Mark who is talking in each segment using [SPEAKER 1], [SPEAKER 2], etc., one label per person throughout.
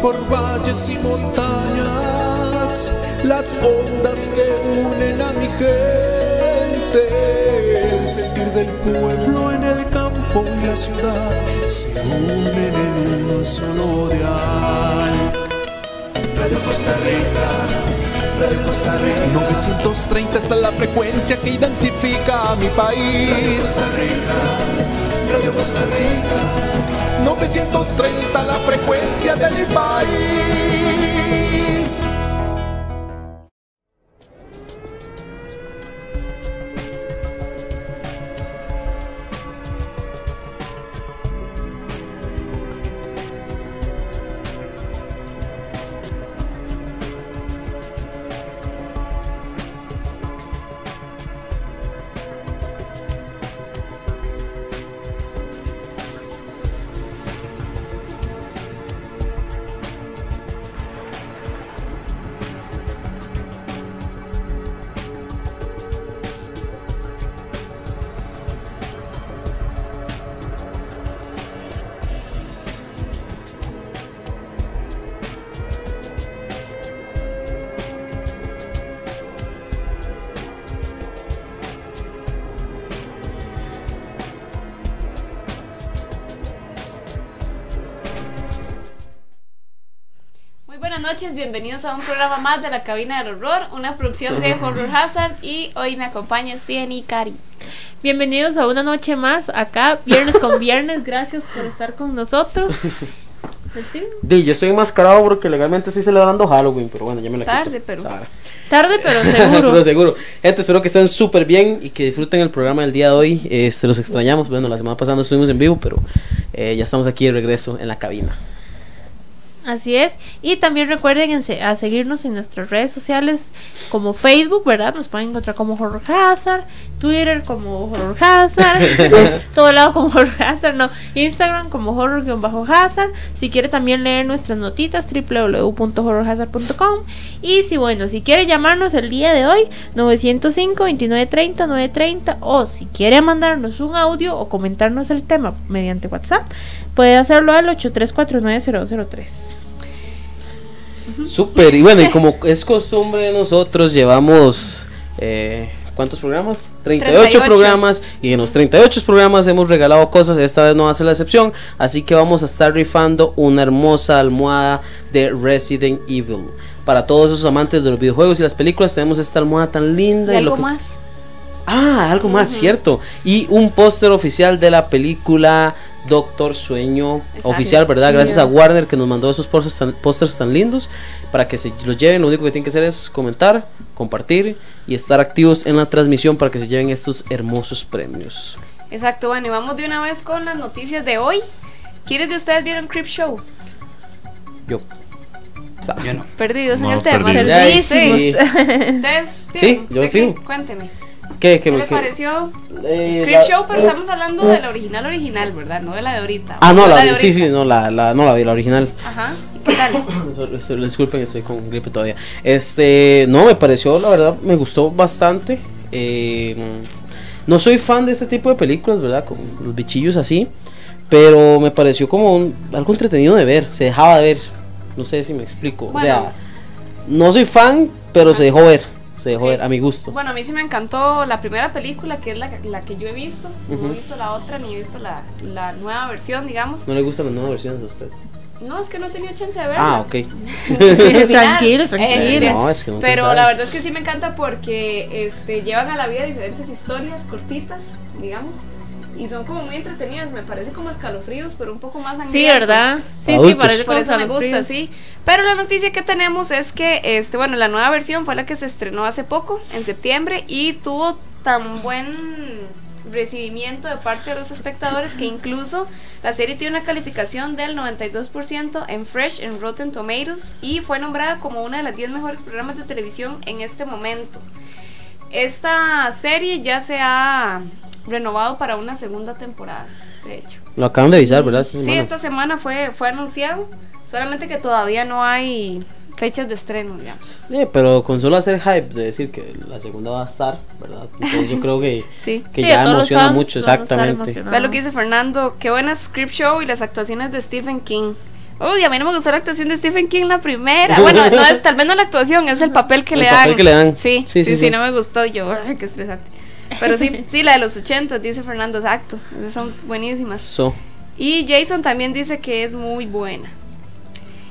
[SPEAKER 1] por valles y montañas, las ondas que unen a mi gente, el sentir del pueblo en el campo y la ciudad se unen en un solo dial.
[SPEAKER 2] Radio Costa Rica, Radio Costa Rica,
[SPEAKER 1] 930 está la frecuencia que identifica a mi
[SPEAKER 2] Radio
[SPEAKER 1] país.
[SPEAKER 2] Costa Rica, Radio Costa Rica,
[SPEAKER 1] 930 la frecuencia de mi país.
[SPEAKER 3] Muy buenas noches, bienvenidos a un programa más de la Cabina del Horror, una producción de Horror Hazard y hoy me acompaña Steven y Cari.
[SPEAKER 4] Bienvenidos a una noche más acá, viernes con viernes. Gracias por estar con nosotros. Pues Steven,
[SPEAKER 5] Di, yo estoy enmascarado porque legalmente estoy celebrando Halloween, pero bueno, ya me la quito.
[SPEAKER 3] Tarde, pero-
[SPEAKER 5] Sara.
[SPEAKER 4] Tarde, pero
[SPEAKER 5] Pero
[SPEAKER 4] seguro.
[SPEAKER 5] seguro. Gente, espero que estén súper bien y que disfruten el programa del día de hoy. Este, los extrañamos. Bueno, la semana pasada no estuvimos en vivo, pero eh, ya estamos aquí de regreso en la cabina.
[SPEAKER 4] Así es. Y también recuerden en se- a seguirnos en nuestras redes sociales como Facebook, ¿verdad? Nos pueden encontrar como Horror Hazard, Twitter como Horror Hazard, todo lado como Horror Hazard, no, Instagram como Horror-Hazard. Si quiere también leer nuestras notitas, www.horrorhazard.com. Y si bueno, si quiere llamarnos el día de hoy, 905-2930-930, o si quiere mandarnos un audio o comentarnos el tema mediante WhatsApp, puede hacerlo al 8349003.
[SPEAKER 5] Súper. Y bueno, y como es costumbre de nosotros, llevamos. eh, ¿Cuántos programas? 38,
[SPEAKER 3] 38.
[SPEAKER 5] programas. Y en los 38 programas hemos regalado cosas. Esta vez no va a ser la excepción. Así que vamos a estar rifando una hermosa almohada de Resident Evil. Para todos esos amantes de los videojuegos y las películas, tenemos esta almohada tan linda.
[SPEAKER 3] ¿Y
[SPEAKER 5] lo
[SPEAKER 3] algo
[SPEAKER 5] que-
[SPEAKER 3] más?
[SPEAKER 5] Ah, algo más, cierto. Y un póster oficial de la película Doctor Sueño
[SPEAKER 3] Exacto.
[SPEAKER 5] oficial, ¿verdad?
[SPEAKER 4] Sí.
[SPEAKER 5] Gracias a Warner que nos mandó esos pósters tan, pósters tan lindos para que se los lleven. Lo único que tienen que hacer es comentar, compartir y estar activos en la transmisión para que se lleven estos hermosos premios.
[SPEAKER 3] Exacto, bueno, y vamos de una vez con las noticias de hoy. ¿Quiénes de ustedes vieron Creep Show?
[SPEAKER 5] Yo.
[SPEAKER 6] Yo no.
[SPEAKER 3] Perdidos en
[SPEAKER 6] No,
[SPEAKER 3] el tema.
[SPEAKER 6] perdidos.
[SPEAKER 5] Ya,
[SPEAKER 3] Sí,
[SPEAKER 5] ahí sí.
[SPEAKER 3] sí. ¿Ustedes? Steven?
[SPEAKER 5] yo
[SPEAKER 3] ¿Usted qué?
[SPEAKER 5] fui.
[SPEAKER 3] Cuénteme.
[SPEAKER 5] ¿Qué, qué,
[SPEAKER 3] ¿Qué le
[SPEAKER 5] qué?
[SPEAKER 3] pareció?
[SPEAKER 5] Eh,
[SPEAKER 3] Creep
[SPEAKER 5] la-
[SPEAKER 3] Show, pero estamos hablando de la original original, ¿verdad? No de la de ahorita.
[SPEAKER 5] Ah, no, la,
[SPEAKER 3] de
[SPEAKER 5] sí,
[SPEAKER 3] ahorita.
[SPEAKER 5] sí, no la, la- no la vi, la original.
[SPEAKER 3] Ajá, ¿y qué tal?
[SPEAKER 5] Eso- eso- Disculpen, estoy con gripe todavía. Este, no, me pareció, la verdad, me gustó bastante. Eh, no soy fan de este tipo de películas, ¿verdad? Con los bichillos así. Pero me pareció como un- algo entretenido de ver. Se dejaba de ver. No sé si me explico. O
[SPEAKER 3] Bueno. Ah.
[SPEAKER 5] sea, no soy fan, pero se dejó ver. Se dejó ver, a mi gusto.
[SPEAKER 3] Bueno, a mí sí me encantó la primera película, que es la, la que yo he visto. No
[SPEAKER 5] Ujú.
[SPEAKER 3] he visto la otra, ni he visto la, la nueva versión, digamos.
[SPEAKER 5] No le gustan las nuevas versiones de usted.
[SPEAKER 3] No, es que no he tenido chance de verla.
[SPEAKER 5] Ah, ok.
[SPEAKER 4] tranquilo,
[SPEAKER 3] Eh,
[SPEAKER 4] tranquilo.
[SPEAKER 5] no, es que nunca
[SPEAKER 3] Pero
[SPEAKER 5] sabe.
[SPEAKER 3] la verdad es que sí me encanta porque este, llevan a la vida diferentes historias cortitas, digamos. Y son como muy entretenidas, me parece como escalofríos, pero un poco más
[SPEAKER 4] Sí,
[SPEAKER 3] sangriento.
[SPEAKER 4] ¿verdad? Sí, sí,
[SPEAKER 5] Adultos.
[SPEAKER 4] parece
[SPEAKER 3] Por
[SPEAKER 4] como
[SPEAKER 3] eso me gusta,
[SPEAKER 4] escalofríos.
[SPEAKER 3] sí. Pero la noticia que tenemos es que, este, bueno, la nueva versión fue la que se estrenó hace poco, en septiembre, y tuvo tan buen recibimiento de parte de los espectadores que incluso la serie tiene una calificación del 92% en Fresh en Rotten Tomatoes y fue nombrada como una de las 10 mejores programas de televisión en este momento. Esta serie ya se ha renovado para una segunda temporada, de hecho.
[SPEAKER 5] Lo acaban de avisar, ¿verdad? Esta
[SPEAKER 3] Sí,
[SPEAKER 5] semana.
[SPEAKER 3] esta semana fue, fue anunciado, solamente que todavía no hay fechas de estreno, digamos.
[SPEAKER 5] Sí, pero con solo hacer hype de decir que la segunda va a estar, ¿verdad? Entonces yo creo que,
[SPEAKER 3] Sí.
[SPEAKER 5] que
[SPEAKER 4] Sí, a
[SPEAKER 5] ya
[SPEAKER 4] todos los
[SPEAKER 5] emociona
[SPEAKER 4] fans
[SPEAKER 5] mucho,
[SPEAKER 4] van a estar
[SPEAKER 5] exactamente.
[SPEAKER 4] emocionados.
[SPEAKER 3] Ve lo que dice Fernando, qué buena script show y las actuaciones de Stephen King. Uy, a mí no me gustó la actuación de Stephen King la primera. Bueno, no es, tal vez no la actuación, es el papel que,
[SPEAKER 5] El
[SPEAKER 3] le,
[SPEAKER 5] papel
[SPEAKER 3] dan.
[SPEAKER 5] que le dan.
[SPEAKER 3] Sí,
[SPEAKER 5] Sí,
[SPEAKER 3] sí, sí,
[SPEAKER 5] sí, sí.
[SPEAKER 3] no me gustó. Yo, ay, qué estresante. Pero sí, sí, la de los 80, dice Fernando, exacto. Esas son buenísimas.
[SPEAKER 5] So,
[SPEAKER 3] Y Jason también dice que es muy buena.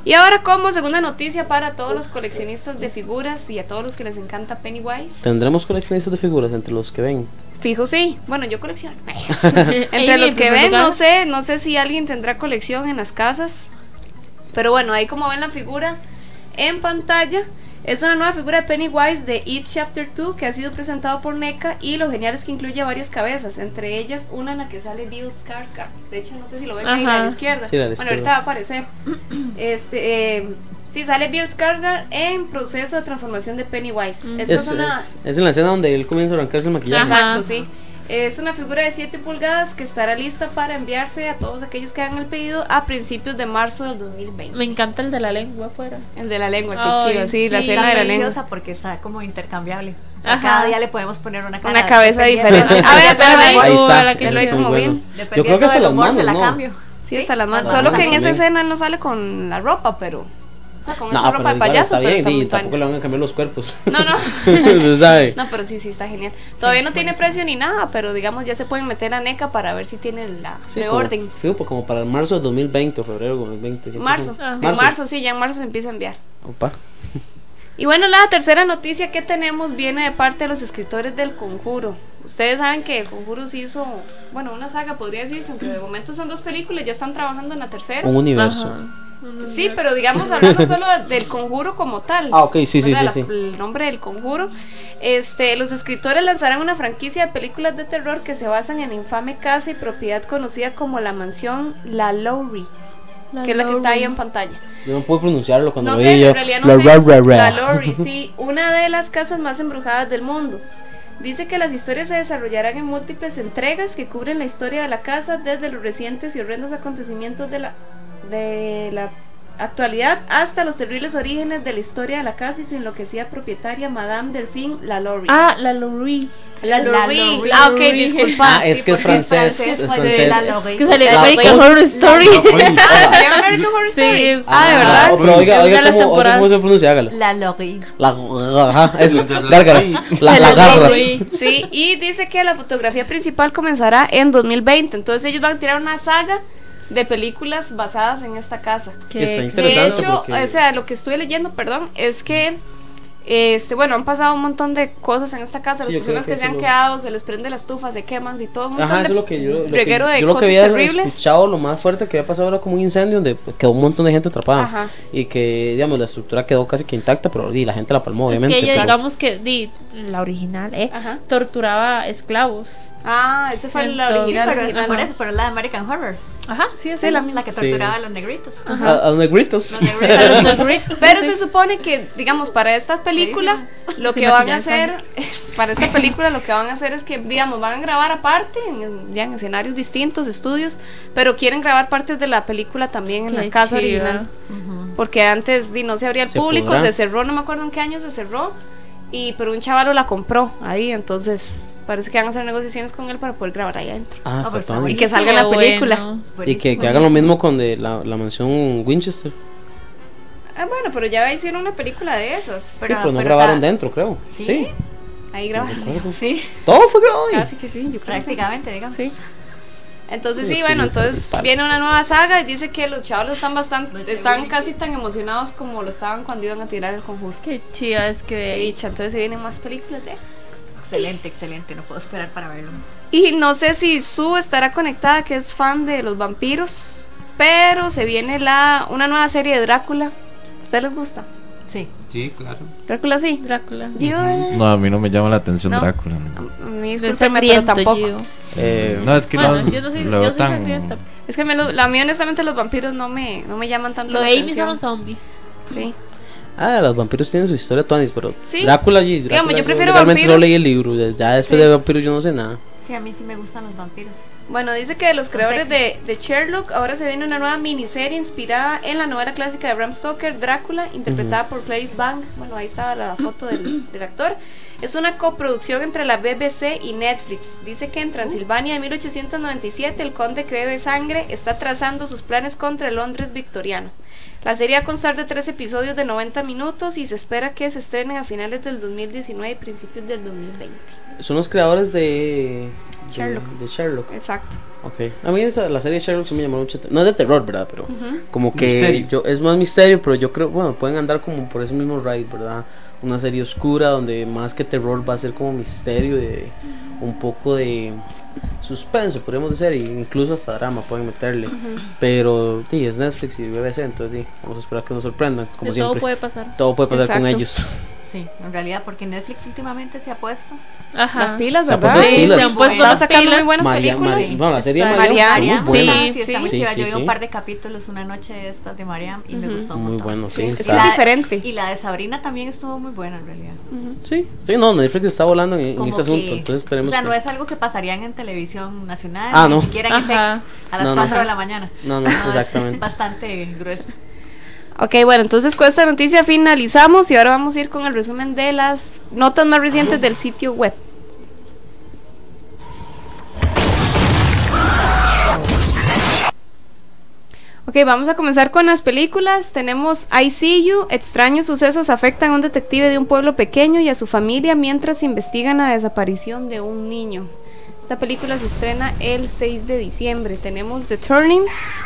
[SPEAKER 3] Y ahora como segunda noticia para todos los coleccionistas de figuras y a todos los que les encanta Pennywise.
[SPEAKER 5] ¿Tendremos coleccionistas de figuras entre los que ven?
[SPEAKER 3] Fijo, sí. Bueno, yo colecciono.
[SPEAKER 4] Amy,
[SPEAKER 3] Entre los
[SPEAKER 4] en
[SPEAKER 3] que
[SPEAKER 4] primer
[SPEAKER 3] ven,
[SPEAKER 4] lugar.
[SPEAKER 3] no sé, no sé si alguien tendrá colección en las casas. Pero bueno, ahí como ven la figura en pantalla, es una nueva figura de Pennywise de It Chapter 2 que ha sido presentado por NECA y lo genial es que incluye varias cabezas, entre ellas una en la que sale Bill Skarsgård. De hecho, no sé si lo ven ahí
[SPEAKER 4] Ajá.
[SPEAKER 3] a la izquierda.
[SPEAKER 5] Sí, a la
[SPEAKER 3] Bueno,
[SPEAKER 5] izquierda.
[SPEAKER 3] ahorita va a aparecer. Este, eh, sí, sale Bill Skarsgård en proceso de transformación de Pennywise.
[SPEAKER 4] Mm.
[SPEAKER 3] Esta es
[SPEAKER 5] Es,
[SPEAKER 3] una
[SPEAKER 5] es- es en la escena donde él comienza a arrancarse el maquillaje.
[SPEAKER 4] Ajá.
[SPEAKER 3] Exacto, sí. Es una figura de 7 pulgadas que estará lista para enviarse a todos aquellos que hagan el pedido a principios de marzo del 2020.
[SPEAKER 4] Me encanta el de la lengua afuera.
[SPEAKER 3] El de la lengua, qué
[SPEAKER 4] Ay,
[SPEAKER 3] chido, sí, la
[SPEAKER 4] sí.
[SPEAKER 3] cena de la
[SPEAKER 7] Está
[SPEAKER 3] lengua.
[SPEAKER 7] preciosa porque está como intercambiable. O sea,
[SPEAKER 4] Ajá.
[SPEAKER 7] cada día le podemos poner una cara
[SPEAKER 3] Una cabeza
[SPEAKER 7] dependiendo-
[SPEAKER 3] diferente. A ver, pero ahí-
[SPEAKER 5] Ahí
[SPEAKER 4] Uh,
[SPEAKER 5] está,
[SPEAKER 4] la
[SPEAKER 5] él
[SPEAKER 4] que lo
[SPEAKER 5] está
[SPEAKER 3] hizo
[SPEAKER 5] muy
[SPEAKER 3] muy
[SPEAKER 5] bueno.
[SPEAKER 7] dependiendo
[SPEAKER 5] Yo creo que hasta
[SPEAKER 7] del
[SPEAKER 5] las
[SPEAKER 7] humor, se
[SPEAKER 5] manos,
[SPEAKER 7] la
[SPEAKER 5] ¿no?
[SPEAKER 7] cambio.
[SPEAKER 3] Sí, está la mano.
[SPEAKER 7] Ah,
[SPEAKER 3] Solo que en
[SPEAKER 5] también.
[SPEAKER 3] esa escena él no sale con la ropa, pero. O sea, con esa
[SPEAKER 5] No, pero
[SPEAKER 3] ropa de
[SPEAKER 5] igual
[SPEAKER 3] payaso,
[SPEAKER 5] está
[SPEAKER 3] pero
[SPEAKER 5] bien,
[SPEAKER 3] está
[SPEAKER 5] y
[SPEAKER 3] muy
[SPEAKER 5] tampoco le
[SPEAKER 3] tuanis.
[SPEAKER 5] van a cambiar los cuerpos.
[SPEAKER 3] No, no.
[SPEAKER 5] Se sabe.
[SPEAKER 3] No, pero sí, sí, está genial. Todavía no tiene precio ni nada, pero digamos ya se pueden meter a NECA para ver si tienen la
[SPEAKER 5] Sí, como-
[SPEAKER 3] reorden.
[SPEAKER 5] fijo, pues, como para el marzo de 2020 o febrero de 2020. siempre
[SPEAKER 3] Marzo.
[SPEAKER 5] son-
[SPEAKER 4] Ajá.
[SPEAKER 3] En marzo, sí, ya en marzo se empieza a enviar.
[SPEAKER 5] Opa.
[SPEAKER 3] Y bueno, la tercera noticia que tenemos viene de parte de los escritores del Conjuro. Ustedes saben que el Conjuro se hizo, bueno, una saga podría decirse, aunque de momento son dos películas, ya están trabajando en la tercera.
[SPEAKER 5] Un universo.
[SPEAKER 3] Sí, pero digamos hablando solo del Conjuro como tal.
[SPEAKER 5] Ah, ok, sí, sí,
[SPEAKER 3] ¿verdad?
[SPEAKER 5] sí, sí.
[SPEAKER 3] La- El nombre del Conjuro. Este, los escritores lanzarán una franquicia de películas de terror que se basan en la infame casa y propiedad conocida como la mansión La Lowry, que es la que está ahí en pantalla.
[SPEAKER 5] Yo no puedo pronunciarlo cuando
[SPEAKER 3] No
[SPEAKER 5] lo
[SPEAKER 3] sé,
[SPEAKER 5] vi yo.
[SPEAKER 3] en realidad no
[SPEAKER 5] La
[SPEAKER 3] sé.
[SPEAKER 5] ra, ra, ra.
[SPEAKER 3] La Lowry, sí, una de las casas más embrujadas del mundo. Dice que las historias se desarrollarán en múltiples entregas que cubren la historia de la casa desde los recientes y horrendos acontecimientos de la, de la actualidad hasta los terribles orígenes de la historia de la casa y su enloquecida propietaria Madame Delphine La Lowry.
[SPEAKER 4] Ah, la Lori.
[SPEAKER 3] la Lowry.
[SPEAKER 7] Lowry.
[SPEAKER 3] Ah, ok, disculpa.
[SPEAKER 5] Ah, es que es
[SPEAKER 7] porque es
[SPEAKER 5] francés.
[SPEAKER 7] francés,
[SPEAKER 5] Es
[SPEAKER 3] pues,
[SPEAKER 7] porque
[SPEAKER 5] francés.
[SPEAKER 7] la logra.
[SPEAKER 4] Que salió de
[SPEAKER 5] La
[SPEAKER 4] American
[SPEAKER 5] Lori.
[SPEAKER 4] Horror Story.
[SPEAKER 3] Ah, ¿salió American Horror
[SPEAKER 4] Sí.
[SPEAKER 3] Story?
[SPEAKER 4] Ah, ¿de verdad?
[SPEAKER 5] pero oiga,
[SPEAKER 4] Yo
[SPEAKER 5] oiga
[SPEAKER 4] ya las
[SPEAKER 5] cómo, oiga
[SPEAKER 4] temporadas.
[SPEAKER 5] cómo se pronuncia, hágala.
[SPEAKER 7] La Lori.
[SPEAKER 5] La, ajá, eso,
[SPEAKER 6] La- la-
[SPEAKER 5] gárgaras.
[SPEAKER 6] la-
[SPEAKER 5] La,
[SPEAKER 4] Se
[SPEAKER 5] la
[SPEAKER 4] los
[SPEAKER 5] garras.
[SPEAKER 4] doy.
[SPEAKER 3] Sí, y dice que la fotografía principal comenzará en 2020. Entonces ellos van a tirar una saga de películas basadas en esta casa.
[SPEAKER 4] Qué
[SPEAKER 5] Está
[SPEAKER 4] ex-
[SPEAKER 3] De
[SPEAKER 5] Interesante,
[SPEAKER 3] hecho,
[SPEAKER 5] porque-
[SPEAKER 3] o sea, lo que estuve leyendo, perdón, es que este, bueno, han pasado un montón de cosas en esta casa,
[SPEAKER 5] Sí,
[SPEAKER 3] las
[SPEAKER 5] yo creo
[SPEAKER 3] personas
[SPEAKER 5] que
[SPEAKER 3] que, se
[SPEAKER 5] eso
[SPEAKER 3] han
[SPEAKER 5] lo-
[SPEAKER 3] quedado, se les prende la estufa, se queman y todo un montón
[SPEAKER 5] Ajá,
[SPEAKER 3] de
[SPEAKER 5] eso es lo que yo lo que,
[SPEAKER 3] reguero de
[SPEAKER 5] yo lo que
[SPEAKER 3] cosas
[SPEAKER 5] había
[SPEAKER 3] terribles.
[SPEAKER 5] escuchado, lo más fuerte que había pasado era como un incendio donde pues, quedó un montón de gente atrapada
[SPEAKER 3] Ajá.
[SPEAKER 5] y que digamos la estructura quedó casi que intacta, pero y la gente la palmó
[SPEAKER 4] Es
[SPEAKER 5] obviamente.
[SPEAKER 4] que ella,
[SPEAKER 5] pero-
[SPEAKER 4] digamos que di, la original, ¿eh?
[SPEAKER 3] Ajá.
[SPEAKER 4] Torturaba esclavos.
[SPEAKER 3] Ah, esa fue la
[SPEAKER 4] Entonces-
[SPEAKER 7] Sí,
[SPEAKER 3] original.
[SPEAKER 7] pero
[SPEAKER 3] sí,
[SPEAKER 7] es
[SPEAKER 3] ah, no.
[SPEAKER 7] por eso, pero es la de American Horror.
[SPEAKER 4] Ajá, sí, es
[SPEAKER 3] Sí, la
[SPEAKER 4] ella.
[SPEAKER 7] La que
[SPEAKER 5] Sí.
[SPEAKER 7] torturaba a Ah, los negritos.
[SPEAKER 5] a, a los negritos.
[SPEAKER 7] Los negritos.
[SPEAKER 4] Los Lori.
[SPEAKER 3] Pero
[SPEAKER 4] Sí,
[SPEAKER 3] se
[SPEAKER 4] sí.
[SPEAKER 3] supone que, digamos, para esta película, lo
[SPEAKER 4] Sí,
[SPEAKER 3] que
[SPEAKER 4] no,
[SPEAKER 3] van
[SPEAKER 4] ya
[SPEAKER 3] a hacer, para esta película lo que van a hacer es que, digamos, van a grabar aparte, en- en- ya en escenarios distintos, estudios, pero quieren grabar partes de la película también en
[SPEAKER 4] Qué
[SPEAKER 3] la casa
[SPEAKER 4] chiva.
[SPEAKER 3] original. Porque antes di, no se abría al
[SPEAKER 5] Se
[SPEAKER 3] público,
[SPEAKER 5] podrá.
[SPEAKER 3] se cerró, no me acuerdo en qué año se cerró, y pero un chavalo la compró ahí, entonces parece que van a hacer negociaciones con él para poder grabar ahí adentro.
[SPEAKER 5] Ah,
[SPEAKER 7] por
[SPEAKER 5] exactamente.
[SPEAKER 7] favor.
[SPEAKER 3] Y que salga en la
[SPEAKER 4] Qué bueno.
[SPEAKER 3] película.
[SPEAKER 5] Y que, que hagan lo mismo con de la, la mansión Winchester.
[SPEAKER 3] Ah, bueno, pero ya hicieron una película de esas.
[SPEAKER 5] sí, pero no
[SPEAKER 7] pero
[SPEAKER 5] grabaron
[SPEAKER 7] ta-
[SPEAKER 5] dentro, creo.
[SPEAKER 7] ¿Sí?
[SPEAKER 3] Ahí grabaron.
[SPEAKER 5] recuerdo.
[SPEAKER 7] Sí,
[SPEAKER 5] Todo fue grabado. ahí.
[SPEAKER 3] Casi que sí, yo creo. que sí.
[SPEAKER 7] prácticamente, digamos.
[SPEAKER 3] Sí. Entonces
[SPEAKER 5] Sí,
[SPEAKER 3] sí,
[SPEAKER 5] sí,
[SPEAKER 3] bueno,
[SPEAKER 5] yo creo
[SPEAKER 3] entonces
[SPEAKER 5] que tal.
[SPEAKER 3] viene una nueva saga y dice que los chavos están bastante,
[SPEAKER 7] Noche
[SPEAKER 3] están
[SPEAKER 7] única.
[SPEAKER 3] casi tan emocionados como lo estaban cuando iban a tirar el conjuro.
[SPEAKER 4] Qué chida, es que
[SPEAKER 3] De
[SPEAKER 4] de
[SPEAKER 3] dicha, entonces se vienen más películas de estas.
[SPEAKER 7] Excelente, excelente. No puedo esperar para verlo.
[SPEAKER 3] Y no sé si Sue estará conectada, que es fan de los vampiros, pero se viene la una nueva serie de Drácula. ¿A ustedes les gusta?
[SPEAKER 7] Sí.
[SPEAKER 6] Sí, claro.
[SPEAKER 3] Drácula sí.
[SPEAKER 4] Drácula.
[SPEAKER 3] Yo
[SPEAKER 8] No, a mí no me llama la atención
[SPEAKER 3] No.
[SPEAKER 8] Drácula.
[SPEAKER 3] a-
[SPEAKER 8] No.
[SPEAKER 3] a mí discúlpenme,
[SPEAKER 4] De
[SPEAKER 3] pero
[SPEAKER 4] sangriento,
[SPEAKER 3] tampoco.
[SPEAKER 4] Gio.
[SPEAKER 5] Eh,
[SPEAKER 8] No, es que
[SPEAKER 4] Bueno,
[SPEAKER 8] no.
[SPEAKER 4] yo no soy,
[SPEAKER 8] lo
[SPEAKER 4] yo
[SPEAKER 8] veo
[SPEAKER 4] soy
[SPEAKER 8] tan-
[SPEAKER 4] sangrienta.
[SPEAKER 3] Es que me lo- la mía honestamente los vampiros no me no me llaman tanto
[SPEAKER 4] Lo
[SPEAKER 3] la
[SPEAKER 4] de Amy son
[SPEAKER 3] atención.
[SPEAKER 4] los zombies.
[SPEAKER 3] Sí.
[SPEAKER 5] Ah, los vampiros tienen su historia, Tuanis, pero
[SPEAKER 3] Sí.
[SPEAKER 5] Drácula y
[SPEAKER 3] Digamos, yo prefiero
[SPEAKER 5] Realmente solo
[SPEAKER 3] vampiros.
[SPEAKER 5] leí el libro, ya- ya después
[SPEAKER 3] Sí.
[SPEAKER 5] de vampiros yo no sé nada.
[SPEAKER 7] Sí, a mí sí me gustan los vampiros.
[SPEAKER 3] Bueno, dice que de los
[SPEAKER 7] Son
[SPEAKER 3] creadores de,
[SPEAKER 7] sexys.
[SPEAKER 3] de Sherlock ahora se viene una nueva miniserie inspirada en la novela clásica de Bram Stoker, Drácula, interpretada por Place Bang. Bueno, ahí estaba la foto del, del actor. Es una coproducción entre la BBC y Netflix. Dice
[SPEAKER 7] Uh.
[SPEAKER 3] que en Transilvania de 1897 el conde que bebe sangre está trazando sus planes contra el Londres victoriano. La serie va a constar de tres episodios de 90 minutos y se espera que se estrenen a finales del 2019 y principios del 2020.
[SPEAKER 5] Son los creadores de. de-
[SPEAKER 3] Sherlock.
[SPEAKER 5] De, Sherlock.
[SPEAKER 3] Exacto.
[SPEAKER 5] Ok. A mí esa, la serie de Sherlock sí me llamó mucho. te- No es de terror, ¿verdad? Pero
[SPEAKER 3] Ujú.
[SPEAKER 5] como que.
[SPEAKER 6] Misterio.
[SPEAKER 5] Yo, es más misterio, pero yo creo. Bueno, pueden andar como por ese mismo ride, ¿verdad? Una serie oscura donde más que terror va a ser como misterio, de un poco de suspenso, podríamos decir, e incluso hasta drama pueden meterle. Pero, sí, es Netflix y BBC, entonces, sí, vamos a esperar que nos sorprendan, como
[SPEAKER 4] de
[SPEAKER 5] siempre.
[SPEAKER 4] todo puede pasar.
[SPEAKER 5] Todo puede pasar con
[SPEAKER 3] Exacto.
[SPEAKER 5] ellos.
[SPEAKER 7] Sí, en realidad, porque Netflix últimamente se ha puesto.
[SPEAKER 4] Ajá.
[SPEAKER 3] Las pilas,
[SPEAKER 5] Se ha
[SPEAKER 3] ¿verdad?
[SPEAKER 5] puesto
[SPEAKER 4] Sí,
[SPEAKER 5] pilas.
[SPEAKER 4] se han puesto
[SPEAKER 3] Estaba
[SPEAKER 4] las
[SPEAKER 3] sacando muy
[SPEAKER 4] pilas.
[SPEAKER 3] buenas
[SPEAKER 5] María-
[SPEAKER 3] películas.
[SPEAKER 5] María- bueno, la serie de
[SPEAKER 3] Exacto.
[SPEAKER 5] Mariam,
[SPEAKER 3] Mariam,
[SPEAKER 5] muy buena.
[SPEAKER 7] sí,
[SPEAKER 3] Sí,
[SPEAKER 7] está muy
[SPEAKER 5] sí,
[SPEAKER 7] chiva.
[SPEAKER 5] sí,
[SPEAKER 7] Yo vi
[SPEAKER 5] sí.
[SPEAKER 7] un par de capítulos una noche de estas de Mariam y me
[SPEAKER 4] Ujú.
[SPEAKER 7] gustó un
[SPEAKER 5] Muy
[SPEAKER 7] montón.
[SPEAKER 5] bueno, sí.
[SPEAKER 3] Sí,
[SPEAKER 7] Y
[SPEAKER 3] es
[SPEAKER 5] está-
[SPEAKER 3] que es
[SPEAKER 7] la-
[SPEAKER 3] diferente.
[SPEAKER 7] Y la de Sabrina también estuvo muy buena en realidad.
[SPEAKER 5] Sí, sí, no, Netflix está volando en, en
[SPEAKER 7] Como
[SPEAKER 5] este asunto,
[SPEAKER 7] que-
[SPEAKER 5] entonces esperemos
[SPEAKER 7] O sea,
[SPEAKER 5] que-
[SPEAKER 7] no es algo que pasarían en televisión nacional,
[SPEAKER 5] Ah,
[SPEAKER 7] ni
[SPEAKER 5] no.
[SPEAKER 7] siquiera en
[SPEAKER 4] Ajá.
[SPEAKER 7] FX, a las
[SPEAKER 5] No, no.
[SPEAKER 7] 4 de la mañana.
[SPEAKER 5] No, no,
[SPEAKER 7] No, es
[SPEAKER 5] exactamente.
[SPEAKER 7] bastante grueso.
[SPEAKER 3] Ok, bueno, entonces con esta noticia finalizamos y ahora vamos a ir con el resumen de las notas más recientes del sitio web. Ok, vamos a comenzar con las películas. Tenemos I See You, extraños sucesos afectan a un detective de un pueblo pequeño y a su familia mientras investigan la desaparición de un niño. Esta película se estrena el 6 de diciembre. Tenemos The Turning,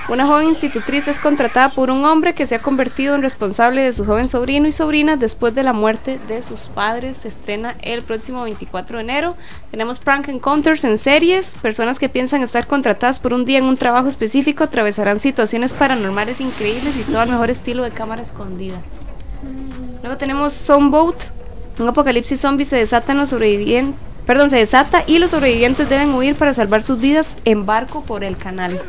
[SPEAKER 3] una joven institutriz es contratada por un hombre que se ha convertido en responsable de su joven sobrino y sobrina después de la muerte de sus padres. Se estrena el próximo 24 de enero. Tenemos Prank Encounters en series. Personas que piensan estar contratadas por un día en un trabajo específico atravesarán situaciones paranormales increíbles y todo al mejor estilo de cámara escondida. Luego tenemos Sunboat. Un apocalipsis zombie se desatan los sobrevivientes. Perdón, se desata y los sobrevivientes deben huir para salvar sus vidas en barco por el canal.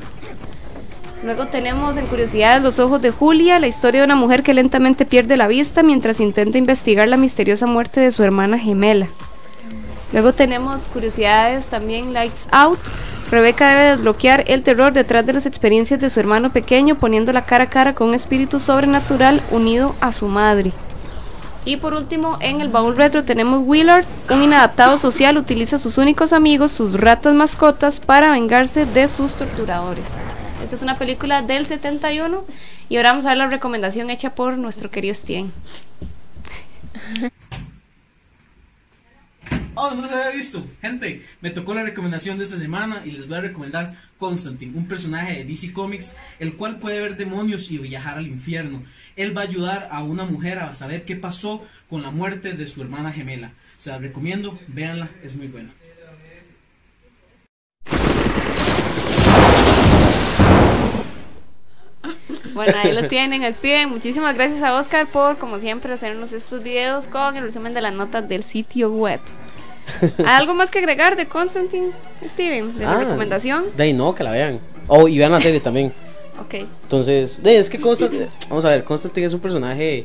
[SPEAKER 3] Luego tenemos en Curiosidades los ojos de Julia, la historia de una mujer que lentamente pierde la vista mientras intenta investigar la misteriosa muerte de su hermana gemela. Luego tenemos curiosidades también Lights Out. Rebeca debe desbloquear el terror detrás de las experiencias de su hermano pequeño poniendo la cara a cara con un espíritu sobrenatural unido a su madre. Y por último, en el baúl retro tenemos Willard, un inadaptado social utiliza sus únicos amigos, sus ratas mascotas, para vengarse de sus torturadores. Esta es una película del 71 y ahora vamos a ver la recomendación hecha por nuestro querido Steven.
[SPEAKER 9] Oh, no los había visto. Gente, me tocó la recomendación de esta semana y les voy a recomendar Constantine, un personaje de DC Comics, el cual puede ver demonios y viajar al infierno. Él va a ayudar a una mujer a saber qué pasó con la muerte de su hermana gemela. Se la recomiendo, véanla, es muy buena.
[SPEAKER 3] Bueno, ahí lo tienen, Steven. Muchísimas gracias a Oscar por, como siempre, hacernos estos videos con el resumen de las notas del sitio web. ¿Algo más que agregar de Constantine, Steven? ¿De la
[SPEAKER 5] Ah,
[SPEAKER 3] recomendación?
[SPEAKER 5] De ahí no, que la vean. Oh, y vean la serie también.
[SPEAKER 3] Ok.
[SPEAKER 5] Entonces, de, es que Constantine, vamos a ver, Constantine es un personaje,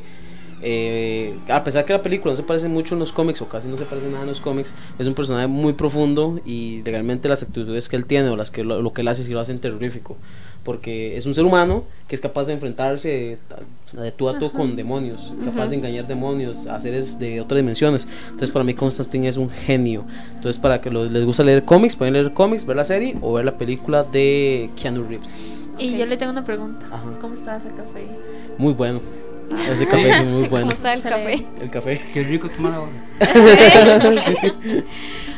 [SPEAKER 5] eh, a pesar que la película no se parece mucho en los cómics o casi no se parece nada en los cómics, es un personaje muy profundo y realmente las actitudes que él tiene o las que lo, lo que él hace sí lo hacen terrorífico, porque es un ser humano que es capaz de enfrentarse a- de tú a tú con demonios, capaz de engañar demonios, a seres de otras dimensiones. Entonces, para mí Constantine es un genio. Entonces, para que los- les gusta leer cómics, pueden leer cómics, ver la serie o ver la película de Keanu Reeves.
[SPEAKER 4] Y
[SPEAKER 3] Ok.
[SPEAKER 4] yo le tengo una pregunta.
[SPEAKER 5] Ajá.
[SPEAKER 4] ¿Cómo está ese café?
[SPEAKER 5] Muy bueno. Ese café fue muy bueno.
[SPEAKER 3] ¿Cómo está el
[SPEAKER 4] Se
[SPEAKER 3] café?
[SPEAKER 4] le-
[SPEAKER 5] El café.
[SPEAKER 6] Qué rico tomar ahora.
[SPEAKER 5] Sí, sí.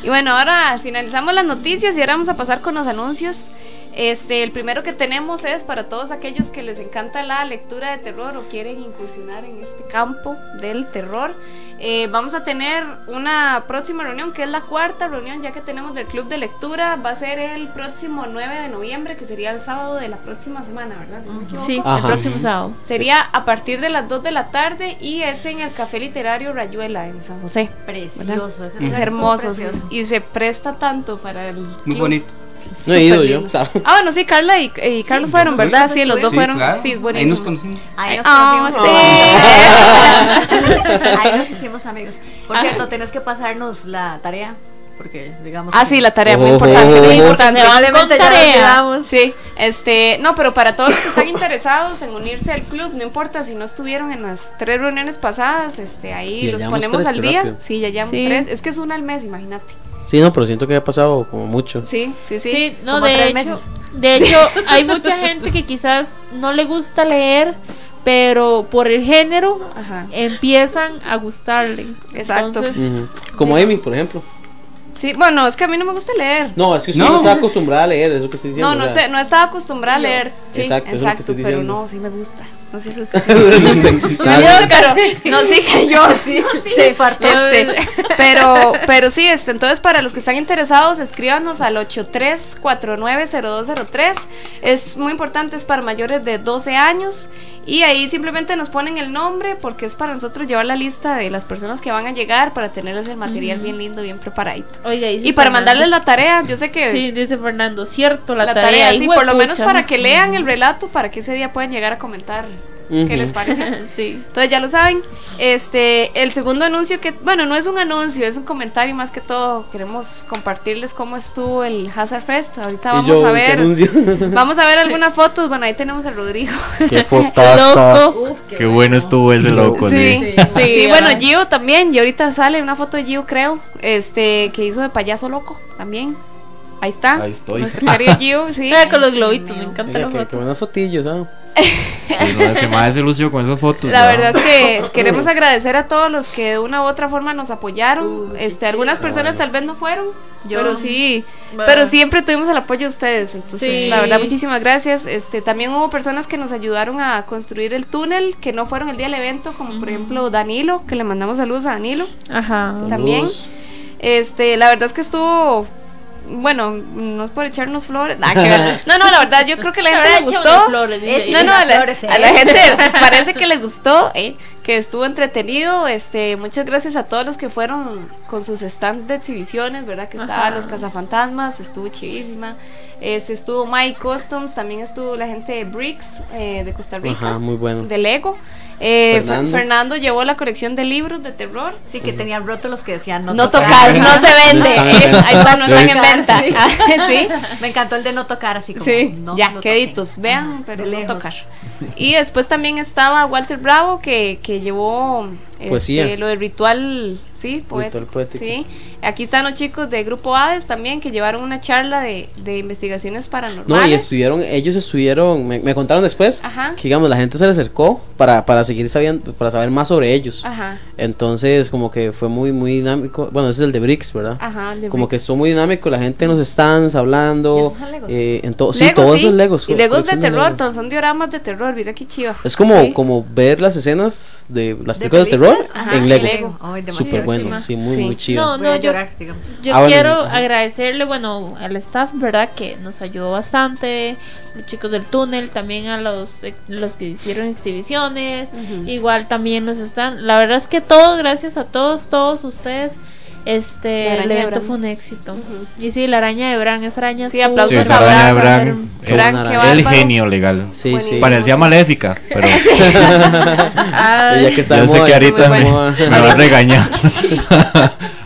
[SPEAKER 3] Y bueno, ahora finalizamos las noticias y ahora vamos a pasar con los anuncios. Este, el primero que tenemos es para todos aquellos que les encanta la lectura de terror o quieren incursionar en este campo del terror. Eh, vamos a tener una próxima reunión, que es la cuarta reunión ya que tenemos del club de lectura. Va a ser el próximo 9 de noviembre, que sería el sábado de la próxima semana, ¿verdad? Si no me equivoco.
[SPEAKER 4] Sí,
[SPEAKER 5] Ajá.
[SPEAKER 4] el próximo sábado.
[SPEAKER 3] Sería a partir de las 2 de la tarde y es en el Café Literario Rayuela en San José.
[SPEAKER 7] Precioso. ese
[SPEAKER 3] Es
[SPEAKER 7] lugar
[SPEAKER 3] hermoso
[SPEAKER 7] estuvo precioso.
[SPEAKER 3] y se presta tanto para el.
[SPEAKER 6] Muy
[SPEAKER 3] club.
[SPEAKER 6] bonito.
[SPEAKER 5] No he ido
[SPEAKER 3] Súper
[SPEAKER 5] yo,
[SPEAKER 3] lindo.
[SPEAKER 5] claro.
[SPEAKER 3] Ah, bueno, sí, Carla y, y Carlos fueron,
[SPEAKER 6] nosotros
[SPEAKER 3] ¿verdad? Sí, los dos
[SPEAKER 7] estuvimos.
[SPEAKER 3] fueron.
[SPEAKER 6] claro.
[SPEAKER 3] Sí,
[SPEAKER 6] Ahí nos
[SPEAKER 3] buenísimo.
[SPEAKER 6] conocimos.
[SPEAKER 7] Ahí nos
[SPEAKER 3] Ah,
[SPEAKER 7] conocimos.
[SPEAKER 3] sí.
[SPEAKER 7] Ahí nos hicimos amigos. Ah. Por
[SPEAKER 3] Ajá.
[SPEAKER 7] cierto, tenés que pasarnos la tarea Porque, digamos.
[SPEAKER 3] Ah,
[SPEAKER 7] que-
[SPEAKER 3] sí, la tarea muy
[SPEAKER 5] Ojo.
[SPEAKER 3] importante. muy importante.
[SPEAKER 7] Se van con tarea.
[SPEAKER 3] Sí, este, no, pero para todos los que están interesados en unirse al club, no importa si no estuvieron en las tres reuniones pasadas, este, ahí
[SPEAKER 5] Ya
[SPEAKER 3] los
[SPEAKER 5] llevamos
[SPEAKER 3] ponemos
[SPEAKER 5] tres,
[SPEAKER 3] al
[SPEAKER 5] qué
[SPEAKER 3] día.
[SPEAKER 5] rápido.
[SPEAKER 3] Sí, ya llevamos
[SPEAKER 4] Sí.
[SPEAKER 3] tres. Es que es una al mes, imagínate.
[SPEAKER 5] Sí, no, pero siento que ha pasado como mucho.
[SPEAKER 3] Sí, sí, sí.
[SPEAKER 4] Sí, no,
[SPEAKER 7] como
[SPEAKER 4] de
[SPEAKER 7] tres
[SPEAKER 4] hecho,
[SPEAKER 7] meses.
[SPEAKER 4] de hecho, hay mucha gente que quizás no le gusta leer, pero por el género
[SPEAKER 3] Ajá.
[SPEAKER 4] empiezan a gustarle.
[SPEAKER 3] Exacto.
[SPEAKER 4] Entonces,
[SPEAKER 5] Ujú. Como Amy, por ejemplo.
[SPEAKER 3] Sí, bueno, es que a mí no me gusta leer.
[SPEAKER 5] No, es que usted
[SPEAKER 6] No.
[SPEAKER 5] no está acostumbrada a leer, eso que estoy diciendo.
[SPEAKER 3] No, no,
[SPEAKER 5] o sea,
[SPEAKER 3] sé, no estaba acostumbrada a leer. Sí,
[SPEAKER 5] Exacto,
[SPEAKER 3] exacto,
[SPEAKER 5] eso es lo que estoy
[SPEAKER 3] pero
[SPEAKER 5] diciendo.
[SPEAKER 3] no, sí me gusta. No sé si usted
[SPEAKER 5] No sé.
[SPEAKER 3] Dios, claro. No, sí que yo.
[SPEAKER 7] Se fartó.
[SPEAKER 3] Este, pero, pero sí, este, entonces para los que están interesados, escríbanos al 83490203. Es muy importante, es para mayores de 12 años. Y ahí simplemente nos ponen el nombre porque es para nosotros llevar la lista de las personas que van a llegar para tenerles el material bien lindo, bien preparadito.
[SPEAKER 4] oiga, dice
[SPEAKER 3] Y para
[SPEAKER 4] Fernando-
[SPEAKER 3] mandarles la tarea, yo sé que
[SPEAKER 4] Sí, dice Fernando, cierto, la,
[SPEAKER 3] la, tarea, sí, por lo
[SPEAKER 4] hijuepucha.
[SPEAKER 3] menos para que lean el relato, para que ese día puedan llegar a comentar
[SPEAKER 5] Ujú.
[SPEAKER 3] qué les parece.
[SPEAKER 4] Sí.
[SPEAKER 3] Entonces ya lo saben. Este, el segundo anuncio que, bueno, no es un anuncio, es un comentario más que todo. Queremos compartirles cómo estuvo el Hazard Fest. Ahorita
[SPEAKER 5] Y
[SPEAKER 3] vamos
[SPEAKER 5] yo, ¿qué
[SPEAKER 3] a ver,
[SPEAKER 5] anuncio?
[SPEAKER 3] vamos a ver algunas fotos. Bueno, ahí tenemos a Rodrigo.
[SPEAKER 8] Qué fotazo.
[SPEAKER 4] Loco.
[SPEAKER 8] Qué bueno estuvo ese loco, sí.
[SPEAKER 3] Sí,
[SPEAKER 7] Sí.
[SPEAKER 3] sí,
[SPEAKER 4] Sí,
[SPEAKER 3] bueno,
[SPEAKER 4] ¿verdad?
[SPEAKER 3] Gio también. Y ahorita sale una foto de Gio, creo, este, que hizo de payaso loco también. Ahí está.
[SPEAKER 8] Ahí estoy.
[SPEAKER 3] Nuestro querido Gio, sí.
[SPEAKER 4] Ah, con los globitos, me encanta
[SPEAKER 5] Oiga,
[SPEAKER 4] la
[SPEAKER 5] qué, qué
[SPEAKER 4] foto.
[SPEAKER 5] buenas fotillos, ¿ah?
[SPEAKER 8] Sí, no, ese mae se lució con esas fotos.
[SPEAKER 3] La
[SPEAKER 8] ¿verdad?
[SPEAKER 3] verdad es que queremos agradecer a todos los que de una u otra forma nos apoyaron.
[SPEAKER 7] Uh, qué
[SPEAKER 3] este, algunas
[SPEAKER 7] chido.
[SPEAKER 3] personas tal vez no fueron,
[SPEAKER 7] Yo-
[SPEAKER 3] pero sí,
[SPEAKER 7] Bueno.
[SPEAKER 3] pero siempre tuvimos el apoyo de ustedes. Entonces,
[SPEAKER 4] Sí.
[SPEAKER 3] la verdad, muchísimas gracias. Este, también hubo personas que nos ayudaron a construir el túnel que no fueron el día del evento, como por ejemplo Danilo, que le mandamos saludos a Danilo.
[SPEAKER 4] Ajá.
[SPEAKER 3] También.
[SPEAKER 5] Saludos.
[SPEAKER 3] Este, la verdad es que estuvo bueno, no es por echarnos flores. nada que ver. No, no, la verdad, yo creo que la gente le gustó. No, no, a la,
[SPEAKER 7] Flores, ¿eh?
[SPEAKER 3] a la gente parece que le gustó, ¿eh? que estuvo entretenido. Este, muchas gracias a todos los que fueron con sus stands de exhibiciones, ¿verdad? Que estaban
[SPEAKER 4] Ajá.
[SPEAKER 3] los cazafantasmas, estuvo chivísima. Este, estuvo My Customs, también estuvo la gente de Bricks eh, de Costa Rica,
[SPEAKER 5] Ajá, muy bueno.
[SPEAKER 3] de Lego. Eh, Fer- Fernando.
[SPEAKER 5] Fernando.
[SPEAKER 3] llevó la colección de libros de terror.
[SPEAKER 7] Sí, que tenían roto los que decían no,
[SPEAKER 3] No, tocar, no se vende.
[SPEAKER 5] No están en
[SPEAKER 3] eh,
[SPEAKER 5] venta.
[SPEAKER 3] ahí está, no están en venta.
[SPEAKER 7] Sí.
[SPEAKER 3] Ah, sí.
[SPEAKER 7] Me encantó el de no tocar, así como.
[SPEAKER 3] Sí,
[SPEAKER 7] no
[SPEAKER 3] ya,
[SPEAKER 7] lo
[SPEAKER 3] queditos,
[SPEAKER 7] toquen.
[SPEAKER 3] vean,
[SPEAKER 7] Ajá,
[SPEAKER 3] pero
[SPEAKER 7] de
[SPEAKER 3] no
[SPEAKER 7] lejos.
[SPEAKER 3] tocar. Y después también estaba Walter Bravo que, que llevó este,
[SPEAKER 5] Poesía.
[SPEAKER 3] lo del ritual, sí, poético.
[SPEAKER 5] Ritual poético.
[SPEAKER 3] Sí. Aquí están los chicos de Grupo Hades también que llevaron una charla de, de investigaciones
[SPEAKER 5] No,
[SPEAKER 3] paranormales.
[SPEAKER 5] y estuvieron, ellos estuvieron, me, me contaron después
[SPEAKER 3] Ajá.
[SPEAKER 5] que digamos la gente se le acercó para, para seguir sabiendo, para saber más sobre ellos.
[SPEAKER 3] Ajá,
[SPEAKER 5] Entonces, como que fue muy, muy dinámico. Bueno, ese es el de Bricks, ¿verdad?
[SPEAKER 3] ajá. el de
[SPEAKER 5] como que
[SPEAKER 3] Briggs.
[SPEAKER 5] estuvo muy dinámico, la gente en los stands
[SPEAKER 7] ¿Y
[SPEAKER 5] hablando.
[SPEAKER 7] esos son Legos?
[SPEAKER 5] eh, en to- sí,
[SPEAKER 3] Legos,
[SPEAKER 5] todos
[SPEAKER 3] sí.
[SPEAKER 5] esos Legos.
[SPEAKER 3] Y Legos de
[SPEAKER 5] colección
[SPEAKER 3] terror,
[SPEAKER 5] Legos.
[SPEAKER 3] todos son dioramas de terror, mira qué chido.
[SPEAKER 5] Es como,
[SPEAKER 3] Sí.
[SPEAKER 5] como ver las escenas de las
[SPEAKER 7] ¿De
[SPEAKER 5] películas de, terror
[SPEAKER 7] películas? Ajá,
[SPEAKER 5] en Lego.
[SPEAKER 3] Lego.
[SPEAKER 7] Ay, demasiado
[SPEAKER 5] Súper bueno,
[SPEAKER 7] encima.
[SPEAKER 5] sí, muy,
[SPEAKER 3] Sí.
[SPEAKER 5] muy chido.
[SPEAKER 4] No,
[SPEAKER 7] Voy a
[SPEAKER 4] yo-
[SPEAKER 7] llorar, digamos.
[SPEAKER 4] Yo
[SPEAKER 5] Ah, bueno,
[SPEAKER 4] quiero
[SPEAKER 5] ajá.
[SPEAKER 4] agradecerle, bueno, al staff, ¿verdad? Que nos ayudó bastante, los chicos del túnel, también a los, eh, los que hicieron exhibiciones,
[SPEAKER 3] Ujú.
[SPEAKER 4] igual también nos están, la verdad es que todos, gracias a todos, todos ustedes,
[SPEAKER 3] La
[SPEAKER 4] este,
[SPEAKER 3] araña
[SPEAKER 4] el
[SPEAKER 3] de
[SPEAKER 4] evento
[SPEAKER 3] Bran.
[SPEAKER 4] fue un éxito.
[SPEAKER 3] Ujú.
[SPEAKER 4] Y sí, la araña de Bran, esa araña
[SPEAKER 3] Sí,
[SPEAKER 4] estuvo-
[SPEAKER 3] aplausos
[SPEAKER 8] Sí,
[SPEAKER 3] a
[SPEAKER 8] esa araña de
[SPEAKER 4] Bran,
[SPEAKER 8] Bran
[SPEAKER 3] Bran,
[SPEAKER 5] Bran,
[SPEAKER 3] qué
[SPEAKER 5] el
[SPEAKER 8] El
[SPEAKER 3] bárbaro.
[SPEAKER 8] genio legal.
[SPEAKER 5] Sí, sí.
[SPEAKER 3] Buenísimo.
[SPEAKER 8] Parecía maléfica, pero
[SPEAKER 4] Ay,
[SPEAKER 5] Ella que está
[SPEAKER 8] yo
[SPEAKER 5] de
[SPEAKER 8] sé
[SPEAKER 5] moda,
[SPEAKER 8] que
[SPEAKER 5] ya está
[SPEAKER 8] ahorita
[SPEAKER 5] de
[SPEAKER 8] me,
[SPEAKER 5] moda.
[SPEAKER 8] me va a regañar.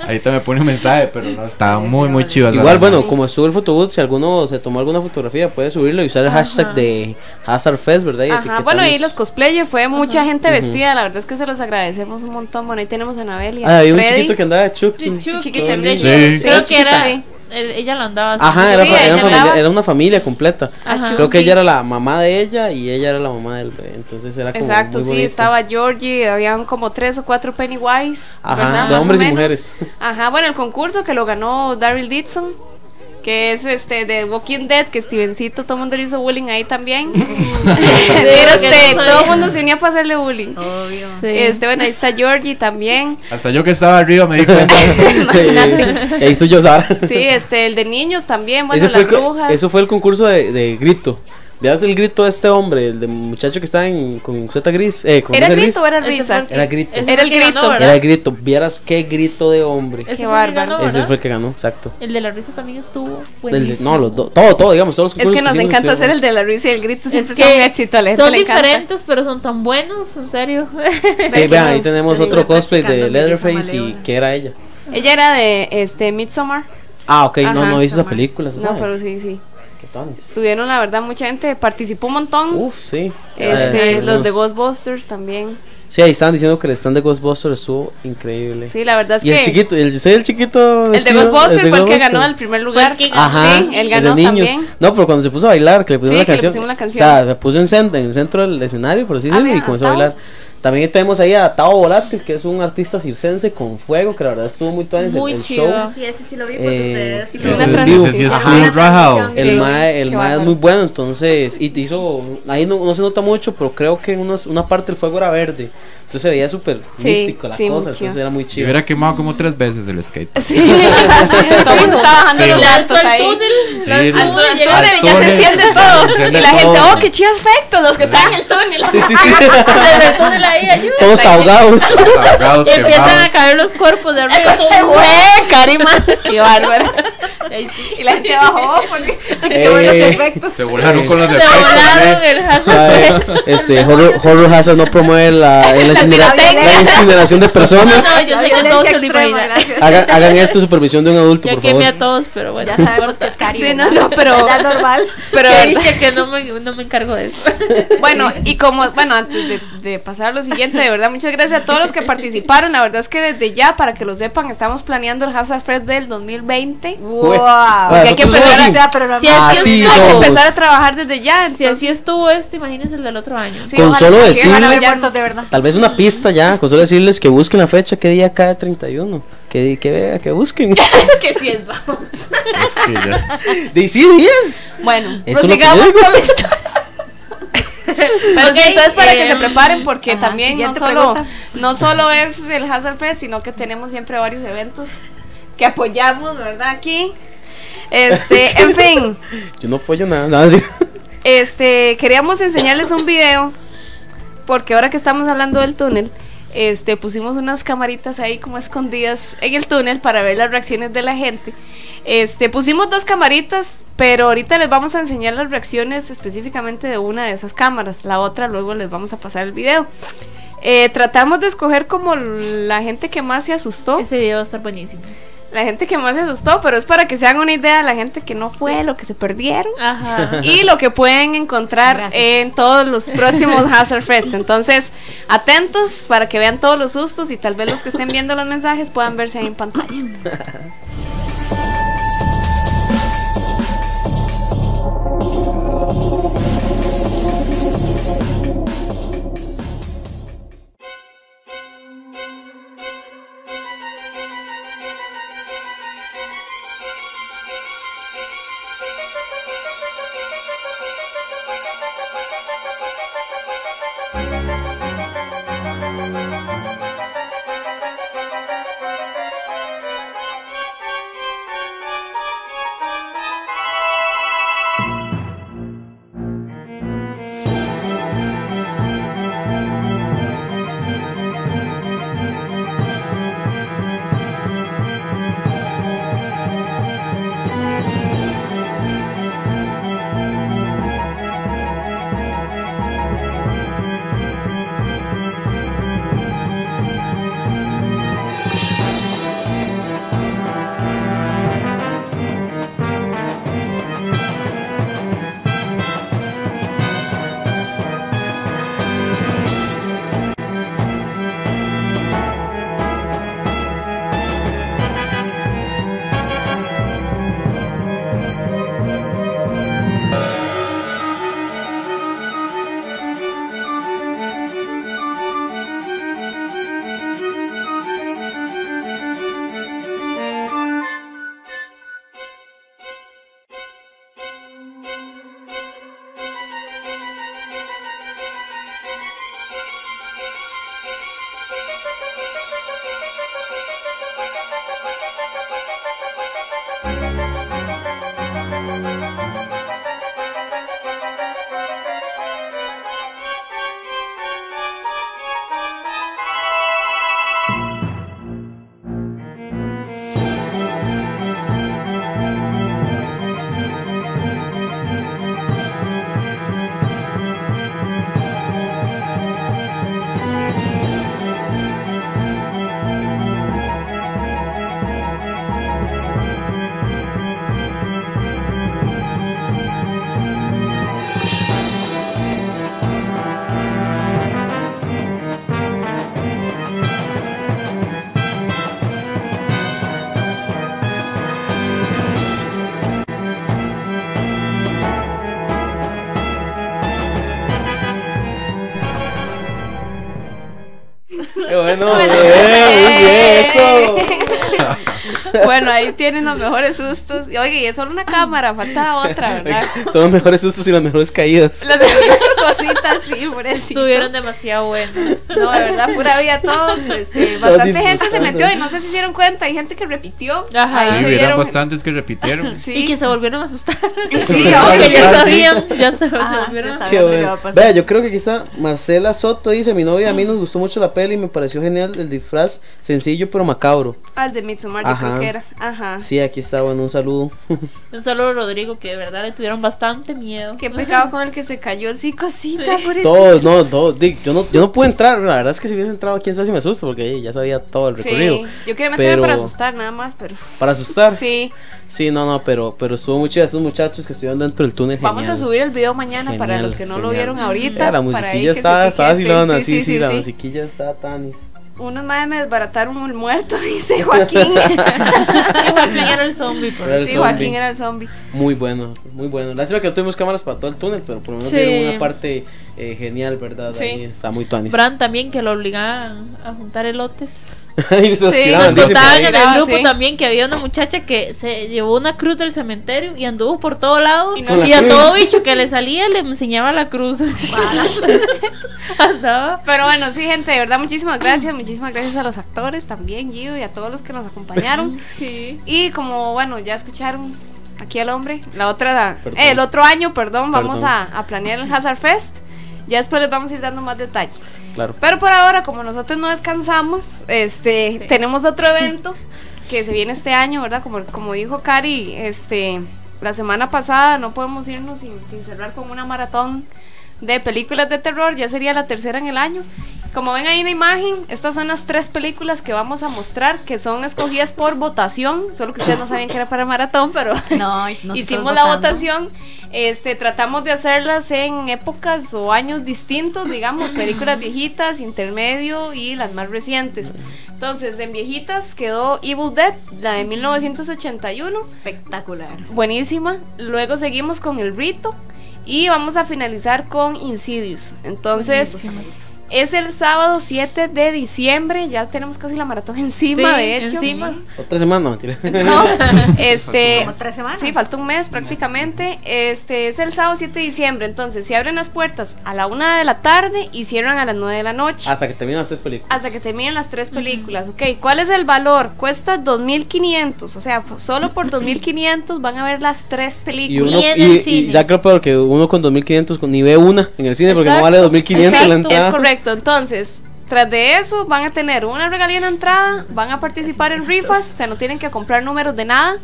[SPEAKER 8] ahorita me pone un mensaje, pero no, estaba muy, muy chiva. esa
[SPEAKER 5] Igual,
[SPEAKER 8] vaina.
[SPEAKER 5] bueno, como estuvo el fotobooth, si alguno se tomó alguna fotografía, puede subirlo y usar el
[SPEAKER 4] Ajá.
[SPEAKER 5] hashtag de HazardFest, ¿verdad? Y
[SPEAKER 3] Ajá, bueno, y
[SPEAKER 5] etiquetarnos.
[SPEAKER 3] los cosplayers, fue mucha gente
[SPEAKER 5] Ujú.
[SPEAKER 3] vestida, la verdad es que se los agradecemos un montón. Bueno, ahí tenemos a Anabel y a
[SPEAKER 5] Ah, había un
[SPEAKER 3] Freddy.
[SPEAKER 5] chiquito que andaba de Chuck.
[SPEAKER 4] Sí,
[SPEAKER 3] Sí,
[SPEAKER 4] Chucky,
[SPEAKER 3] chiquita,
[SPEAKER 4] también,
[SPEAKER 3] de hecho,
[SPEAKER 8] Sí.
[SPEAKER 4] creo
[SPEAKER 3] sí,
[SPEAKER 4] que era,
[SPEAKER 3] chiquita.
[SPEAKER 4] el- ella lo andaba así.
[SPEAKER 5] Ajá, era,
[SPEAKER 3] Sí,
[SPEAKER 5] fa- era
[SPEAKER 3] ella
[SPEAKER 5] una familia,
[SPEAKER 3] andaba.
[SPEAKER 5] era una familia completa.
[SPEAKER 3] Ah,
[SPEAKER 4] Ajá.
[SPEAKER 5] Creo que
[SPEAKER 3] Chucky.
[SPEAKER 5] ella era la mamá de ella y ella era la mamá del bebé. Entonces era como.
[SPEAKER 3] Exacto,
[SPEAKER 5] muy
[SPEAKER 3] sí,
[SPEAKER 5] bonito.
[SPEAKER 3] estaba Georgie, habían como tres o cuatro Pennywise,
[SPEAKER 5] Ajá,
[SPEAKER 3] ¿verdad?
[SPEAKER 5] de
[SPEAKER 3] Más o
[SPEAKER 5] hombres y
[SPEAKER 3] menos.
[SPEAKER 5] mujeres.
[SPEAKER 3] Ajá, bueno, el concurso que lo ganó Daryl Dixon, que es este de Walking Dead, que Stevencito, todo el mundo le hizo bullying ahí también. Mira usted,
[SPEAKER 4] no sabía.
[SPEAKER 3] todo el mundo se unía para hacerle bullying.
[SPEAKER 7] Obvio.
[SPEAKER 4] Sí.
[SPEAKER 3] Este, bueno, ahí está Georgie también.
[SPEAKER 8] Hasta yo que estaba arriba me di cuenta.
[SPEAKER 5] Eh, ahí estoy yo, Sara.
[SPEAKER 3] Sí, este, el de niños también, bueno,
[SPEAKER 5] Ese fue
[SPEAKER 3] las
[SPEAKER 5] el, co-
[SPEAKER 3] brujas.
[SPEAKER 5] eso fue el concurso de, de grito. Veas el grito de este hombre, el de muchacho que está en, con Z gris. Eh, con
[SPEAKER 3] ¿Era
[SPEAKER 5] blusa
[SPEAKER 3] grito o
[SPEAKER 5] gris.
[SPEAKER 3] era
[SPEAKER 4] Ese
[SPEAKER 3] risa?
[SPEAKER 4] fue
[SPEAKER 5] Era grito.
[SPEAKER 4] ese
[SPEAKER 3] Era
[SPEAKER 4] fue
[SPEAKER 3] el
[SPEAKER 4] que ganó,
[SPEAKER 3] grito.
[SPEAKER 4] ¿verdad?
[SPEAKER 5] Era grito. Vieras qué grito de hombre.
[SPEAKER 4] Ese
[SPEAKER 3] Qué
[SPEAKER 4] fue el que
[SPEAKER 3] bárbaro.
[SPEAKER 4] ganó,
[SPEAKER 5] Ese
[SPEAKER 4] ¿verdad?
[SPEAKER 5] fue el que ganó, exacto.
[SPEAKER 4] El de la risa también estuvo
[SPEAKER 5] El
[SPEAKER 4] buenísimo.
[SPEAKER 5] de- no, los dos. Todo, todo, digamos. Todos los
[SPEAKER 3] Es que
[SPEAKER 5] concursos
[SPEAKER 3] nos
[SPEAKER 5] hicimos
[SPEAKER 3] encanta hacer
[SPEAKER 5] estuvieron
[SPEAKER 3] el de la risa y el grito,
[SPEAKER 4] Es
[SPEAKER 3] siempre
[SPEAKER 4] que
[SPEAKER 3] son un éxito, a la gente
[SPEAKER 4] son
[SPEAKER 3] le encanta.
[SPEAKER 4] diferentes, pero son tan buenos, en serio.
[SPEAKER 5] Sí, vean, ahí tenemos
[SPEAKER 7] Sí,
[SPEAKER 5] otro
[SPEAKER 7] yo
[SPEAKER 5] cosplay de
[SPEAKER 7] practicando mi risa
[SPEAKER 5] Leatherface y
[SPEAKER 7] malévola.
[SPEAKER 5] que era ella.
[SPEAKER 3] Ella era de este Midsommar.
[SPEAKER 5] Ah, ok, no,
[SPEAKER 3] Ajá,
[SPEAKER 5] no hizo esa
[SPEAKER 3] Midsommar.
[SPEAKER 5] película, se
[SPEAKER 3] No,
[SPEAKER 5] sabe.
[SPEAKER 3] pero sí, sí.
[SPEAKER 5] Qué tonis.
[SPEAKER 3] Estuvieron, la verdad, mucha gente, participó un montón.
[SPEAKER 5] Uf, sí.
[SPEAKER 3] Este,
[SPEAKER 5] Eh,
[SPEAKER 3] los de
[SPEAKER 5] unos-
[SPEAKER 3] Ghostbusters también.
[SPEAKER 5] Sí, ahí están diciendo que el stand de Ghostbusters estuvo increíble.
[SPEAKER 3] Sí, la verdad es
[SPEAKER 5] y el
[SPEAKER 3] que-
[SPEAKER 5] chiquito, el, sí, el chiquito.
[SPEAKER 3] El de
[SPEAKER 5] vestido,
[SPEAKER 3] Ghostbusters fue el que
[SPEAKER 5] Ghostbusters.
[SPEAKER 3] ganó el primer lugar.
[SPEAKER 5] Ajá,
[SPEAKER 3] Sí, él
[SPEAKER 5] el de
[SPEAKER 3] ganó
[SPEAKER 5] niños.
[SPEAKER 3] también.
[SPEAKER 5] No, pero cuando se puso a bailar, que le pusimos
[SPEAKER 3] Sí,
[SPEAKER 5] la
[SPEAKER 3] que le
[SPEAKER 5] canción.
[SPEAKER 3] pusimos la
[SPEAKER 5] O sea,
[SPEAKER 3] canción.
[SPEAKER 5] se puso en, cent- en el centro del escenario, por así
[SPEAKER 3] Ah,
[SPEAKER 5] decirlo, y
[SPEAKER 3] mira,
[SPEAKER 5] comenzó
[SPEAKER 3] Tao.
[SPEAKER 5] a bailar. También tenemos ahí a Tao Volátil, que es un artista circense con fuego, que la verdad estuvo muy tuanis el-
[SPEAKER 3] Muy
[SPEAKER 5] el,
[SPEAKER 3] chido.
[SPEAKER 5] show.
[SPEAKER 7] Sí, ese sí lo vi porque
[SPEAKER 5] Eh,
[SPEAKER 7] ustedes.
[SPEAKER 3] sí,
[SPEAKER 5] ese
[SPEAKER 3] una
[SPEAKER 5] es en
[SPEAKER 3] transición.
[SPEAKER 5] vivo.
[SPEAKER 8] Ese sí
[SPEAKER 7] Ajá.
[SPEAKER 8] estuvo rajado.
[SPEAKER 7] Sí.
[SPEAKER 5] El mae, el
[SPEAKER 3] qué
[SPEAKER 5] mae es
[SPEAKER 3] bárbaro.
[SPEAKER 5] muy bueno, entonces, y te hizo, ahí no, no se nota mucho, pero creo que en unas- una parte del fuego era verde, entonces se veía súper
[SPEAKER 3] Sí,
[SPEAKER 5] místico la
[SPEAKER 3] sí, muy
[SPEAKER 5] cosa,
[SPEAKER 3] chido.
[SPEAKER 5] entonces era muy
[SPEAKER 8] Yo
[SPEAKER 5] chido.
[SPEAKER 8] hubiera quemado como tres veces el skate.
[SPEAKER 3] Sí, todo el mundo está bajando
[SPEAKER 8] Sí.
[SPEAKER 3] los
[SPEAKER 8] Lanzó
[SPEAKER 3] altos ahí.
[SPEAKER 8] Sí,
[SPEAKER 3] Al
[SPEAKER 8] lo-
[SPEAKER 3] túnel,
[SPEAKER 8] al
[SPEAKER 3] ya se
[SPEAKER 8] túnel.
[SPEAKER 3] enciende
[SPEAKER 8] Se
[SPEAKER 3] todo. Y
[SPEAKER 8] enciende
[SPEAKER 3] la gente,
[SPEAKER 8] todo.
[SPEAKER 3] oh, qué chidos efectos los que están en el túnel.
[SPEAKER 5] Sí, sí, sí.
[SPEAKER 4] Desde el túnel ahí, ayuda.
[SPEAKER 5] Todos ahogados.
[SPEAKER 8] Ahogados,
[SPEAKER 4] Y empiezan
[SPEAKER 8] quemados.
[SPEAKER 4] a caer los cuerpos de arriba.
[SPEAKER 3] ¡Qué güey, Karima! ¡Qué bárbaro!
[SPEAKER 4] Ahí sí.
[SPEAKER 3] Y la gente bajó. porque-
[SPEAKER 7] Qué buenos
[SPEAKER 5] Eh,
[SPEAKER 7] efectos.
[SPEAKER 8] Se volaron con los
[SPEAKER 4] Se
[SPEAKER 8] efectos,
[SPEAKER 4] volaron
[SPEAKER 8] eh.
[SPEAKER 4] el
[SPEAKER 5] O sea, eh,
[SPEAKER 4] hashtag.
[SPEAKER 5] este Horror, Horror Hazard no promueve la, eh, la, incinera-
[SPEAKER 7] piratería.
[SPEAKER 5] la incineración de
[SPEAKER 4] No,
[SPEAKER 5] personas.
[SPEAKER 4] Ah, no, yo
[SPEAKER 7] La
[SPEAKER 4] sé que
[SPEAKER 7] violencia
[SPEAKER 4] todos se lo
[SPEAKER 7] extrema,
[SPEAKER 4] imaginan.
[SPEAKER 7] gracias.
[SPEAKER 5] Hagan, hagan esto supervisión de un adulto,
[SPEAKER 4] Yo
[SPEAKER 5] por
[SPEAKER 4] quemé a
[SPEAKER 5] favor.
[SPEAKER 4] todos, pero bueno.
[SPEAKER 7] Ya sabemos que es cariño.
[SPEAKER 3] Sí, no, no, pero-
[SPEAKER 7] Es normal.
[SPEAKER 3] Pero,
[SPEAKER 4] que dije que no me, no me encargo de eso.
[SPEAKER 3] Bueno, y como, bueno, antes de, de pasar a lo siguiente, de verdad, muchas gracias a todos los que participaron. La verdad es que desde ya, para que lo sepan, estamos planeando el Hazard Fest del 2020.
[SPEAKER 5] Güey,
[SPEAKER 7] Wow.
[SPEAKER 5] oh, bueno,
[SPEAKER 3] que hay que
[SPEAKER 5] nosotros
[SPEAKER 3] empezar a
[SPEAKER 5] sí.
[SPEAKER 7] sea programado.
[SPEAKER 4] Sí, así
[SPEAKER 5] Así
[SPEAKER 4] es
[SPEAKER 3] Hay que
[SPEAKER 5] somos.
[SPEAKER 3] empezar a trabajar desde ya.
[SPEAKER 4] Si así estuvo esto, imagínense el del otro año.
[SPEAKER 3] sí,
[SPEAKER 5] Con
[SPEAKER 3] ojalá
[SPEAKER 5] solo
[SPEAKER 3] que
[SPEAKER 5] decirlo-
[SPEAKER 3] sí,
[SPEAKER 7] Van a
[SPEAKER 3] ojalá
[SPEAKER 7] haber
[SPEAKER 3] ya-
[SPEAKER 7] muertos de verdad.
[SPEAKER 5] Tal vez una pista ya, con solo decirles que busquen la fecha, qué día cae 31. Que, di- que vea, que busquen.
[SPEAKER 4] Es que si es vamos.
[SPEAKER 8] Es que ya.
[SPEAKER 5] Di- sí, bien.
[SPEAKER 3] Bueno,
[SPEAKER 5] Eso es lo que
[SPEAKER 3] prosigamos
[SPEAKER 5] digo.
[SPEAKER 3] con la historia. Pero sí,
[SPEAKER 4] Ok,
[SPEAKER 3] entonces para que se
[SPEAKER 4] em,
[SPEAKER 3] preparen porque
[SPEAKER 7] ajá,
[SPEAKER 3] también no
[SPEAKER 7] siguiente
[SPEAKER 3] solo,
[SPEAKER 7] pregunta.
[SPEAKER 3] no solo es el Hazard Fest, sino que tenemos siempre varios eventos que apoyamos, ¿verdad? Aquí. Este, en fin,
[SPEAKER 5] Yo no apoyo nada. nada.
[SPEAKER 3] este, queríamos enseñarles un video porque ahora que estamos hablando del túnel, este, pusimos unas camaritas ahí como escondidas en el túnel para ver las reacciones de la gente. Este, pusimos dos camaritas, pero ahorita les vamos a enseñar las reacciones específicamente de una de esas cámaras. La otra luego les vamos a pasar el video. Eh, tratamos de escoger como la gente que más se asustó.
[SPEAKER 4] Ese video va a estar buenísimo.
[SPEAKER 3] La gente que más se asustó, pero es para que se hagan una idea de la gente que no fue, lo que se perdieron
[SPEAKER 4] Ajá.
[SPEAKER 3] y lo que pueden encontrar
[SPEAKER 7] Gracias.
[SPEAKER 3] en todos los próximos Hazard Fest. Entonces, atentos para que vean todos los sustos y tal vez los que estén viendo los mensajes puedan verse ahí en pantalla.
[SPEAKER 5] Bueno, bien, muy bien, eso.
[SPEAKER 3] Bueno, ahí tienen los mejores sustos. Y, Oye, y es solo una cámara, falta la otra, ¿verdad?
[SPEAKER 5] Son los mejores sustos y las mejores caídas.
[SPEAKER 3] Las demás cositas, sí, pobrecito.
[SPEAKER 4] Estuvieron demasiado buenos.
[SPEAKER 3] No, de verdad, pura vida todos. este,
[SPEAKER 5] Todos
[SPEAKER 3] bastante gente se
[SPEAKER 5] disfrutando.
[SPEAKER 3] metió y no sé si se dieron cuenta. Hay gente que repitió.
[SPEAKER 4] Ajá.
[SPEAKER 3] Ahí
[SPEAKER 8] Sí,
[SPEAKER 3] se
[SPEAKER 8] hubieran
[SPEAKER 3] vieron.
[SPEAKER 8] bastantes que repitieron.
[SPEAKER 3] Sí.
[SPEAKER 4] Y que se volvieron a asustar.
[SPEAKER 3] Sí,
[SPEAKER 4] Porque
[SPEAKER 3] oye,
[SPEAKER 4] ya
[SPEAKER 5] Claro.
[SPEAKER 4] sabían, ya se, se
[SPEAKER 7] Ajá,
[SPEAKER 4] volvieron a
[SPEAKER 7] ya
[SPEAKER 5] Qué
[SPEAKER 7] Sabemos lo que va
[SPEAKER 5] bueno.
[SPEAKER 7] a pasar.
[SPEAKER 5] Vea, yo creo que aquí está Marcela Soto dice, mi novia, a mí nos gustó mucho la peli, me pareció genial el disfraz, sencillo pero macabro.
[SPEAKER 3] al de Midsommar, yo
[SPEAKER 5] Ajá.
[SPEAKER 3] creo que era. Ajá.
[SPEAKER 5] Sí, aquí está, bueno, un saludo.
[SPEAKER 4] Un saludo a Rodrigo, que de verdad le tuvieron bastante miedo.
[SPEAKER 3] Qué pecado con el que se cayó, sí, cosita, por
[SPEAKER 5] Todos, no, todos, di, yo no, yo no pude entrar, la verdad es que si hubiese entrado, quién sabe si me asusto, porque eh, ya sabía todo el
[SPEAKER 3] Sí,
[SPEAKER 5] recorrido.
[SPEAKER 3] yo quería meterme
[SPEAKER 5] Pero-
[SPEAKER 3] para asustar nada más, pero
[SPEAKER 5] Para asustar. Sí.
[SPEAKER 3] sí.
[SPEAKER 5] no, no, pero, pero estuvo muy chido, estos muchachos que estuvieron dentro del túnel.
[SPEAKER 3] Vamos a
[SPEAKER 5] genial.
[SPEAKER 3] subir el video mañana para
[SPEAKER 5] Genial,
[SPEAKER 3] los que no lo
[SPEAKER 5] genial.
[SPEAKER 3] vieron ahorita.
[SPEAKER 5] Ya, la
[SPEAKER 3] para ahí
[SPEAKER 5] musiquilla
[SPEAKER 3] que se
[SPEAKER 5] está, está
[SPEAKER 3] piqueten.
[SPEAKER 5] vacilona, sí, sí, la musiquilla está tanis.
[SPEAKER 3] Unos más me desbarataron el muerto, dice Joaquín.
[SPEAKER 4] Y Joaquín era el zombie, pues. por
[SPEAKER 5] Era el
[SPEAKER 3] sí,
[SPEAKER 5] zombie.
[SPEAKER 3] Joaquín era el zombie.
[SPEAKER 5] Muy bueno, muy bueno. Lástima que no tuvimos cámaras para todo el túnel, pero por lo menos
[SPEAKER 4] Sí.
[SPEAKER 5] vieron una parte eh, genial, ¿verdad?
[SPEAKER 3] Sí.
[SPEAKER 5] Ahí está muy tanis.
[SPEAKER 4] Bran también, que lo obligaban a juntar elotes.
[SPEAKER 5] y se los
[SPEAKER 3] Sí,
[SPEAKER 5] tiraban, dice
[SPEAKER 4] Nos
[SPEAKER 5] por
[SPEAKER 4] contaban
[SPEAKER 5] ahí.
[SPEAKER 4] en el
[SPEAKER 3] Ah,
[SPEAKER 4] grupo
[SPEAKER 3] sí.
[SPEAKER 4] también que había una muchacha que se llevó una cruz del cementerio y anduvo por todo lado.
[SPEAKER 3] Y
[SPEAKER 4] Y,
[SPEAKER 3] no-
[SPEAKER 5] Con la
[SPEAKER 4] a
[SPEAKER 5] cruz.
[SPEAKER 4] todo bicho que le salía le enseñaba la cruz. Andaba.
[SPEAKER 3] Pero bueno, sí, gente, de verdad, muchísimas gracias. Muchísimas gracias a los actores también, Gio, y a todos los que nos acompañaron.
[SPEAKER 4] Sí.
[SPEAKER 3] Y como, bueno, ya escucharon aquí al hombre, la otra,
[SPEAKER 5] Perdón.
[SPEAKER 3] eh, el otro año, perdón, vamos
[SPEAKER 5] Perdón.
[SPEAKER 3] a, a planear el Hazard Fest. Ya después les vamos a ir dando más detalle.
[SPEAKER 5] Claro.
[SPEAKER 3] Pero por ahora, como nosotros no descansamos, este, tenemos otro evento que se viene este año, ¿verdad? Como, como dijo Cari, este, la semana pasada no podemos irnos sin, sin cerrar con una maratón de películas de terror, ya sería la tercera en el año. Como ven ahí en la imagen, estas son las tres películas que vamos a mostrar, que son escogidas por votación, solo que ustedes no sabían que era para maratón, pero
[SPEAKER 7] No, nosotros
[SPEAKER 3] hicimos la
[SPEAKER 7] votando.
[SPEAKER 3] votación, este, tratamos de hacerlas en épocas o años distintos, digamos, películas viejitas, intermedio y las más recientes. Entonces, en viejitas quedó Evil Dead, la de 1981,
[SPEAKER 7] Espectacular.
[SPEAKER 3] buenísima. Luego seguimos con El Rito y vamos a finalizar con Insidious. Entonces, es el sábado 7 de diciembre, ya tenemos casi la maratón encima,
[SPEAKER 4] Sí,
[SPEAKER 3] de hecho.
[SPEAKER 4] encima.
[SPEAKER 5] Otra semana, no, mentira.
[SPEAKER 3] No, este,
[SPEAKER 7] Como tres semanas.
[SPEAKER 3] Sí, falta un mes prácticamente. Este es el sábado 7 de diciembre. Entonces, se abren las puertas a la 1 de la tarde y cierran a las 9 de la noche.
[SPEAKER 5] Hasta que terminan las tres películas.
[SPEAKER 3] Hasta que terminen las tres películas. Ok, ¿cuál es el valor? Cuesta 2.500. O sea, po- solo por 2.500 van a ver las tres
[SPEAKER 5] Y,
[SPEAKER 3] películas.
[SPEAKER 5] uno,
[SPEAKER 4] en
[SPEAKER 5] y,
[SPEAKER 4] el
[SPEAKER 5] y
[SPEAKER 4] cine.
[SPEAKER 5] ya creo peor que uno con 2500 con- ni ve una en el cine porque no vale 2500 la
[SPEAKER 3] Exacto,
[SPEAKER 5] entrada.
[SPEAKER 3] Es correcto. Entonces, tras de eso, van a tener una regalía en la entrada, van a participar en rifas, o sea, no tienen que comprar números de nada.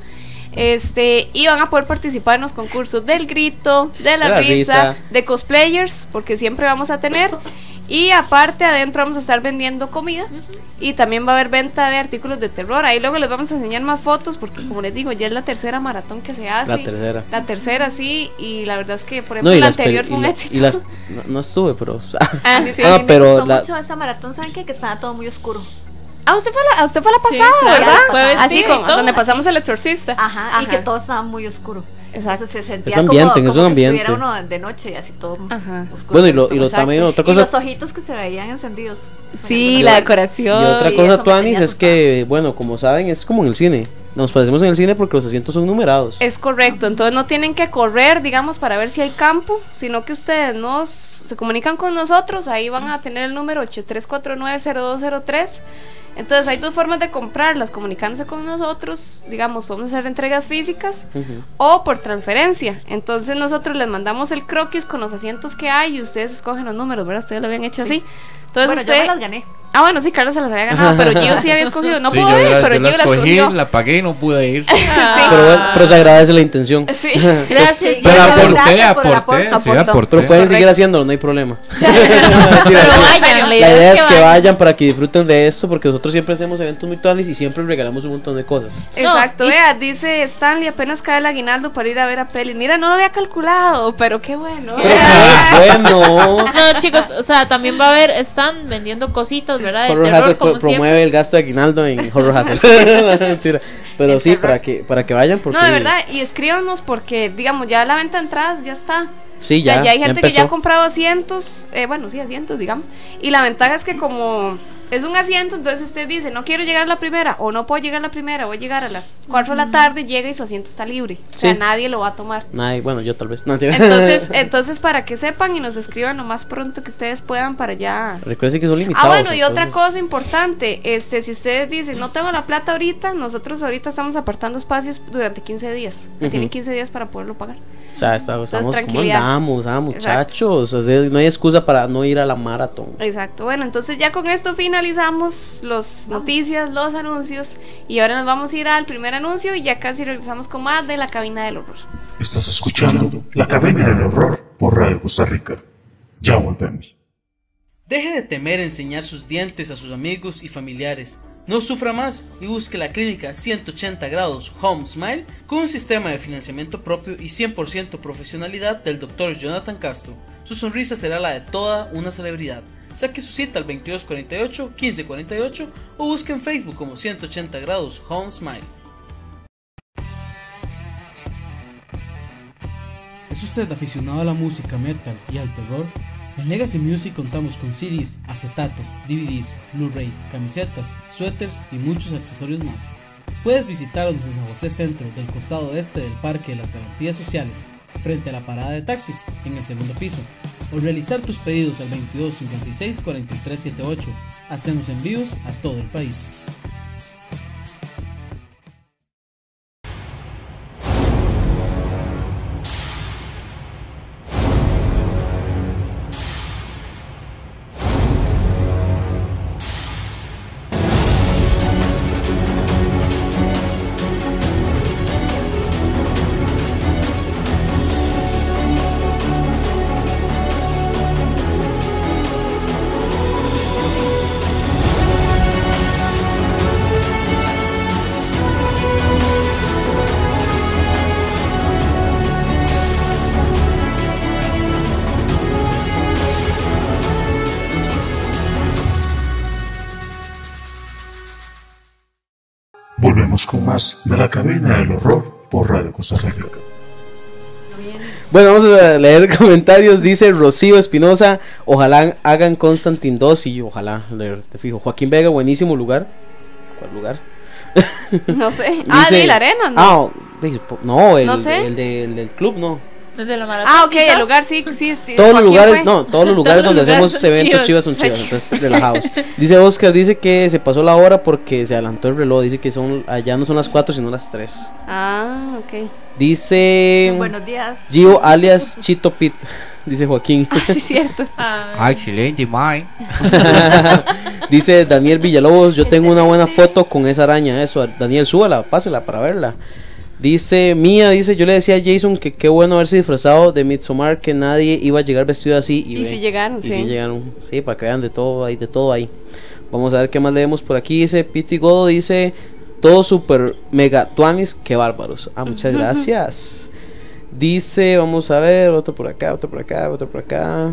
[SPEAKER 3] Este, y van a poder participar en los concursos del grito, de la,
[SPEAKER 5] De la
[SPEAKER 3] risa,
[SPEAKER 5] risa.
[SPEAKER 3] de cosplayers, porque siempre vamos a tener. Y aparte, adentro vamos a estar vendiendo comida y también va a haber venta de artículos de terror. Ahí luego les vamos a enseñar más fotos, porque como les digo, ya es la tercera maratón que se hace.
[SPEAKER 5] La tercera.
[SPEAKER 3] La tercera, sí, y la verdad es que, por
[SPEAKER 5] No,
[SPEAKER 3] ejemplo,
[SPEAKER 5] y
[SPEAKER 3] la
[SPEAKER 5] las, peli-
[SPEAKER 3] anterior fue
[SPEAKER 5] y,
[SPEAKER 3] un
[SPEAKER 5] la-
[SPEAKER 3] éxito.
[SPEAKER 5] y las no, no estuve, pero o sea,
[SPEAKER 3] Ah,
[SPEAKER 7] A mí-
[SPEAKER 3] sí.
[SPEAKER 5] Ah,
[SPEAKER 7] a mí
[SPEAKER 5] pero
[SPEAKER 7] me gustó
[SPEAKER 5] la-
[SPEAKER 7] mucho esa maratón, ¿saben qué? Que estaba todo muy oscuro.
[SPEAKER 3] Ah, usted fue la, usted fue la pasada,
[SPEAKER 4] claro,
[SPEAKER 3] ¿verdad?
[SPEAKER 4] jueves
[SPEAKER 3] Así
[SPEAKER 4] sí,
[SPEAKER 3] como
[SPEAKER 4] todo.
[SPEAKER 3] donde pasamos el exorcista.
[SPEAKER 7] Ajá, Ah, y
[SPEAKER 3] Ajá.
[SPEAKER 7] que todo estaba muy oscuro.
[SPEAKER 3] Exacto.
[SPEAKER 7] Entonces se sentía
[SPEAKER 5] Es ambiente,
[SPEAKER 7] como,
[SPEAKER 5] es
[SPEAKER 7] como
[SPEAKER 5] un
[SPEAKER 7] que
[SPEAKER 5] ambiente.
[SPEAKER 7] estuviera uno de noche y así todo
[SPEAKER 3] Ajá.
[SPEAKER 7] oscuro.
[SPEAKER 5] bueno, y lo, y lo
[SPEAKER 7] oscuro.
[SPEAKER 5] también otra
[SPEAKER 7] Y
[SPEAKER 5] cosa
[SPEAKER 7] los ojitos que se veían encendidos.
[SPEAKER 3] Sí, la
[SPEAKER 5] y
[SPEAKER 3] decoración.
[SPEAKER 5] otra
[SPEAKER 7] y eso
[SPEAKER 5] cosa
[SPEAKER 7] me
[SPEAKER 5] Tuanis
[SPEAKER 7] tenía
[SPEAKER 5] es que bueno, como saben, es como en el cine. Nos parecemos en el cine porque los asientos son numerados.
[SPEAKER 3] Es correcto, entonces no tienen que correr, digamos, para ver si hay campo, sino que ustedes nos se comunican con nosotros, ahí van a tener el número 83490203. Entonces hay dos formas de comprarlas, comunicándose con nosotros, digamos, podemos hacer entregas físicas
[SPEAKER 5] Ujú.
[SPEAKER 3] o por transferencia. Entonces nosotros les mandamos el croquis con los asientos que hay y ustedes escogen los números, ¿verdad? Ustedes lo habían hecho así. Entonces
[SPEAKER 7] Bueno, yo
[SPEAKER 3] usted-
[SPEAKER 7] me las gané.
[SPEAKER 3] Ah, bueno, sí, Carlos se las había ganado, pero Gio sí había escogido. No
[SPEAKER 8] Sí,
[SPEAKER 3] pudo
[SPEAKER 8] yo
[SPEAKER 3] ir,
[SPEAKER 8] la- yo
[SPEAKER 3] pero Gio
[SPEAKER 8] las
[SPEAKER 3] las
[SPEAKER 8] cogí,
[SPEAKER 3] escogió.
[SPEAKER 8] la pagué y no pude ir.
[SPEAKER 5] Pero bueno, pero se agradece la intención.
[SPEAKER 3] Sí.
[SPEAKER 4] Gracias.
[SPEAKER 7] Sí,
[SPEAKER 8] Pero
[SPEAKER 7] gracias,
[SPEAKER 8] aporté,
[SPEAKER 7] gracias por
[SPEAKER 8] aporté,
[SPEAKER 7] el aporte.
[SPEAKER 8] sí,
[SPEAKER 3] Aportó.
[SPEAKER 8] aporté.
[SPEAKER 5] Pero pueden
[SPEAKER 3] Correcto.
[SPEAKER 5] seguir haciéndolo, no hay problema.
[SPEAKER 4] Pero vayan, la
[SPEAKER 5] La idea es que
[SPEAKER 4] vayan.
[SPEAKER 5] vayan para que disfruten de esto porque nosotros siempre hacemos eventos muy tuanis y siempre regalamos un montón de cosas.
[SPEAKER 3] Exacto,
[SPEAKER 4] No, y-
[SPEAKER 3] vea, dice Stanley, apenas cae el aguinaldo para ir a ver a pelis. Mira, no lo había calculado, pero qué bueno.
[SPEAKER 5] bueno.
[SPEAKER 4] No, chicos, o sea, también va a haber, están vendiendo cositas, ¿verdad? De
[SPEAKER 5] Horror
[SPEAKER 4] terror,
[SPEAKER 5] Hazard
[SPEAKER 4] como
[SPEAKER 5] pro-
[SPEAKER 4] siempre.
[SPEAKER 5] promueve el gasto de aguinaldo en Horror Hazard. Mentira. Pero
[SPEAKER 7] El
[SPEAKER 5] sí,
[SPEAKER 7] terror.
[SPEAKER 5] para que, para que vayan porque
[SPEAKER 3] No, de verdad, y escríbanos porque, digamos, ya la venta de entradas ya está.
[SPEAKER 5] Sí,
[SPEAKER 3] O sea,
[SPEAKER 5] ya.
[SPEAKER 3] ya, hay gente que ya ha
[SPEAKER 5] empezó.
[SPEAKER 3] comprado asientos, eh, bueno, sí, asientos, digamos. Y la ventaja es que como es un asiento, entonces usted dice, no quiero llegar a la primera o no puedo llegar a la primera, voy a llegar a las 4 de la tarde, llega y su asiento está libre. O sea,
[SPEAKER 5] Sí.
[SPEAKER 3] nadie lo va a tomar.
[SPEAKER 5] Nadie- bueno, yo tal vez. No, mentira.
[SPEAKER 3] Entonces, eh, entonces para que sepan y nos escriban lo más pronto que ustedes puedan para ya.
[SPEAKER 5] Recuerden que son limitados.
[SPEAKER 3] Ah, bueno, y otra
[SPEAKER 5] entonces-
[SPEAKER 3] cosa importante, este, si ustedes dicen, no tengo la plata ahorita, nosotros ahorita estamos apartando espacios durante 15 días. O sea,
[SPEAKER 5] Ujú.
[SPEAKER 3] Tienen 15 días para poderlo pagar.
[SPEAKER 5] O sea, está- estamos como
[SPEAKER 3] tranquilidad.
[SPEAKER 5] andamos, ah,
[SPEAKER 3] Exacto.
[SPEAKER 5] muchachos. O sea, no hay excusa para no ir a la maratón.
[SPEAKER 3] Exacto, bueno, entonces ya con esto finalizamos las noticias, los anuncios y ahora nos vamos a ir al primer anuncio y ya casi regresamos con más de la cabina del horror.
[SPEAKER 2] Estás escuchando La Cabina del Horror por Radio Costa Rica. Ya volvemos.
[SPEAKER 9] Deje de temer enseñar sus dientes a sus amigos y familiares. No sufra más y busque la clínica 180 grados Home Smile con un sistema de financiamiento propio y 100% profesionalidad del Dr. Jonathan Castro. Su sonrisa será la de toda una celebridad. Saque su cita al 2248 1548 o busque en Facebook como 180 grados Home Smile. ¿Es usted aficionado a la música metal y al terror? En Legacy Music contamos con CDs, acetatos, DVDs, Blu-ray, camisetas, suéteres y muchos accesorios más. Puedes visitarnos en San José Centro, del costado este del Parque de las Garantías Sociales, frente a la parada de taxis, en el segundo piso, o realizar tus pedidos al 22 56 43 78. Hacemos envíos a todo el país.
[SPEAKER 2] Volvemos con más de La Cabina del Horror por Radio Costa Rica.
[SPEAKER 5] Bueno, vamos a leer comentarios. Dice Rocío Espinosa: Ojalá hagan Constantin 2. Y yo, ojalá, le- te fijo. Joaquín Vega, buenísimo lugar. ¿Cuál lugar?
[SPEAKER 3] No sé. Ah,
[SPEAKER 5] Dice-
[SPEAKER 3] de la arena, ¿no?
[SPEAKER 5] Ah, o- dice, po- no, el,
[SPEAKER 3] No sé.
[SPEAKER 5] el de- el del club, no.
[SPEAKER 4] El de la maratón.
[SPEAKER 3] Ah, ok,
[SPEAKER 4] quizás.
[SPEAKER 3] el lugar sí, sí, sí.
[SPEAKER 5] todos los
[SPEAKER 3] Joaquín
[SPEAKER 5] lugares,
[SPEAKER 3] fue.
[SPEAKER 5] no, todos los
[SPEAKER 4] Todos
[SPEAKER 5] lugares
[SPEAKER 4] los
[SPEAKER 5] donde hacemos
[SPEAKER 4] lugares son
[SPEAKER 5] eventos
[SPEAKER 4] chivas.
[SPEAKER 5] chivas son
[SPEAKER 3] Son
[SPEAKER 5] chivas, entonces relajados. Dice Oscar, dice que se pasó la hora porque se adelantó el reloj, dice que son allá no son las 4 sino las 3.
[SPEAKER 3] Ah, ok.
[SPEAKER 5] Dice
[SPEAKER 7] Buenos días.
[SPEAKER 5] Gio alias Chito Pit, dice Joaquín.
[SPEAKER 3] Ah, sí, es cierto.
[SPEAKER 4] Ah,
[SPEAKER 8] Actually, the mine.
[SPEAKER 5] dice Daniel Villalobos, yo tengo una buena foto con esa araña, eso, Daniel, súbala, pásela para verla. Dice Mía, dice, yo le decía a Jason que qué bueno haberse disfrazado de Midsommar, que nadie iba a llegar vestido así. Y,
[SPEAKER 3] Y
[SPEAKER 5] ve,
[SPEAKER 3] si llegaron,
[SPEAKER 5] Y
[SPEAKER 3] sí.
[SPEAKER 5] sí llegaron. Sí, para que vean de todo ahí, de todo ahí. Vamos a ver qué más leemos por aquí. Dice Piti Godo, dice todo super mega tuanis, qué bárbaros. Ah, muchas gracias. Dice, vamos a ver, otro por acá, otro por acá, otro por acá.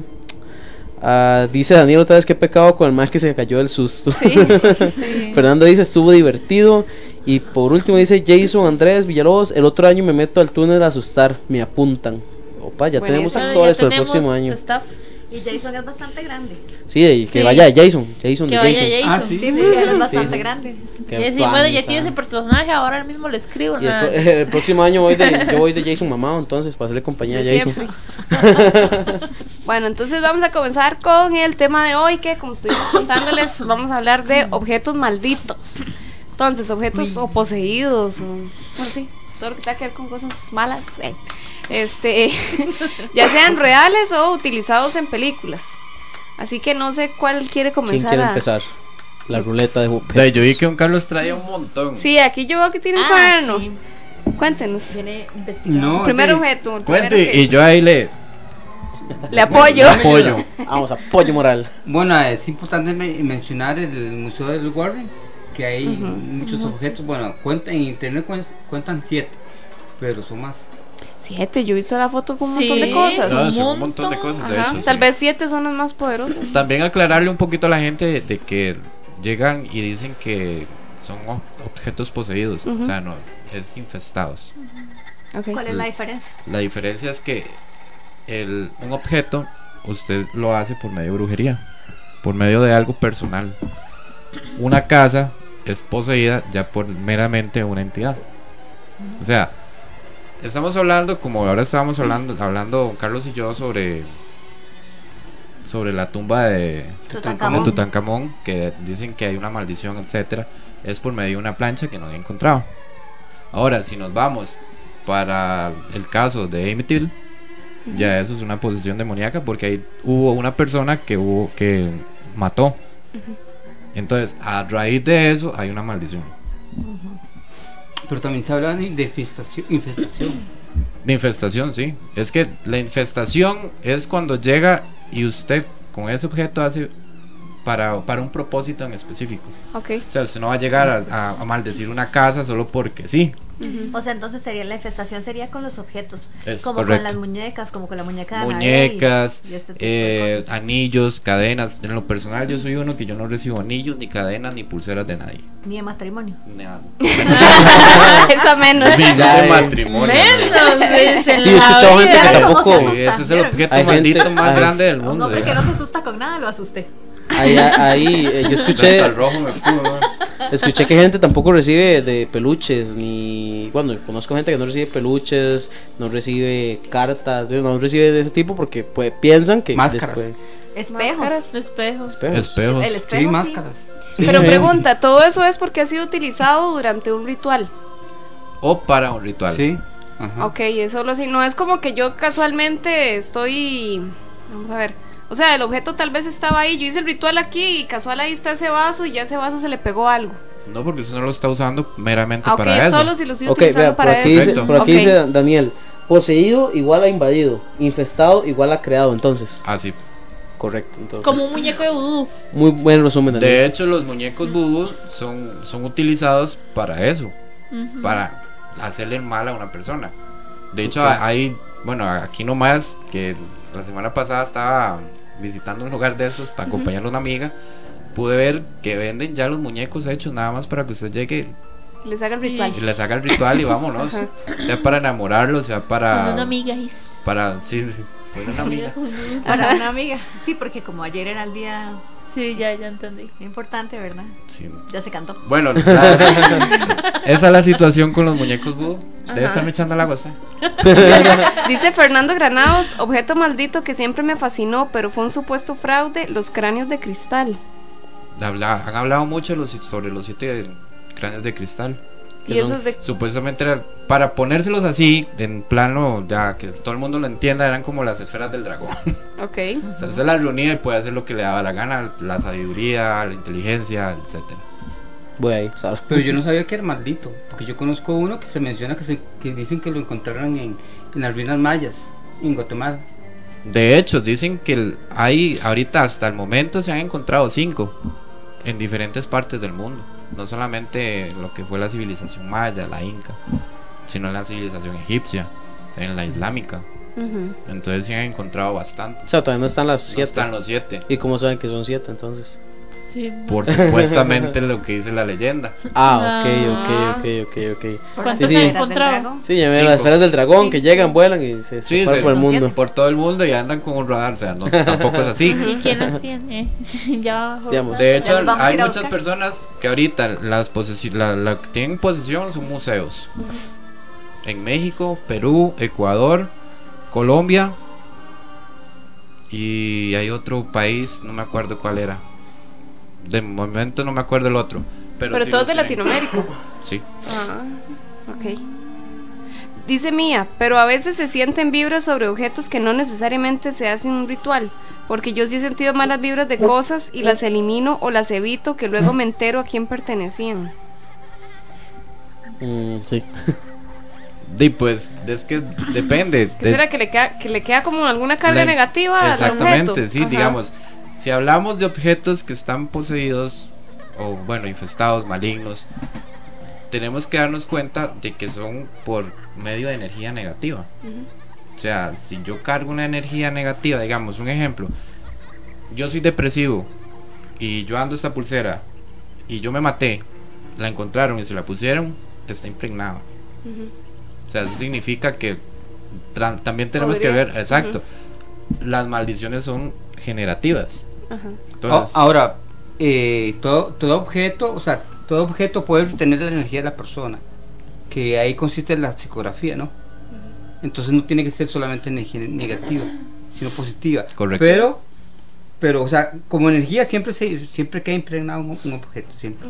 [SPEAKER 5] Ah, dice Daniel otra vez qué pecado con el más que se cayó del susto.
[SPEAKER 3] Sí,
[SPEAKER 7] Sí.
[SPEAKER 5] Fernando dice estuvo divertido. Y por último dice Jason Andrés Villalobos, el otro año me meto al túnel a asustar, me apuntan. Opa, ya tenemos
[SPEAKER 3] Buenísimo.
[SPEAKER 4] bueno, ya
[SPEAKER 5] actores para el
[SPEAKER 4] tenemos
[SPEAKER 5] próximo año.
[SPEAKER 4] staff.
[SPEAKER 7] Y Jason es bastante grande.
[SPEAKER 5] Sí, de- que
[SPEAKER 4] Sí.
[SPEAKER 5] vaya Jason, Jason de
[SPEAKER 4] Que vaya
[SPEAKER 5] Jason.
[SPEAKER 4] Jason.
[SPEAKER 6] Ah, sí.
[SPEAKER 7] Sí, porque él es
[SPEAKER 5] Sí,
[SPEAKER 7] bastante
[SPEAKER 5] sí.
[SPEAKER 7] grande.
[SPEAKER 5] Que
[SPEAKER 4] Y decir, bueno, ya
[SPEAKER 5] panza.
[SPEAKER 4] tiene ese personaje, ahora mismo le escribo.
[SPEAKER 5] Y el,
[SPEAKER 4] nada.
[SPEAKER 5] pro- el próximo año voy de, yo voy de Jason mamado, entonces, para hacerle compañía a
[SPEAKER 3] Sí,
[SPEAKER 5] Jason.
[SPEAKER 3] siempre. bueno, entonces vamos a comenzar con el tema de hoy, que como estuvimos contándoles, vamos a hablar de objetos malditos. Entonces, objetos o poseídos, o, bueno,
[SPEAKER 4] Pues,
[SPEAKER 3] sí, todo lo que tenga que ver con cosas malas, eh. este, ya sean reales o utilizados en películas. Así que no sé cuál quiere
[SPEAKER 5] ¿Quién
[SPEAKER 3] comenzar.
[SPEAKER 5] quiere
[SPEAKER 3] a-
[SPEAKER 5] empezar? La ruleta de
[SPEAKER 8] O sea, yo vi que don Carlos traía un montón.
[SPEAKER 3] Sí, aquí yo veo que tiene un cuaderno.
[SPEAKER 7] sí.
[SPEAKER 3] Cuéntenos.
[SPEAKER 7] Viene investigado.
[SPEAKER 6] No.
[SPEAKER 3] Primer
[SPEAKER 6] sí.
[SPEAKER 3] objeto. el primero
[SPEAKER 8] Cuente,
[SPEAKER 3] que-
[SPEAKER 8] y yo ahí le
[SPEAKER 3] Le apoyo.
[SPEAKER 8] apoyo.
[SPEAKER 5] Vamos, apoyo moral.
[SPEAKER 6] Bueno, es importante me- mencionar el Museo del Warren, que hay
[SPEAKER 3] Ujú.
[SPEAKER 6] muchos objetos. Bueno, cuentan, en internet cuentan, cuentan siete, pero son más.
[SPEAKER 3] Siete, yo he visto la foto con un
[SPEAKER 4] Sí.
[SPEAKER 3] montón de cosas.
[SPEAKER 8] No,
[SPEAKER 4] Un
[SPEAKER 8] son un montón de cosas, de
[SPEAKER 3] Ajá,
[SPEAKER 8] hecho,
[SPEAKER 3] Tal
[SPEAKER 8] sí.
[SPEAKER 3] vez siete son las más poderosas.
[SPEAKER 8] También aclararle un poquito a la gente de, de que llegan y dicen que son ob- objetos poseídos,
[SPEAKER 3] Ujú.
[SPEAKER 8] o sea, no, es infestados.
[SPEAKER 3] Ok.
[SPEAKER 7] ¿Cuál es la diferencia?
[SPEAKER 8] La diferencia es que el- un objeto, usted lo hace por medio de brujería, por medio de algo personal. Una casa es poseída ya por meramente una entidad. O sea, estamos hablando, como ahora estábamos hablando, hablando Carlos y yo sobre sobre la tumba de
[SPEAKER 7] Tutankamón.
[SPEAKER 8] de Tutankamón, que dicen que hay una maldición, etcétera, es por medio de una plancha que no había encontrado. Ahora, si nos vamos para el caso de Amityville, ya eso es una posesión demoníaca porque ahí hubo una persona que hubo que mató. Entonces, a raíz de eso hay una maldición.
[SPEAKER 6] Pero también se habla de infestación. infestación.
[SPEAKER 8] De infestación, sí. Es que la infestación es cuando llega y usted con ese objeto hace para, para un propósito en específico.
[SPEAKER 3] Ok.
[SPEAKER 8] O sea, usted no va a llegar a, a- a maldecir una casa solo porque sí.
[SPEAKER 7] O sea, entonces sería la infestación sería con los objetos,
[SPEAKER 8] Es
[SPEAKER 7] como
[SPEAKER 8] correcto.
[SPEAKER 7] con las muñecas, como con la muñeca de Anabel y-
[SPEAKER 8] Muñecas,
[SPEAKER 7] y este tipo de
[SPEAKER 8] eh,
[SPEAKER 7] cosas.
[SPEAKER 8] anillos, cadenas. En lo personal yo soy uno que yo no recibo anillos, ni cadenas, ni pulseras de nadie.
[SPEAKER 7] ni de matrimonio.
[SPEAKER 8] Nada.
[SPEAKER 3] Esa menos.
[SPEAKER 8] Ni
[SPEAKER 5] ya
[SPEAKER 8] de
[SPEAKER 5] de-
[SPEAKER 8] matrimonio. ¿no?
[SPEAKER 4] Menos, dicen
[SPEAKER 5] Sí, he
[SPEAKER 4] la
[SPEAKER 5] escuchado gente
[SPEAKER 4] vida.
[SPEAKER 5] que
[SPEAKER 7] Claro,
[SPEAKER 5] tampoco.
[SPEAKER 7] ¿cómo
[SPEAKER 8] Sí, ese es el objeto
[SPEAKER 5] Hay gente-
[SPEAKER 8] este maldito más
[SPEAKER 5] hay-
[SPEAKER 8] grande del
[SPEAKER 7] Un
[SPEAKER 8] mundo.
[SPEAKER 7] hombre que
[SPEAKER 8] digamos.
[SPEAKER 7] no se asusta con nada, lo asusté.
[SPEAKER 5] Ahí, ahí, eh, yo escuché,
[SPEAKER 8] Hasta el rojo me escudo, ¿no?
[SPEAKER 5] escuché que gente tampoco recibe de peluches, ni... Bueno, conozco gente que no recibe peluches, no recibe cartas, eh, no recibe de ese tipo porque pues, piensan que...
[SPEAKER 6] Máscaras.
[SPEAKER 7] Espejos.
[SPEAKER 4] Espejos.
[SPEAKER 5] Espejos.
[SPEAKER 8] Espejos.
[SPEAKER 7] El
[SPEAKER 6] Sí,
[SPEAKER 7] espejo. sí.
[SPEAKER 6] máscaras.
[SPEAKER 3] Pero pregunta, ¿todo eso es porque ha sido utilizado durante un ritual?
[SPEAKER 8] O para un ritual.
[SPEAKER 6] Sí. Ajá.
[SPEAKER 3] Ok, eso lo sé. No es como que yo casualmente estoy. Vamos a ver. O sea, el objeto tal vez estaba ahí. Yo hice el ritual aquí y casual ahí está ese vaso y ya ese vaso se le pegó algo.
[SPEAKER 8] No, porque usted no lo está usando meramente
[SPEAKER 3] Aunque
[SPEAKER 8] para eso.
[SPEAKER 3] solo si lo estoy
[SPEAKER 5] Ok,
[SPEAKER 3] utilizando
[SPEAKER 5] vea, por
[SPEAKER 3] para
[SPEAKER 5] aquí,
[SPEAKER 3] eso.
[SPEAKER 5] dice,
[SPEAKER 8] Perfecto.
[SPEAKER 5] por aquí
[SPEAKER 3] Ok.
[SPEAKER 5] dice Dan- Daniel, poseído igual a invadido, infestado igual a creado, entonces.
[SPEAKER 8] Ah, sí.
[SPEAKER 5] Correcto, entonces.
[SPEAKER 4] Como un muñeco de vudú.
[SPEAKER 5] Muy buen resumen, Daniel.
[SPEAKER 8] De hecho, los muñecos vudú son, son utilizados para eso, para hacerle el mal a una persona. De hecho, a- hay, bueno, aquí nomás, que la semana pasada estaba visitando un lugar de esos para acompañar a una amiga, pude ver que venden ya los muñecos hechos nada más para que usted llegue
[SPEAKER 3] Les haga el ritual.
[SPEAKER 8] y les haga el ritual y vámonos. sea para enamorarlo, sea
[SPEAKER 4] Con
[SPEAKER 8] para...
[SPEAKER 4] una amiga, hizo.
[SPEAKER 8] Para, sí, sí, con una amiga.
[SPEAKER 7] Para una amiga. Sí, porque como ayer era el día
[SPEAKER 4] Sí, ya, ya entendí.
[SPEAKER 7] importante, ¿verdad?
[SPEAKER 8] Sí.
[SPEAKER 7] Ya se cantó.
[SPEAKER 8] Bueno, la- esa es la situación con los muñecos vudú. Debe
[SPEAKER 3] Ajá.
[SPEAKER 8] estarme echando el agua, ¿sí?
[SPEAKER 3] Dice Fernando Granados, objeto maldito que siempre me fascinó, pero fue un supuesto fraude, los cráneos de cristal.
[SPEAKER 8] Habla- han hablado mucho los, sobre los siete cráneos de cristal. que
[SPEAKER 3] Y
[SPEAKER 8] son-
[SPEAKER 3] esos de-
[SPEAKER 8] Supuestamente era- para ponérselos así, en plano, ya que todo el mundo lo entienda, eran como las esferas del dragón.
[SPEAKER 3] Ok.
[SPEAKER 8] o sea, se las reunía y puede hacer lo que le daba la gana, la sabiduría, la inteligencia, etcétera.
[SPEAKER 5] Voy ahí, Sara.
[SPEAKER 6] Pero yo no sabía que era maldito. Porque yo conozco uno que se menciona que, se, que dicen que lo encontraron en, en las ruinas mayas, en Guatemala.
[SPEAKER 8] De hecho, dicen que el- hay, ahorita hasta el momento se han encontrado cinco en diferentes partes del mundo. No solamente en lo que fue la civilización maya, la inca, sino en la civilización egipcia, en la islámica.
[SPEAKER 3] Ujú.
[SPEAKER 8] Entonces se han encontrado bastantes.
[SPEAKER 5] O sea, todavía no están las
[SPEAKER 8] No
[SPEAKER 5] siete.
[SPEAKER 8] están los siete.
[SPEAKER 5] ¿Y cómo saben que son siete entonces?
[SPEAKER 4] Sí.
[SPEAKER 8] Por supuestamente lo que dice la leyenda.
[SPEAKER 5] Ah,
[SPEAKER 3] Ah.
[SPEAKER 5] ok, ok, ok, ok, ok.
[SPEAKER 4] ¿Cuántos
[SPEAKER 5] Sí, sí.
[SPEAKER 4] han encontrado?
[SPEAKER 5] Sí, ya me
[SPEAKER 8] Cinco.
[SPEAKER 5] las esferas del dragón que
[SPEAKER 4] Sí.
[SPEAKER 5] llegan, vuelan y se
[SPEAKER 8] Sí,
[SPEAKER 5] separan
[SPEAKER 8] se-
[SPEAKER 5] por el
[SPEAKER 7] son
[SPEAKER 5] mundo.
[SPEAKER 8] Por todo el mundo y andan con un radar. O sea, no, tampoco es así.
[SPEAKER 4] ¿Y quién las tiene? ya bajó.
[SPEAKER 5] Digamos.
[SPEAKER 8] De
[SPEAKER 7] Ya
[SPEAKER 8] hecho,
[SPEAKER 7] los vamos a
[SPEAKER 8] hay
[SPEAKER 7] ir a
[SPEAKER 8] muchas
[SPEAKER 7] buscar.
[SPEAKER 8] personas que ahorita las posesi- la, la que tienen posesión son museos. En México, Perú, Ecuador, Colombia y hay otro país, no me acuerdo cuál era. De momento no me acuerdo el otro. Pero,
[SPEAKER 3] Pero,
[SPEAKER 8] sí
[SPEAKER 3] todos
[SPEAKER 8] los
[SPEAKER 3] de
[SPEAKER 8] tienen.
[SPEAKER 3] Latinoamérica.
[SPEAKER 8] Sí.
[SPEAKER 3] Ah, ok. Dice Mía, pero a veces se sienten vibras sobre objetos que no necesariamente se hacen un ritual, porque yo sí he sentido malas vibras de cosas y las elimino o las evito que luego me entero a quién pertenecían.
[SPEAKER 5] Mm, sí.
[SPEAKER 8] Y pues es que depende.
[SPEAKER 3] ¿Qué
[SPEAKER 8] de-
[SPEAKER 3] será que le queda, que le queda como alguna carga
[SPEAKER 8] La-
[SPEAKER 3] negativa al objeto?
[SPEAKER 8] Exactamente, sí,
[SPEAKER 3] Ajá.
[SPEAKER 8] digamos, si hablamos de objetos que están poseídos o bueno, infestados, malignos, tenemos que darnos cuenta de que son por medio de energía negativa. O sea, si yo cargo una energía negativa, digamos, un ejemplo, yo soy depresivo y yo ando esta pulsera y yo me maté, la encontraron y se la pusieron, está impregnado. O sea, eso significa que tra- también tenemos
[SPEAKER 3] Podría.
[SPEAKER 8] que ver, exacto, las maldiciones son generativas.
[SPEAKER 3] Ajá.
[SPEAKER 8] Entonces,
[SPEAKER 6] A- Ahora, eh, todo, todo objeto, o sea, todo objeto puede tener la energía de la persona, que ahí consiste la psicografía, ¿no? Entonces no tiene que ser solamente energía negativa, sino positiva.
[SPEAKER 8] Correcto.
[SPEAKER 6] Pero, pero, o sea, como energía siempre se, siempre queda impregnado un, un objeto, siempre.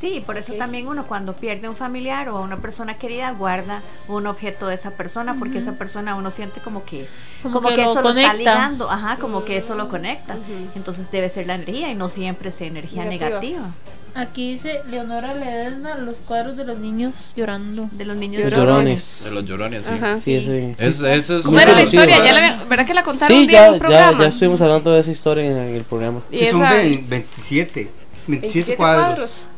[SPEAKER 7] Sí, por eso
[SPEAKER 3] Ok.
[SPEAKER 7] también uno cuando pierde un familiar o a una persona querida guarda un objeto de esa persona porque esa persona uno siente como que
[SPEAKER 4] Como
[SPEAKER 7] como,
[SPEAKER 4] que
[SPEAKER 7] que,
[SPEAKER 4] lo
[SPEAKER 7] eso lo
[SPEAKER 4] conecta. Mm.
[SPEAKER 7] está ligando, ajá, como que eso lo conecta.
[SPEAKER 3] Ujú.
[SPEAKER 7] Entonces debe ser la energía y no siempre es energía
[SPEAKER 3] Negativa.
[SPEAKER 7] negativa,
[SPEAKER 4] Aquí dice Leonora Ledesma los cuadros de los niños llorando.
[SPEAKER 7] de los niños
[SPEAKER 5] Los
[SPEAKER 3] Llorones.
[SPEAKER 5] llorones.
[SPEAKER 8] de los llorones, sí.
[SPEAKER 3] Ajá.
[SPEAKER 5] Sí, ese.
[SPEAKER 8] Eso, eso es
[SPEAKER 5] Muy
[SPEAKER 3] Ah, Bueno, la
[SPEAKER 5] conocido,
[SPEAKER 3] historia, ya
[SPEAKER 5] ¿verdad?
[SPEAKER 3] la había- ¿verdad que la contaron
[SPEAKER 5] Sí,
[SPEAKER 3] un día en
[SPEAKER 5] ya,
[SPEAKER 3] un
[SPEAKER 5] ya,
[SPEAKER 3] programa?
[SPEAKER 5] ya estuvimos hablando de esa historia en, en el programa.
[SPEAKER 3] Y
[SPEAKER 6] Sí, son
[SPEAKER 3] esa,
[SPEAKER 6] ve- 27, 27
[SPEAKER 3] 27
[SPEAKER 6] cuadros.
[SPEAKER 3] cuadros.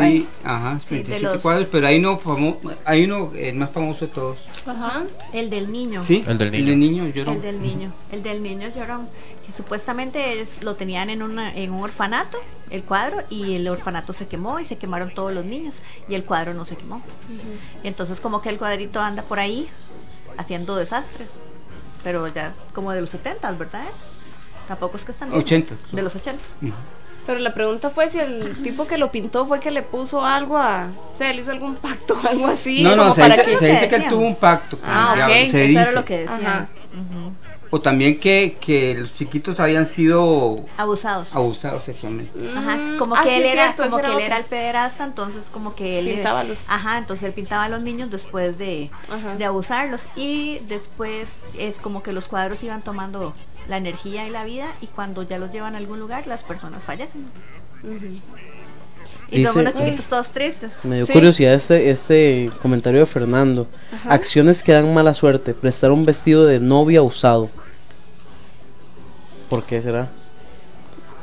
[SPEAKER 6] Sí, ajá,
[SPEAKER 7] Sí, de
[SPEAKER 6] 27
[SPEAKER 7] los-
[SPEAKER 6] cuadros, pero hay uno, famo- hay uno, el más famoso de todos.
[SPEAKER 3] Ajá.
[SPEAKER 7] El del niño.
[SPEAKER 6] Sí,
[SPEAKER 8] El del niño.
[SPEAKER 6] lloró.
[SPEAKER 7] El del niño, el del niño llorón, que supuestamente ellos lo tenían en, una, en un orfanato, el cuadro, y el orfanato se quemó y se quemaron todos los niños, y el cuadro no se quemó. Entonces como que el cuadrito anda por ahí haciendo desastres, pero ya como de los 70, ¿verdad? Esos? Tampoco es que están... bien.
[SPEAKER 6] 80.
[SPEAKER 7] De los 80.
[SPEAKER 6] Ujú.
[SPEAKER 3] Pero la pregunta fue si el tipo que lo pintó fue que le puso algo a. O sea, le hizo algún pacto o
[SPEAKER 7] Pues
[SPEAKER 3] algo así.
[SPEAKER 6] no, no,
[SPEAKER 3] como
[SPEAKER 6] se
[SPEAKER 3] para
[SPEAKER 6] dice,
[SPEAKER 3] que.
[SPEAKER 6] se dice que él
[SPEAKER 7] decían.
[SPEAKER 6] tuvo un pacto con
[SPEAKER 3] Ah,
[SPEAKER 6] el diablo,
[SPEAKER 3] ok,
[SPEAKER 6] se
[SPEAKER 7] Eso
[SPEAKER 6] dice.
[SPEAKER 7] era lo que decían.
[SPEAKER 3] Ajá.
[SPEAKER 7] Ujú.
[SPEAKER 6] O también que, que los chiquitos habían sido
[SPEAKER 7] Abusados.
[SPEAKER 6] abusados sexualmente.
[SPEAKER 7] Ajá,
[SPEAKER 3] Mm,
[SPEAKER 7] como
[SPEAKER 3] ah,
[SPEAKER 7] que
[SPEAKER 3] sí,
[SPEAKER 7] él era,
[SPEAKER 3] cierto, ese
[SPEAKER 7] como que él
[SPEAKER 3] otro.
[SPEAKER 7] era el pederasta, entonces como que él
[SPEAKER 3] Pintaba los-
[SPEAKER 7] Ajá, entonces él pintaba a los niños después de,
[SPEAKER 3] Ajá.
[SPEAKER 7] de abusarlos y después es como que los cuadros iban tomando la energía y la vida y cuando ya los llevan a algún lugar las personas fallecen.
[SPEAKER 3] Ujú.
[SPEAKER 7] Y son
[SPEAKER 5] Dice-
[SPEAKER 7] unos chiquitos todos tristes.
[SPEAKER 5] Me dio
[SPEAKER 3] Sí.
[SPEAKER 5] curiosidad este, este comentario de Fernando.
[SPEAKER 3] Ajá.
[SPEAKER 5] Acciones que dan mala suerte. Prestar un vestido de novia usado. ¿Por qué será?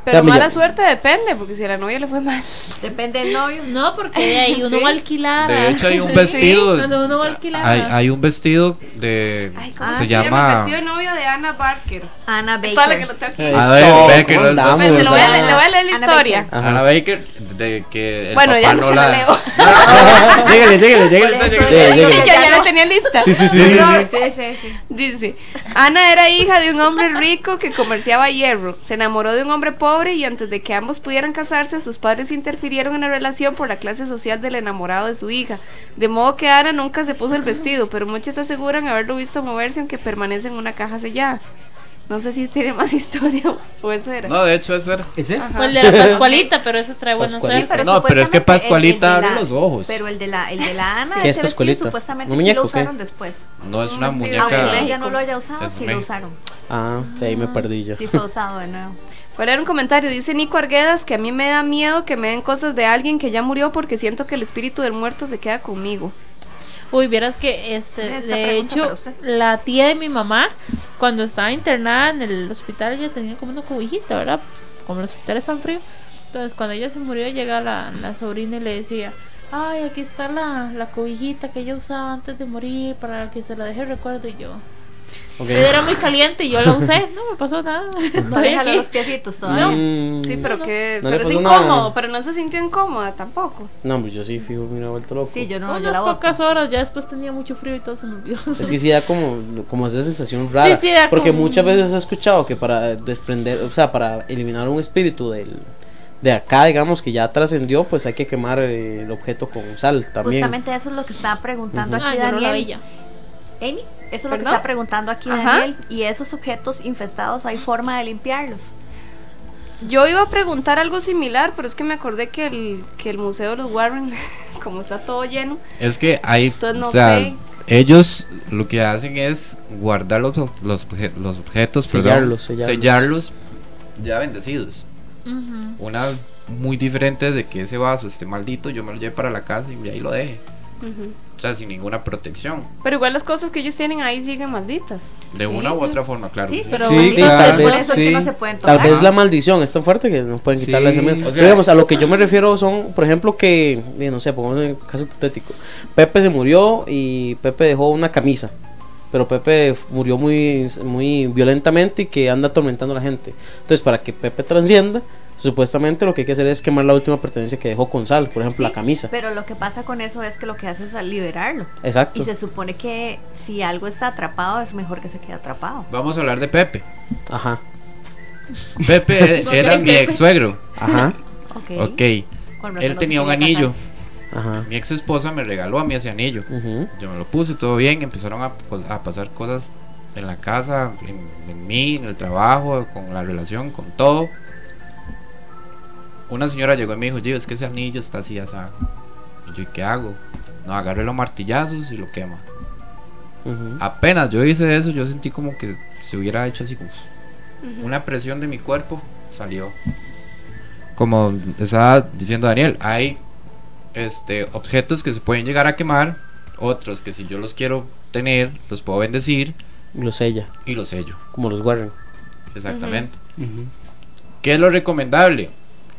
[SPEAKER 3] Pero
[SPEAKER 5] Dame ya.
[SPEAKER 3] mala suerte depende, porque si a la novia le fue mal.
[SPEAKER 7] Depende del novio.
[SPEAKER 4] No, porque de ahí uno
[SPEAKER 3] Sí.
[SPEAKER 4] va a alquilar.
[SPEAKER 8] De hecho hay un
[SPEAKER 4] Sí,
[SPEAKER 8] vestido,
[SPEAKER 4] cuando uno va a alquilar.
[SPEAKER 8] hay, hay un vestido de,
[SPEAKER 3] Ay,
[SPEAKER 7] ¿cómo
[SPEAKER 8] se
[SPEAKER 7] se
[SPEAKER 8] llama...
[SPEAKER 3] Ah, Vestido de novio de Anna Barker.
[SPEAKER 7] Ana
[SPEAKER 3] Toda la que
[SPEAKER 7] Baker.
[SPEAKER 3] lo tengo aquí.
[SPEAKER 8] A ver,
[SPEAKER 5] Eso,
[SPEAKER 8] ve que
[SPEAKER 5] ¿cómo
[SPEAKER 8] no-
[SPEAKER 5] andamos?
[SPEAKER 3] Pero Pues, se lo voy a,
[SPEAKER 5] Ah.
[SPEAKER 3] le- le voy a leer la
[SPEAKER 7] Ana
[SPEAKER 3] historia.
[SPEAKER 5] Ajá.
[SPEAKER 8] Ana Baker, de que el
[SPEAKER 3] Bueno,
[SPEAKER 8] papá
[SPEAKER 3] ya no
[SPEAKER 8] no
[SPEAKER 3] se la
[SPEAKER 8] la...
[SPEAKER 3] leo.
[SPEAKER 5] Ah, Lléguele, lléguele,
[SPEAKER 7] Por
[SPEAKER 5] lléguele.
[SPEAKER 7] eso
[SPEAKER 5] lléguele,
[SPEAKER 7] yo
[SPEAKER 5] lléguele,
[SPEAKER 7] digo
[SPEAKER 5] lléguele.
[SPEAKER 3] Yo
[SPEAKER 7] que
[SPEAKER 3] ya
[SPEAKER 7] ya
[SPEAKER 3] la
[SPEAKER 7] no-
[SPEAKER 3] tenía lista.
[SPEAKER 5] Sí, sí, sí. sí, sí.
[SPEAKER 7] Sí, sí, sí.
[SPEAKER 3] Dice, Ana era hija de un hombre rico que comerciaba hierro. Se enamoró de un hombre pobre y antes de que ambos pudieran casarse, sus padres interfirieron en la relación por la clase social del enamorado de su hija. De modo que Ana nunca se puso el vestido, pero muchos aseguran haberlo visto moverse aunque permanece en una caja sellada. No sé si tiene más historia o eso era.
[SPEAKER 8] No, de hecho eso era...
[SPEAKER 6] ¿Es eso?
[SPEAKER 3] Ajá.
[SPEAKER 4] Pues de la Pascualita, pero eso trae buena
[SPEAKER 5] Pascualita.
[SPEAKER 7] Sí,
[SPEAKER 4] suerte.
[SPEAKER 7] pero
[SPEAKER 8] No, pero es que
[SPEAKER 7] supuestamente el-
[SPEAKER 8] Pascualita
[SPEAKER 7] el de la-
[SPEAKER 8] abre los ojos.
[SPEAKER 7] Pero el de la, el de la Ana,
[SPEAKER 5] Sí. ¿Qué es
[SPEAKER 7] ese vestido
[SPEAKER 5] Pascualita?
[SPEAKER 7] supuestamente
[SPEAKER 5] ¿Un
[SPEAKER 7] sí
[SPEAKER 5] muñeco
[SPEAKER 7] lo
[SPEAKER 5] o qué?
[SPEAKER 7] usaron después.
[SPEAKER 8] No es una
[SPEAKER 3] Sí,
[SPEAKER 8] muñeca...
[SPEAKER 7] Aunque
[SPEAKER 3] México.
[SPEAKER 7] ella no lo haya usado,
[SPEAKER 8] Es
[SPEAKER 7] sí
[SPEAKER 8] México.
[SPEAKER 7] lo usaron.
[SPEAKER 5] Ah, de ahí me perdí yo.
[SPEAKER 7] Sí fue usado de nuevo.
[SPEAKER 3] ¿Cuál era un comentario? Dice Nico Arguedas que a mí me da miedo que me den cosas de alguien que ya murió porque siento que el espíritu del muerto se queda conmigo.
[SPEAKER 4] Uy, vieras que este,
[SPEAKER 7] Esta
[SPEAKER 4] de
[SPEAKER 7] pregunta para
[SPEAKER 4] hecho,
[SPEAKER 7] usted.
[SPEAKER 4] la tía de mi mamá, cuando estaba internada en el hospital, ella tenía como una cubijita, ¿verdad? Como el hospital es tan frío. Entonces, cuando ella se murió, llega la, la sobrina y le decía: Ay, aquí está la, la cubijita que ella usaba antes de morir para que se la deje el recuerdo. Y yo,
[SPEAKER 5] Ok.
[SPEAKER 4] "Sí, era muy caliente y yo la usé, no me pasó nada.
[SPEAKER 7] No
[SPEAKER 4] Estoy
[SPEAKER 7] déjalo
[SPEAKER 4] aquí.
[SPEAKER 7] los piecitos todavía.
[SPEAKER 5] Mm,
[SPEAKER 3] Sí, pero que.
[SPEAKER 5] No le
[SPEAKER 3] pero es
[SPEAKER 5] pasó
[SPEAKER 3] incómodo,
[SPEAKER 5] nada.
[SPEAKER 3] pero no se sintió incómoda tampoco.
[SPEAKER 5] No, hombre, yo sí, fijo, me hubiera vuelto loco.
[SPEAKER 7] Sí, yo no, yo
[SPEAKER 4] Unas
[SPEAKER 7] la boto.
[SPEAKER 4] pocas horas, ya después tenía mucho frío y todo se me olvidó.
[SPEAKER 5] Es que sí da como, como esa sensación rara.
[SPEAKER 4] Sí, sí, da
[SPEAKER 5] porque
[SPEAKER 4] como-
[SPEAKER 5] muchas veces he escuchado que para desprender, o sea, para eliminar un espíritu del, de acá, digamos, que ya trascendió, pues hay que quemar eh, el objeto con sal también.
[SPEAKER 7] Justamente eso es lo que estaba preguntando
[SPEAKER 4] Ah,
[SPEAKER 7] aquí
[SPEAKER 4] yo no la
[SPEAKER 7] Daniel.
[SPEAKER 4] veía.
[SPEAKER 7] Amy, eso es lo que
[SPEAKER 3] ¿Perdón?
[SPEAKER 7] está preguntando aquí
[SPEAKER 3] Ajá.
[SPEAKER 7] Daniel. Y esos objetos infestados, ¿hay forma de limpiarlos?
[SPEAKER 3] Yo iba a preguntar algo similar, pero es que me acordé que el, que el Museo de los Warren, como está todo lleno,
[SPEAKER 8] Es que hay.
[SPEAKER 3] Entonces, no
[SPEAKER 8] o sea,
[SPEAKER 3] sé.
[SPEAKER 8] Ellos lo que hacen es guardar los, ob- los, obje- los objetos, perdón,
[SPEAKER 5] Sellarlos, sellarlos.
[SPEAKER 8] sellarlos ya bendecidos.
[SPEAKER 4] Ujú.
[SPEAKER 8] Una muy diferente de que ese vaso esté maldito, yo me lo lleve para la casa y ahí lo deje.
[SPEAKER 3] Ujú.
[SPEAKER 8] O sea, sin ninguna protección.
[SPEAKER 3] pero igual las cosas que ellos tienen ahí siguen malditas.
[SPEAKER 8] De
[SPEAKER 7] Sí,
[SPEAKER 8] una u
[SPEAKER 7] sí.
[SPEAKER 8] otra forma, claro.
[SPEAKER 7] Sí,
[SPEAKER 8] que sí.
[SPEAKER 7] pero
[SPEAKER 6] Sí,
[SPEAKER 7] malditos,
[SPEAKER 5] tal
[SPEAKER 7] por
[SPEAKER 5] vez,
[SPEAKER 7] eso es que
[SPEAKER 6] sí.
[SPEAKER 7] no se pueden
[SPEAKER 5] Tal
[SPEAKER 7] tocar.
[SPEAKER 5] vez la maldición es tan fuerte que nos pueden quitarle
[SPEAKER 6] Sí.
[SPEAKER 5] ese miedo.
[SPEAKER 8] O sea-
[SPEAKER 5] Pero digamos, a lo que yo me refiero son, por ejemplo, que, eh, no sé, pongamos un caso hipotético. Pepe se murió y Pepe dejó una camisa. Pero Pepe f- murió muy, muy violentamente y que anda atormentando a la gente. Entonces, para que Pepe transcienda, Supuestamente lo que hay que hacer es quemar la última pertenencia que dejó con sal, por ejemplo,
[SPEAKER 7] Sí,
[SPEAKER 5] la camisa.
[SPEAKER 7] Pero lo que pasa con eso es que lo que hace es liberarlo.
[SPEAKER 5] Exacto.
[SPEAKER 7] Y se supone que si algo está atrapado, es mejor que se quede atrapado.
[SPEAKER 8] Vamos a hablar de Pepe.
[SPEAKER 5] Ajá,
[SPEAKER 8] Pepe e-
[SPEAKER 4] Ok,
[SPEAKER 8] era mi
[SPEAKER 4] Pepe.
[SPEAKER 8] ex suegro.
[SPEAKER 5] ajá,
[SPEAKER 7] Ok.
[SPEAKER 8] Ok.
[SPEAKER 7] Con razón
[SPEAKER 8] Él
[SPEAKER 7] no
[SPEAKER 8] tenía
[SPEAKER 7] se
[SPEAKER 8] un
[SPEAKER 7] quería
[SPEAKER 8] anillo.
[SPEAKER 5] ajá.
[SPEAKER 8] Mi ex esposa me regaló a mí ese anillo.
[SPEAKER 5] ujú,
[SPEAKER 8] Yo me lo puse, todo bien. Empezaron a, cos- a pasar cosas en la casa, en, en mí, en el trabajo, con la relación, con todo. Una señora llegó y me dijo, "Gio, es que ese anillo está así, asado. Y yo, "¿Y ¿qué hago? No, agarré los martillazos y lo quema.
[SPEAKER 5] ujú.
[SPEAKER 8] Apenas yo hice eso, yo sentí como que se hubiera hecho así como una presión de mi cuerpo, salió. Como estaba diciendo Daniel, hay este objetos que se pueden llegar a quemar, otros que si yo los quiero tener, los puedo bendecir
[SPEAKER 5] Lo sella,
[SPEAKER 8] y los sello.
[SPEAKER 5] como los Warren.
[SPEAKER 8] Exactamente.
[SPEAKER 6] Ujú.
[SPEAKER 8] ¿Qué es lo recomendable?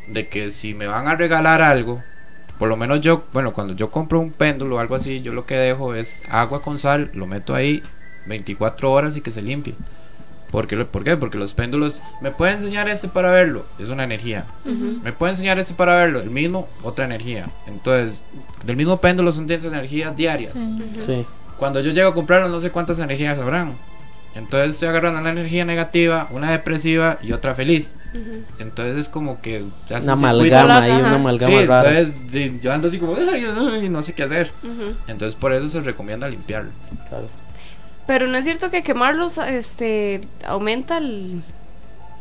[SPEAKER 8] De que si me van a regalar algo, por lo menos yo, bueno, cuando yo compro un péndulo o algo así, yo lo que dejo es agua con sal, lo meto ahí 24 horas y que se limpie. ¿Por qué? lo- ¿Por qué? Porque los péndulos, me puede enseñar este para verlo, es una energía. Me puede enseñar este para verlo, el mismo, otra energía. Entonces, del mismo péndulo son 10 energías diarias.
[SPEAKER 5] Sí.
[SPEAKER 8] Cuando yo llego a comprarlo, no sé cuántas energías habrán. Entonces estoy agarrando una energía negativa, una depresiva y otra feliz. Entonces es como que se hace
[SPEAKER 5] Una
[SPEAKER 8] un circuito.
[SPEAKER 5] amalgama ahí, una
[SPEAKER 4] Ajá.
[SPEAKER 8] Sí,
[SPEAKER 5] amalgama rara.
[SPEAKER 8] entonces di- yo ando así como, "Ay, ay, no sé qué hacer.
[SPEAKER 3] Ujú.
[SPEAKER 8] Entonces por eso se recomienda limpiarlo.
[SPEAKER 5] claro.
[SPEAKER 3] Pero no es cierto que quemarlos este, aumenta el-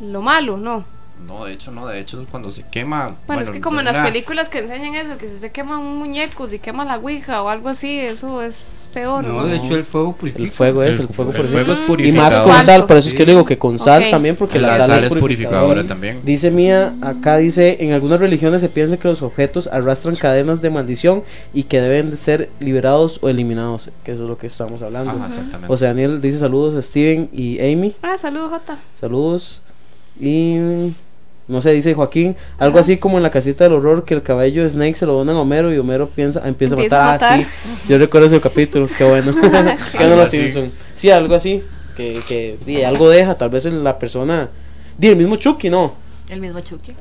[SPEAKER 3] lo malo, ¿no?
[SPEAKER 8] No, de hecho no, de hecho es cuando se quema.
[SPEAKER 3] Bueno, es que como en las
[SPEAKER 8] una-
[SPEAKER 3] películas que enseñan eso, que si usted quema un muñeco, si quema la ouija o algo así, eso es peor.
[SPEAKER 6] No, de hecho el fuego purifica.
[SPEAKER 5] El fuego es, el,
[SPEAKER 8] El,
[SPEAKER 5] fuego
[SPEAKER 8] el
[SPEAKER 5] purifica.
[SPEAKER 8] fuego es
[SPEAKER 3] Mm.
[SPEAKER 5] Y
[SPEAKER 8] purificador.
[SPEAKER 5] más
[SPEAKER 3] purificador.
[SPEAKER 5] con sal, por eso es que
[SPEAKER 6] Sí.
[SPEAKER 5] yo digo que con sal
[SPEAKER 3] Ok.
[SPEAKER 5] también, porque la,
[SPEAKER 8] La
[SPEAKER 5] sal,
[SPEAKER 8] sal
[SPEAKER 5] es
[SPEAKER 8] es
[SPEAKER 5] purificadora
[SPEAKER 8] purificadora también.
[SPEAKER 5] Dice Mía, acá dice, en algunas religiones se piensa que los objetos arrastran cadenas de maldición y que deben de ser liberados o eliminados, que eso es lo que estamos hablando.
[SPEAKER 8] Ajá, exactamente.
[SPEAKER 5] O sea, Daniel dice saludos a Steven y Amy,
[SPEAKER 3] Ah, saludos, Jota.
[SPEAKER 5] saludos. Y no sé, dice Joaquín, algo
[SPEAKER 3] Ah.
[SPEAKER 5] así como en la casita del horror que el cabello de Snake se lo donan a Homero y Homero piensa, empieza,
[SPEAKER 3] Empieza
[SPEAKER 5] a
[SPEAKER 3] a
[SPEAKER 5] matar. Ah,
[SPEAKER 3] matar.
[SPEAKER 5] sí, yo recuerdo ese capítulo, qué bueno. Qué bueno
[SPEAKER 8] Algo
[SPEAKER 5] los
[SPEAKER 8] así.
[SPEAKER 5] Simpson. Sí, algo así, que, que di, algo deja, tal vez en la persona... Di, el mismo Chucky, ¿no?
[SPEAKER 7] El mismo Chucky.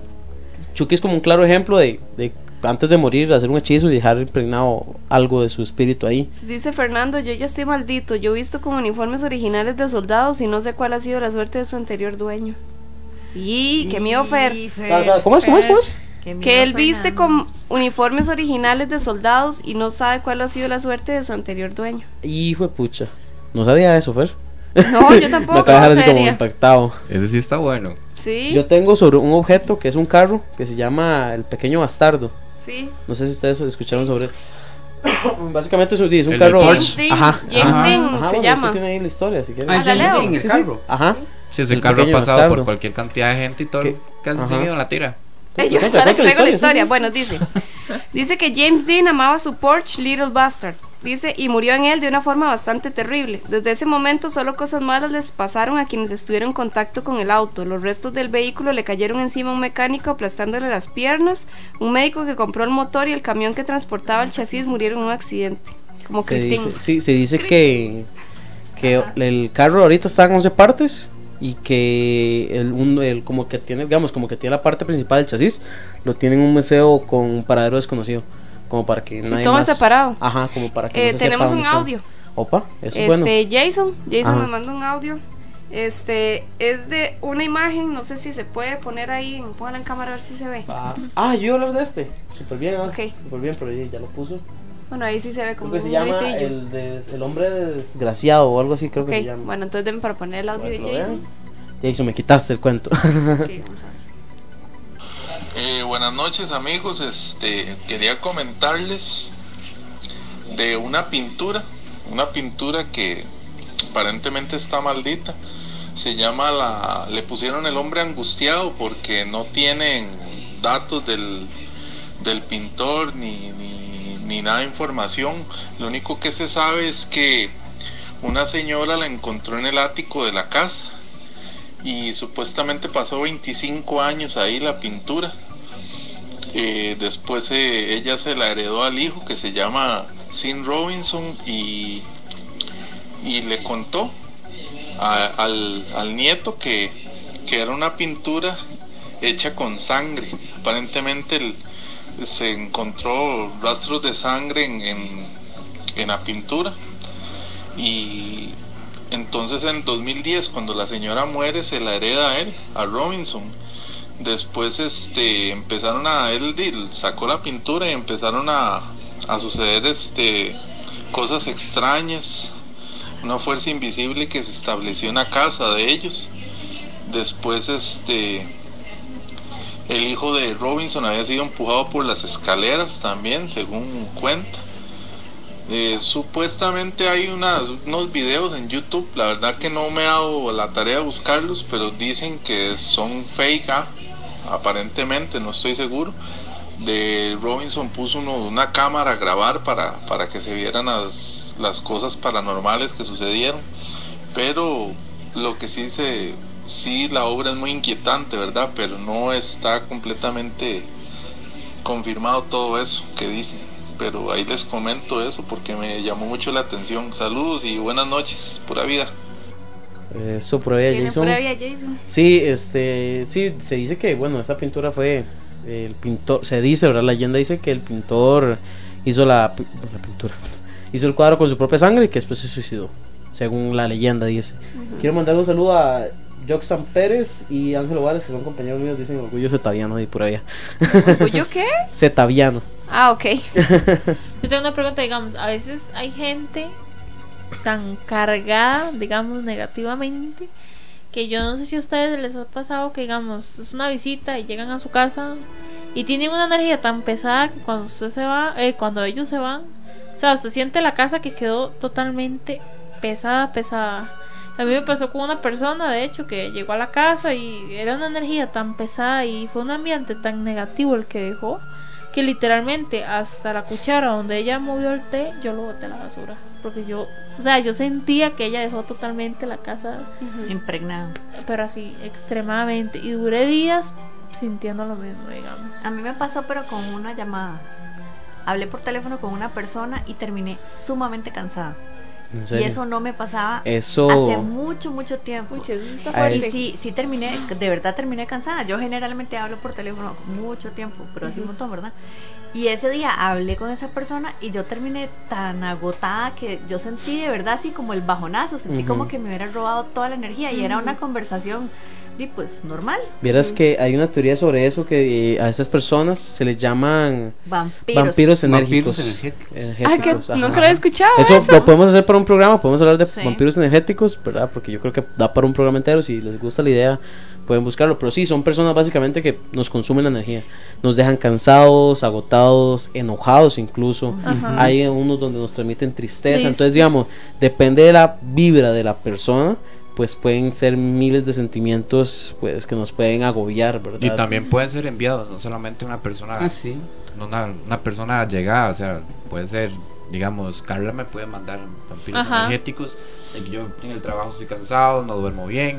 [SPEAKER 5] Chucky es como un claro ejemplo de, de antes de morir hacer un hechizo y dejar impregnado algo de su espíritu ahí.
[SPEAKER 3] Dice Fernando, yo ya estoy maldito, yo visto con uniformes originales de soldados y no sé cuál ha sido la suerte de su anterior dueño. Y qué miedo, Fer.
[SPEAKER 7] Y Fer,
[SPEAKER 5] O sea, ¿Cómo es? ¿Cómo es? ¿Cómo es?
[SPEAKER 7] qué miedo,
[SPEAKER 3] Que él viste
[SPEAKER 7] Fernando.
[SPEAKER 3] con uniformes originales de soldados y no sabe cuál ha sido la suerte de su anterior dueño.
[SPEAKER 5] Hijo de pucha. No sabía eso, Fer.
[SPEAKER 3] No, yo
[SPEAKER 5] Me
[SPEAKER 3] tampoco.
[SPEAKER 5] acaba de dejar así como
[SPEAKER 3] seria.
[SPEAKER 5] impactado.
[SPEAKER 8] Ese sí está bueno.
[SPEAKER 3] Sí,
[SPEAKER 5] Yo tengo sobre un objeto que es un carro que se llama el pequeño bastardo.
[SPEAKER 3] sí.
[SPEAKER 5] No sé si ustedes escucharon sobre él. Básicamente es un- es un
[SPEAKER 8] El de
[SPEAKER 5] carro.
[SPEAKER 3] James Dean,
[SPEAKER 5] Ajá.
[SPEAKER 3] James
[SPEAKER 5] ajá.
[SPEAKER 3] Dean
[SPEAKER 5] Ajá,
[SPEAKER 3] se
[SPEAKER 5] bueno, usted
[SPEAKER 3] llama.
[SPEAKER 5] tiene ahí la historia, si quiere.
[SPEAKER 6] Ah,
[SPEAKER 3] Ah, la
[SPEAKER 6] ya
[SPEAKER 3] leo.
[SPEAKER 6] en el
[SPEAKER 5] Sí, sí.
[SPEAKER 6] carro.
[SPEAKER 5] Ajá.
[SPEAKER 8] Si ese
[SPEAKER 5] El
[SPEAKER 8] carro ha
[SPEAKER 5] pequeño
[SPEAKER 8] pasado
[SPEAKER 5] bastardo.
[SPEAKER 8] por cualquier cantidad de gente y todo,
[SPEAKER 5] ¿Qué?
[SPEAKER 8] casi
[SPEAKER 5] Ajá.
[SPEAKER 8] seguido la tira.
[SPEAKER 3] Eh, Yo
[SPEAKER 5] Cuenta,
[SPEAKER 3] hasta le
[SPEAKER 5] cuenta la
[SPEAKER 3] traigo
[SPEAKER 5] historia,
[SPEAKER 3] la
[SPEAKER 5] sí,
[SPEAKER 3] historia.
[SPEAKER 5] sí.
[SPEAKER 3] Bueno, dice. Dice que James Dean amaba su Porsche Little Bastard. Dice, y murió en él de una forma bastante terrible. Desde ese momento solo cosas malas les pasaron a quienes estuvieron en contacto con el auto. Los restos del vehículo le cayeron encima a un mecánico aplastándole las piernas. Un médico que compró el motor y el camión que transportaba el chasis murieron en un accidente. Como
[SPEAKER 5] Se
[SPEAKER 3] Christine.
[SPEAKER 5] dice, sí, se dice que, que el carro ahorita está en 11 partes y que el, un- el- como que tiene, digamos, como que tiene la parte principal del chasis, lo tiene en un museo con un paradero desconocido, como para que nadie
[SPEAKER 3] todo
[SPEAKER 5] más...
[SPEAKER 3] separado.
[SPEAKER 5] Ajá, como para que
[SPEAKER 3] Eh,
[SPEAKER 5] no se
[SPEAKER 3] tenemos
[SPEAKER 5] sepa
[SPEAKER 3] un
[SPEAKER 5] dónde está.
[SPEAKER 3] audio.
[SPEAKER 5] Opa, eso es
[SPEAKER 3] Este,
[SPEAKER 5] bueno.
[SPEAKER 3] Jason, Jason
[SPEAKER 5] Ajá.
[SPEAKER 3] nos manda un audio. Este, es de una imagen, no sé si se puede poner ahí, póngala en cámara a ver si se ve.
[SPEAKER 5] Ah, ah, yo iba a hablar de este. Súper bien, ah,
[SPEAKER 3] Ok.
[SPEAKER 5] súper bien, pero ya, ya lo puso.
[SPEAKER 3] Bueno, ahí sí se ve
[SPEAKER 5] Creo
[SPEAKER 3] como
[SPEAKER 5] que
[SPEAKER 3] un
[SPEAKER 5] se llama
[SPEAKER 3] gritillo.
[SPEAKER 5] el, des- el hombre desgraciado o algo así, creo
[SPEAKER 3] Ok,
[SPEAKER 5] que se llama.
[SPEAKER 3] bueno, entonces denme para poner el audio
[SPEAKER 5] Para
[SPEAKER 3] de
[SPEAKER 5] que lo vean.
[SPEAKER 3] Jason.
[SPEAKER 5] Jason, me quitaste el cuento.
[SPEAKER 3] Ok, vamos a ver.
[SPEAKER 10] Eh, buenas noches amigos, este quería comentarles de una pintura, una pintura que aparentemente está maldita. Se llama la, le pusieron el hombre angustiado porque no tienen datos del, del pintor ni, ni, ni nada de información. Lo único que se sabe es que una señora la encontró en el ático de la casa y supuestamente pasó 25 años ahí la pintura. Eh, después eh, ella se la heredó al hijo que se llama Sin Robinson y, y le contó a- al, al nieto que, que era una pintura hecha con sangre. Aparentemente el- se encontró rastros de sangre en, en- en la pintura. Y entonces en 2010, cuando la señora muere, se la hereda a él, a Robinson. Después este, empezaron a, él di- sacó la pintura y empezaron a, a suceder este, cosas extrañas. Una fuerza invisible que se estableció en la casa de ellos. Después este, el hijo de Robinson había sido empujado por las escaleras también, según cuenta. Eh, supuestamente hay unas- unos videos en YouTube, la verdad que no me he dado la tarea de buscarlos, pero dicen que son fake, ah, aparentemente, no estoy seguro. De Robinson puso uno- una cámara a grabar para, para que se vieran las, las cosas paranormales que sucedieron. Pero lo que sí se, sí la obra es muy inquietante, ¿verdad? Pero no está completamente confirmado todo eso que dicen. Pero ahí les comento eso porque me llamó mucho la atención. Saludos y buenas noches, pura vida.
[SPEAKER 5] Eso por ahí,
[SPEAKER 3] Tiene
[SPEAKER 5] Jason.
[SPEAKER 3] por ahí a Jason.
[SPEAKER 5] Sí, este, sí, se dice que, bueno, esta pintura fue eh, el pintor, se dice, ¿verdad? La leyenda dice que el pintor hizo la, pi- la pintura, hizo el cuadro con su propia sangre y que después se suicidó, según la leyenda dice. Quiero mandar un saludo a Joxan Pérez y Ángel Vares, que son compañeros míos, dicen orgullo cetaviano y por allá.
[SPEAKER 3] ¿Orgullo qué?
[SPEAKER 5] Cetaviano.
[SPEAKER 3] Ah, ok.
[SPEAKER 4] Yo tengo una pregunta, digamos, a veces hay gente tan cargada, digamos, negativamente, que yo no sé si a ustedes les ha pasado que, digamos, es una visita y llegan a su casa y tienen una energía tan pesada que cuando usted se va, eh, cuando ellos se van, o sea, usted siente la casa que quedó totalmente pesada, pesada. A mí me pasó con una persona, de hecho, que llegó a la casa y era una energía tan pesada y fue un ambiente tan negativo el que dejó que literalmente hasta la cuchara donde ella movió el té, yo lo boté a la basura. Porque yo, o sea, yo sentía que ella dejó totalmente la casa,
[SPEAKER 7] Impregnado.
[SPEAKER 4] pero así, extremadamente. Y duré días sintiendo lo mismo, digamos.
[SPEAKER 7] A mí me pasó, pero con una llamada. Hablé por teléfono con una persona y terminé sumamente cansada.
[SPEAKER 5] En
[SPEAKER 7] Y
[SPEAKER 5] serio.
[SPEAKER 7] eso no me pasaba
[SPEAKER 5] Eso-
[SPEAKER 7] hace mucho, mucho tiempo.
[SPEAKER 3] Pucha, eso está
[SPEAKER 5] A
[SPEAKER 7] Y
[SPEAKER 3] fuerte.
[SPEAKER 5] ver.
[SPEAKER 7] sí, sí terminé, de verdad terminé cansada. Yo generalmente hablo por teléfono mucho tiempo, pero hace un montón, ¿verdad? Y ese día hablé con esa persona y yo terminé tan agotada que yo sentí de verdad así como el bajonazo, sentí
[SPEAKER 5] Ujú.
[SPEAKER 7] como que me hubiera robado toda la energía y era una conversación, di, pues normal,
[SPEAKER 5] Vieras que hay una teoría sobre eso que eh, a esas personas se les llaman
[SPEAKER 7] vampiros.
[SPEAKER 5] vampiros,
[SPEAKER 6] Vampiros
[SPEAKER 5] enérgicos.
[SPEAKER 6] energéticos.
[SPEAKER 3] Ah, que
[SPEAKER 5] Energéticos,
[SPEAKER 3] nunca
[SPEAKER 5] ajá.
[SPEAKER 3] lo he escuchado.
[SPEAKER 5] Eso,
[SPEAKER 3] Eso.
[SPEAKER 5] lo podemos hacer para un programa, podemos hablar de
[SPEAKER 7] Sí.
[SPEAKER 5] vampiros energéticos, ¿verdad? Porque yo creo que da para un programa entero, si les gusta la idea pueden buscarlo, pero sí, son personas básicamente que nos consumen la energía, nos dejan cansados, agotados, enojados incluso,
[SPEAKER 3] Ajá.
[SPEAKER 5] hay unos donde nos transmiten tristeza,
[SPEAKER 4] Tristes.
[SPEAKER 5] entonces digamos, depende de la vibra de la persona, pues pueden ser miles de sentimientos pues que nos pueden agobiar, ¿verdad?
[SPEAKER 8] Y también pueden ser enviados, no solamente una persona,
[SPEAKER 6] Ah, sí.
[SPEAKER 8] no una, una persona llegada, o sea, puede ser, digamos, Carla me puede mandar vampiros
[SPEAKER 4] Ajá.
[SPEAKER 8] energéticos, de que yo en el trabajo estoy cansado, no duermo bien.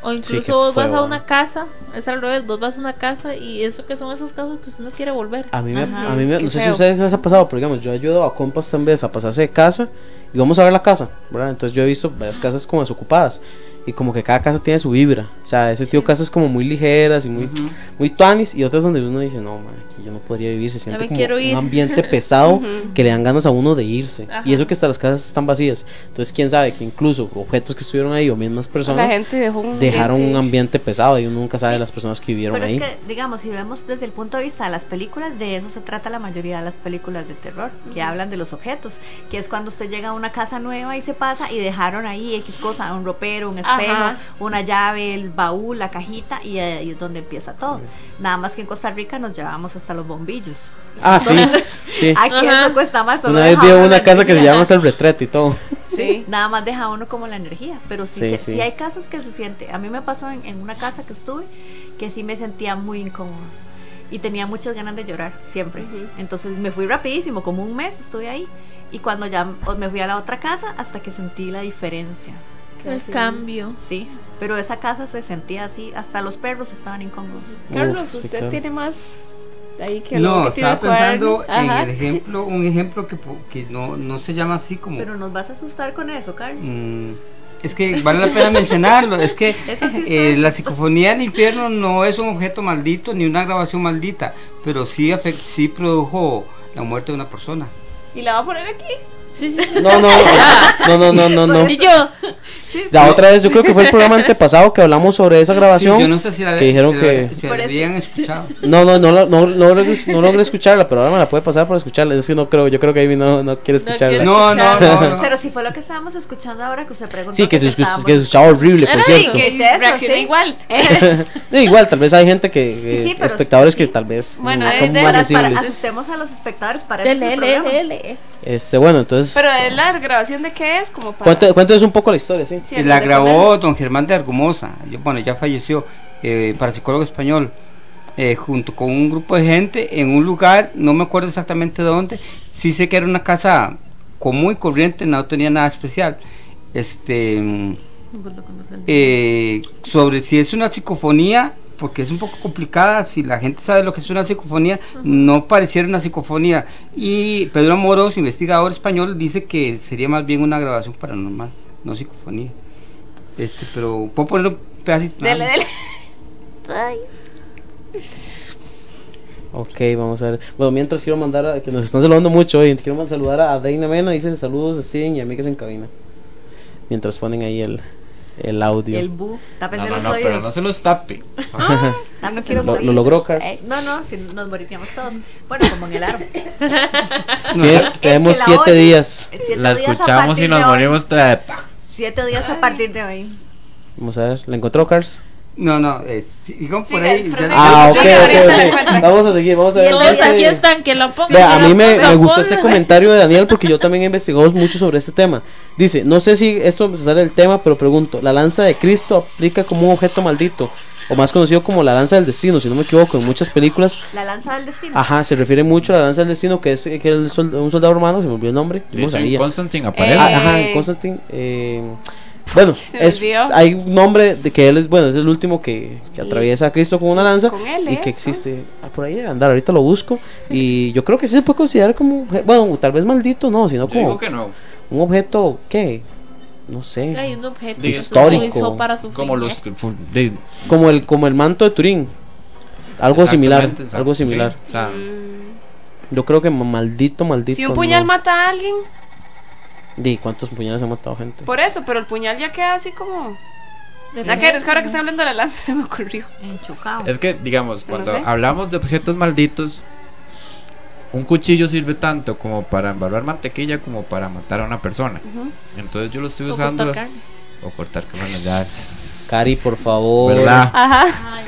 [SPEAKER 4] O incluso
[SPEAKER 5] qué
[SPEAKER 4] vos vas
[SPEAKER 5] feo,
[SPEAKER 4] a
[SPEAKER 5] ¿no?
[SPEAKER 4] una casa, es al revés, vos vas a una casa y eso que son esas casas que usted no quiere volver.
[SPEAKER 5] A mí me,
[SPEAKER 7] Ajá,
[SPEAKER 5] a mí me-
[SPEAKER 3] qué
[SPEAKER 5] no sé si
[SPEAKER 3] feo.
[SPEAKER 5] a ustedes les ha pasado, pero digamos, yo he ayudado a compas también a pasarse de casa y vamos a ver la casa, ¿verdad? Entonces yo he visto varias casas como desocupadas y como que cada casa tiene su vibra. O sea, ese tipo de casas como muy ligeras y muy,
[SPEAKER 6] Ujú.
[SPEAKER 5] muy tuanis y otras donde uno dice, no, man, aquí yo no podría vivir, se siente
[SPEAKER 4] me
[SPEAKER 5] como
[SPEAKER 4] quiero ir".
[SPEAKER 5] un ambiente pesado
[SPEAKER 3] Ujú.
[SPEAKER 5] que le dan ganas a uno de irse.
[SPEAKER 4] Ajá.
[SPEAKER 5] Y eso que hasta las casas están vacías. Entonces, quién sabe que incluso objetos que estuvieron ahí o mismas
[SPEAKER 3] La
[SPEAKER 5] personas
[SPEAKER 3] gente dejó un
[SPEAKER 5] dejaron un
[SPEAKER 3] ambiente-
[SPEAKER 5] ambiente pesado y uno nunca sabe de las personas que vivieron
[SPEAKER 7] Pero
[SPEAKER 5] ahí.
[SPEAKER 7] es que, digamos, si vemos desde el punto de vista de las películas, de eso se trata la mayoría de las películas de terror, que hablan de los objetos, que es cuando usted llega a una casa nueva y se pasa y dejaron ahí X cosa, un ropero, un espejo,
[SPEAKER 3] Ajá.
[SPEAKER 7] una llave, el baúl, la cajita, y ahí es donde empieza todo. Nada más que en Costa Rica nos llevamos hasta los bombillos.
[SPEAKER 5] Ah, sí, sí.
[SPEAKER 7] Aquí
[SPEAKER 4] Ajá.
[SPEAKER 7] eso cuesta Pues más. solo
[SPEAKER 5] Una vez
[SPEAKER 7] deja
[SPEAKER 5] vi
[SPEAKER 7] uno
[SPEAKER 5] una
[SPEAKER 7] la
[SPEAKER 5] casa que se
[SPEAKER 7] energía.
[SPEAKER 5] llama el retrete y todo.
[SPEAKER 3] Sí.
[SPEAKER 7] Nada más deja uno como la energía, pero sí,
[SPEAKER 5] Sí,
[SPEAKER 7] se-
[SPEAKER 5] sí.
[SPEAKER 7] sí hay casas que se siente. A mí me pasó en, en una casa que estuve que sí me sentía muy incómoda y tenía muchas ganas de llorar siempre.
[SPEAKER 3] Ujú.
[SPEAKER 7] Entonces me fui rapidísimo, como un mes estuve ahí y cuando ya o- me fui a la otra casa hasta que sentí la diferencia,
[SPEAKER 4] El cambio.
[SPEAKER 7] sí. Pero esa casa se sentía así, hasta los perros estaban incómodos.
[SPEAKER 3] Carlos,
[SPEAKER 5] Uf, sí,
[SPEAKER 3] usted
[SPEAKER 5] claro.
[SPEAKER 3] tiene más Ahí que luego
[SPEAKER 6] No,
[SPEAKER 3] que tira el
[SPEAKER 6] estaba pensando
[SPEAKER 3] cuaderno. Ajá.
[SPEAKER 6] en el ejemplo, un ejemplo que, po- que no, no se llama así como...
[SPEAKER 7] Pero nos vas a asustar con eso, Carlos.
[SPEAKER 6] Mm, es que vale la pena mencionarlo. Es que
[SPEAKER 7] Eso sí
[SPEAKER 6] eh,
[SPEAKER 7] está.
[SPEAKER 6] la psicofonía del infierno no es un objeto maldito ni una grabación maldita, pero sí, afec- sí produjo la muerte de una persona.
[SPEAKER 3] Y la va a poner aquí.
[SPEAKER 5] No, no, no, no, no, no, no.
[SPEAKER 4] Y yo,
[SPEAKER 5] La otra vez, yo creo que fue el programa antepasado que hablamos sobre esa
[SPEAKER 6] Sí,
[SPEAKER 5] grabación.
[SPEAKER 6] yo no sé si la,
[SPEAKER 5] que dijeron
[SPEAKER 6] si la-
[SPEAKER 5] que-
[SPEAKER 6] si la
[SPEAKER 7] Por eso.
[SPEAKER 6] habían escuchado.
[SPEAKER 5] No, no, no, la- no, no, logré- no logré escucharla, pero ahora me la puede pasar por escucharla. Es que no creo, yo creo que Amy no, no quiere escucharla.
[SPEAKER 4] quiere.
[SPEAKER 6] No, no, no. no.
[SPEAKER 7] Pero si fue lo que estábamos escuchando ahora que usted preguntó.
[SPEAKER 5] Sí, que se
[SPEAKER 7] si
[SPEAKER 5] escucha, que se escuchaba horrible, por
[SPEAKER 3] Ay,
[SPEAKER 5] cierto.
[SPEAKER 3] que
[SPEAKER 7] ¿Qué es eso,
[SPEAKER 3] reacciona
[SPEAKER 7] sí?
[SPEAKER 3] igual.
[SPEAKER 5] Eh, igual, tal vez hay gente que, que-
[SPEAKER 7] sí, pero
[SPEAKER 5] espectadores
[SPEAKER 7] sí.
[SPEAKER 5] que tal vez
[SPEAKER 3] Bueno,
[SPEAKER 5] no
[SPEAKER 3] eh,
[SPEAKER 5] son
[SPEAKER 3] de
[SPEAKER 5] muy
[SPEAKER 7] para,
[SPEAKER 3] las-
[SPEAKER 7] para,
[SPEAKER 5] sensibles.
[SPEAKER 7] asustemos a los espectadores para
[SPEAKER 4] Dele,
[SPEAKER 7] este
[SPEAKER 4] dele,
[SPEAKER 7] programa.
[SPEAKER 4] dele.
[SPEAKER 5] Este, bueno, entonces,
[SPEAKER 3] Pero es la grabación de qué es, como para.
[SPEAKER 5] cuente- cuéntenos un poco la historia, sí.
[SPEAKER 3] Sí,
[SPEAKER 6] Y la
[SPEAKER 3] antes de
[SPEAKER 6] grabó
[SPEAKER 3] ponerlo.
[SPEAKER 6] don Germán de Argumosa, yo- bueno, ya falleció, eh, parapsicólogo español, eh, junto con un grupo de gente en un lugar, no me acuerdo exactamente dónde, sí sé que era una casa común y corriente, no tenía nada especial. Este, mm, eh, sobre si es una psicofonía, porque es un poco complicada, si la gente sabe lo que es una psicofonía, no pareciera una psicofonía. Y Pedro Moros, investigador español, dice que sería más bien una grabación paranormal, no psicofonía. Este, pero puedo poner un pedacito. nada
[SPEAKER 3] Dele,
[SPEAKER 6] más?
[SPEAKER 3] dele.
[SPEAKER 5] Ok, vamos a ver. Bueno, mientras quiero mandar a, que nos están saludando mucho hoy, quiero mandar saludar a Deina Mena, dicen saludos a Steven y amigas en cabina. Mientras ponen ahí el, el audio.
[SPEAKER 7] El bu. Tápense
[SPEAKER 8] No, no,
[SPEAKER 7] los
[SPEAKER 8] no, pero
[SPEAKER 7] oídos. Ah,
[SPEAKER 8] no se los tape.
[SPEAKER 7] Tápense
[SPEAKER 3] quiero
[SPEAKER 7] los
[SPEAKER 5] lo, lo
[SPEAKER 7] oídos.
[SPEAKER 5] logró, Carlos.
[SPEAKER 3] Eh,
[SPEAKER 7] No, no, si nos moriríamos todos. Bueno, como en el árbol.
[SPEAKER 5] Que es-
[SPEAKER 7] El que
[SPEAKER 5] tenemos
[SPEAKER 7] la
[SPEAKER 5] siete
[SPEAKER 7] oye,
[SPEAKER 5] días.
[SPEAKER 7] siete
[SPEAKER 8] La
[SPEAKER 7] días a
[SPEAKER 8] escuchamos
[SPEAKER 7] partir
[SPEAKER 8] y nos
[SPEAKER 7] de hoy.
[SPEAKER 8] morimos toda. pa.
[SPEAKER 7] Siete días a partir de hoy.
[SPEAKER 5] Vamos a ver, ¿la encontró, Carlos?
[SPEAKER 6] No, no, eh, sigan por
[SPEAKER 3] Siga,
[SPEAKER 6] ahí.
[SPEAKER 3] prosiga.
[SPEAKER 6] ya-
[SPEAKER 5] Ah, ok,
[SPEAKER 3] sí, ahorita
[SPEAKER 5] ok,
[SPEAKER 3] la
[SPEAKER 5] ok.
[SPEAKER 3] encuentran.
[SPEAKER 5] Vamos a seguir, vamos a ver.
[SPEAKER 4] Entonces,
[SPEAKER 5] entonces-
[SPEAKER 4] aquí están, que la pongan.
[SPEAKER 5] Vea,
[SPEAKER 4] que
[SPEAKER 5] a
[SPEAKER 4] la
[SPEAKER 5] mí me,
[SPEAKER 4] pongan.
[SPEAKER 5] me gustó ese comentario de Daniel porque yo también he investigado mucho sobre este tema. Dice, no sé si esto se sale del tema, pero pregunto, ¿la lanza de Cristo aplica como un objeto maldito? O más conocido como la lanza del destino, si no me equivoco, en muchas películas.
[SPEAKER 7] La lanza del destino.
[SPEAKER 5] Ajá, se refiere mucho a la lanza del destino, que es eh, que el sol- un soldado romano, se me olvidó el nombre, yo
[SPEAKER 8] De
[SPEAKER 5] no
[SPEAKER 8] hecho, en
[SPEAKER 5] sabía.
[SPEAKER 8] Constantine
[SPEAKER 5] Ah,
[SPEAKER 8] aparece.
[SPEAKER 3] Eh,
[SPEAKER 5] ajá, en Constantine. eh, bueno,
[SPEAKER 3] me
[SPEAKER 5] es-
[SPEAKER 3] olvidó.
[SPEAKER 5] hay un nombre de que él es, bueno, es el último que, que atraviesa a Cristo con una lanza
[SPEAKER 3] Con él,
[SPEAKER 5] y que
[SPEAKER 3] ¿eh?
[SPEAKER 5] existe. ah, por ahí debe andar, ahorita lo busco. Y yo creo que sí se puede considerar como, obje- bueno, tal vez maldito, no, sino
[SPEAKER 8] Yo digo
[SPEAKER 5] como
[SPEAKER 8] que no.
[SPEAKER 5] un objeto, ¿qué? No
[SPEAKER 4] Hay
[SPEAKER 5] sé.
[SPEAKER 4] un objeto
[SPEAKER 8] De
[SPEAKER 4] que
[SPEAKER 5] histórico.
[SPEAKER 4] se utilizó para su
[SPEAKER 8] Como
[SPEAKER 4] fin,
[SPEAKER 8] los
[SPEAKER 4] ¿eh?
[SPEAKER 8] que fu- de-
[SPEAKER 5] Como el, como el manto de Turín. Algo similar,
[SPEAKER 8] exactamente,
[SPEAKER 5] algo
[SPEAKER 8] sí,
[SPEAKER 5] similar. Mm.
[SPEAKER 8] o sea,
[SPEAKER 5] Yo creo que ma- maldito, maldito.
[SPEAKER 3] Si un puñal
[SPEAKER 5] no.
[SPEAKER 3] mata a alguien,
[SPEAKER 5] Di, ¿cuántos puñales han matado gente?
[SPEAKER 3] por eso, pero el puñal ya queda así como. ¿La que es que ahora que está hablando de la lanza se me ocurrió.
[SPEAKER 7] Enchucado.
[SPEAKER 8] Es que, digamos,
[SPEAKER 3] No
[SPEAKER 8] cuando
[SPEAKER 3] sé.
[SPEAKER 8] hablamos de objetos malditos, un cuchillo sirve tanto como para embarrar mantequilla como para matar a una persona. Entonces yo lo estoy
[SPEAKER 4] O
[SPEAKER 8] usando.
[SPEAKER 4] cortar carne.
[SPEAKER 8] O cortar carne, ya.
[SPEAKER 5] Cari, por favor.
[SPEAKER 8] ¿Verdad?
[SPEAKER 7] Ah.
[SPEAKER 3] Ajá.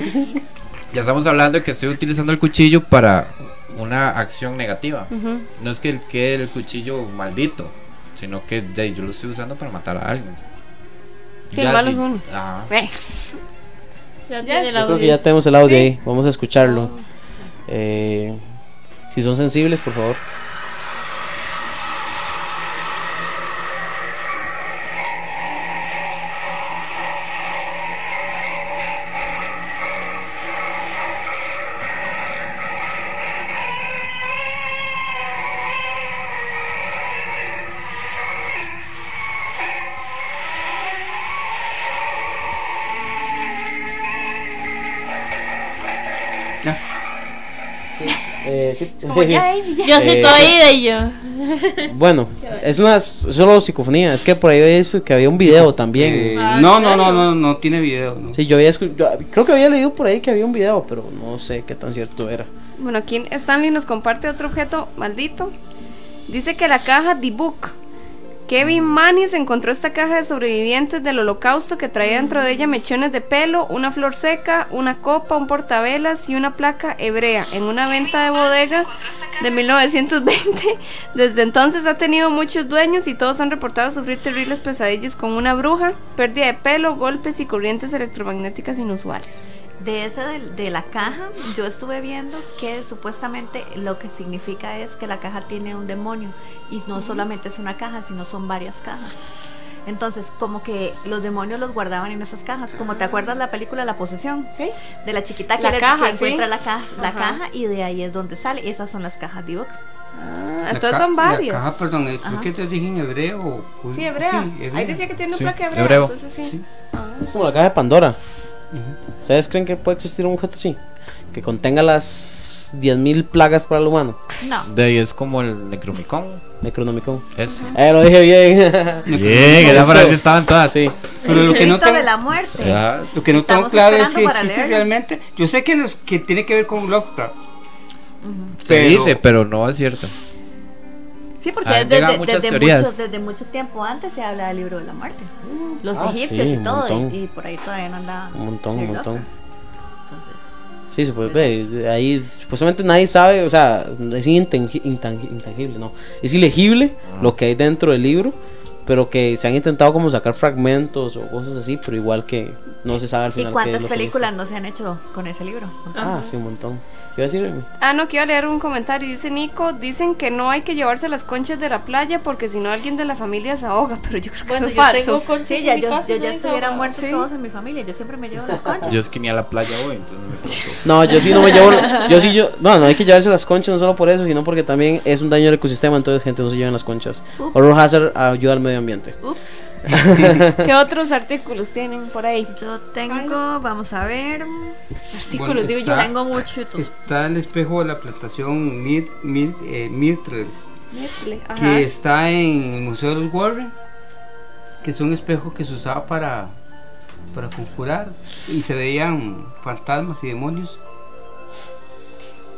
[SPEAKER 8] Ya estamos hablando de que estoy utilizando el cuchillo para una acción negativa.
[SPEAKER 4] Ujú.
[SPEAKER 8] No es que el, que el cuchillo maldito, sino que de ahí, yo lo estoy usando para matar a alguien.
[SPEAKER 3] Sí, el malo es uno.
[SPEAKER 8] Ah,
[SPEAKER 3] Eh,
[SPEAKER 4] Ya
[SPEAKER 3] Ya.
[SPEAKER 4] tiene la
[SPEAKER 5] Yo creo que ya
[SPEAKER 4] audiencia.
[SPEAKER 5] tenemos el audio
[SPEAKER 3] Sí.
[SPEAKER 5] ahí, vamos a escucharlo. Eh, si son sensibles, por favor. Eh, sí.
[SPEAKER 3] Como ya, Amy, ya.
[SPEAKER 4] Yo soy
[SPEAKER 5] Eh,
[SPEAKER 4] toda ida y yo.
[SPEAKER 5] Bueno, es una s- solo psicofonía. Es que por ahí es que había un video también.
[SPEAKER 6] Eh,
[SPEAKER 4] Ah,
[SPEAKER 6] no,
[SPEAKER 4] ¿en
[SPEAKER 6] no, no,
[SPEAKER 4] serio?
[SPEAKER 6] no, no tiene video. no.
[SPEAKER 5] Sí, yo había escu- yo creo que había leído por ahí que había un video, pero no sé qué tan cierto era.
[SPEAKER 3] Bueno, aquí Stanley nos comparte otro objeto maldito. Dice que la caja The Book. Kevin Manis encontró esta caja de sobrevivientes del holocausto que traía dentro de ella mechones de pelo, una flor seca, una copa, un portavelas y una placa hebrea en una venta de bodega de 1920. Desde entonces ha tenido muchos dueños y todos han reportado sufrir terribles pesadillas con una bruja, pérdida de pelo, golpes y corrientes electromagnéticas inusuales.
[SPEAKER 7] De ese del- de, la caja, yo estuve viendo que supuestamente lo que significa es que la caja tiene un demonio y no solamente es una caja, sino son varias cajas. Entonces, como que los demonios los guardaban en esas cajas. Como te acuerdas la película La posesión,
[SPEAKER 3] ¿Sí?
[SPEAKER 7] de la chiquita que,
[SPEAKER 3] La
[SPEAKER 7] le- que
[SPEAKER 3] caja, sí.
[SPEAKER 7] encuentra la, caja, la
[SPEAKER 3] Ajá.
[SPEAKER 7] caja y de ahí es donde sale. Esas son las cajas de Ewok.
[SPEAKER 3] Ah,
[SPEAKER 6] La
[SPEAKER 3] entonces
[SPEAKER 6] ca-
[SPEAKER 3] son
[SPEAKER 6] La
[SPEAKER 3] varias.
[SPEAKER 6] caja, perdón, eh, creo
[SPEAKER 7] Ajá.
[SPEAKER 6] que te dije en hebreo. o judío.
[SPEAKER 3] Sí, hebrea.
[SPEAKER 6] Sí, hebrea.
[SPEAKER 3] Ahí decía que tiene un
[SPEAKER 8] Sí,
[SPEAKER 3] placa hebrea,
[SPEAKER 8] hebreo.
[SPEAKER 3] entonces sí.
[SPEAKER 6] Sí.
[SPEAKER 3] Ah.
[SPEAKER 5] Es como la caja de Pandora.
[SPEAKER 6] Ujú.
[SPEAKER 5] ¿Ustedes creen que puede existir un objeto así? Que contenga las 10.000 plagas para el humano.
[SPEAKER 7] No.
[SPEAKER 8] De ahí es como el Necromicon.
[SPEAKER 5] Necronomicon.
[SPEAKER 8] Ese.
[SPEAKER 5] Eh, lo dije bien.
[SPEAKER 8] Bien, era para que estaban todas.
[SPEAKER 5] sí.
[SPEAKER 6] Pero lo que no
[SPEAKER 7] grito
[SPEAKER 6] tengo,
[SPEAKER 7] de la muerte.
[SPEAKER 8] Ajá.
[SPEAKER 6] Ah, lo que no tengo
[SPEAKER 7] Estamos
[SPEAKER 6] claro es
[SPEAKER 7] esperando
[SPEAKER 6] si
[SPEAKER 7] para
[SPEAKER 6] existe
[SPEAKER 7] leerlo.
[SPEAKER 6] realmente. Yo sé que, los, que tiene que ver con Lovecraft.
[SPEAKER 8] Se dice, pero no es cierto.
[SPEAKER 7] Sí, porque
[SPEAKER 8] Ah,
[SPEAKER 7] desde,
[SPEAKER 8] llegan
[SPEAKER 7] desde-
[SPEAKER 8] muchas
[SPEAKER 7] desde
[SPEAKER 8] teorías.
[SPEAKER 7] mucho, desde mucho tiempo antes se habla del libro de la muerte. Los
[SPEAKER 5] Ah,
[SPEAKER 7] egipcios
[SPEAKER 5] sí,
[SPEAKER 7] y
[SPEAKER 5] un
[SPEAKER 7] todo.
[SPEAKER 5] montón.
[SPEAKER 7] Y, y por ahí todavía no andaba.
[SPEAKER 5] Un montón, un
[SPEAKER 7] Sir
[SPEAKER 5] montón.
[SPEAKER 7] Lovecraft. Entonces,
[SPEAKER 5] Sí, supuestamente, ahí supuestamente nadie sabe, o sea, es intangi- intangi- intangible, no, es ilegible lo que hay dentro del libro, pero que se han intentado como sacar fragmentos o cosas así, pero igual que no se sabe al
[SPEAKER 7] ¿Y
[SPEAKER 5] final. qué es
[SPEAKER 7] cuántas
[SPEAKER 5] lo que
[SPEAKER 7] películas no se han hecho con ese libro?
[SPEAKER 5] dice. Ah, sí, un montón. ¿Qué iba a decir?
[SPEAKER 3] Ah, no, quiero leer un comentario. Dice Nico, dicen que no hay que llevarse las conchas de la playa porque si no alguien de la familia se ahoga, pero yo creo que eso
[SPEAKER 4] Bueno,
[SPEAKER 3] es
[SPEAKER 4] yo
[SPEAKER 3] falso.
[SPEAKER 4] tengo conchas
[SPEAKER 7] Sí,
[SPEAKER 4] en
[SPEAKER 7] ya,
[SPEAKER 4] mi
[SPEAKER 7] yo,
[SPEAKER 4] casa
[SPEAKER 7] yo
[SPEAKER 4] y
[SPEAKER 7] ya
[SPEAKER 4] nadie se
[SPEAKER 7] estuvieran
[SPEAKER 4] ahoga.
[SPEAKER 7] muertos
[SPEAKER 3] Sí.
[SPEAKER 7] todos en mi familia. Yo siempre me llevo las conchas.
[SPEAKER 8] Yo es que ni a la playa voy, entonces.
[SPEAKER 5] No, yo sí no me llevo, yo sí yo, no, no hay que llevarse las conchas no solo por eso, sino porque también es un daño al ecosistema, entonces gente no se lleven las conchas.
[SPEAKER 7] Ups.
[SPEAKER 5] Horror Hazard ayuda al medio ambiente.
[SPEAKER 7] Ups.
[SPEAKER 3] ¿Qué otros artículos tienen por ahí?
[SPEAKER 7] Yo tengo, vamos a ver.
[SPEAKER 3] Artículos,
[SPEAKER 6] Bueno,
[SPEAKER 3] digo yo.
[SPEAKER 6] está-
[SPEAKER 7] Tengo mucho YouTube.
[SPEAKER 6] Está el espejo de la plantación Mir, Mir- eh, Mirtles,
[SPEAKER 3] Nestlé, Ajá.
[SPEAKER 6] que está en el Museo de los Warren, que es un espejo que se usaba para, para conjurar y se veían fantasmas y demonios.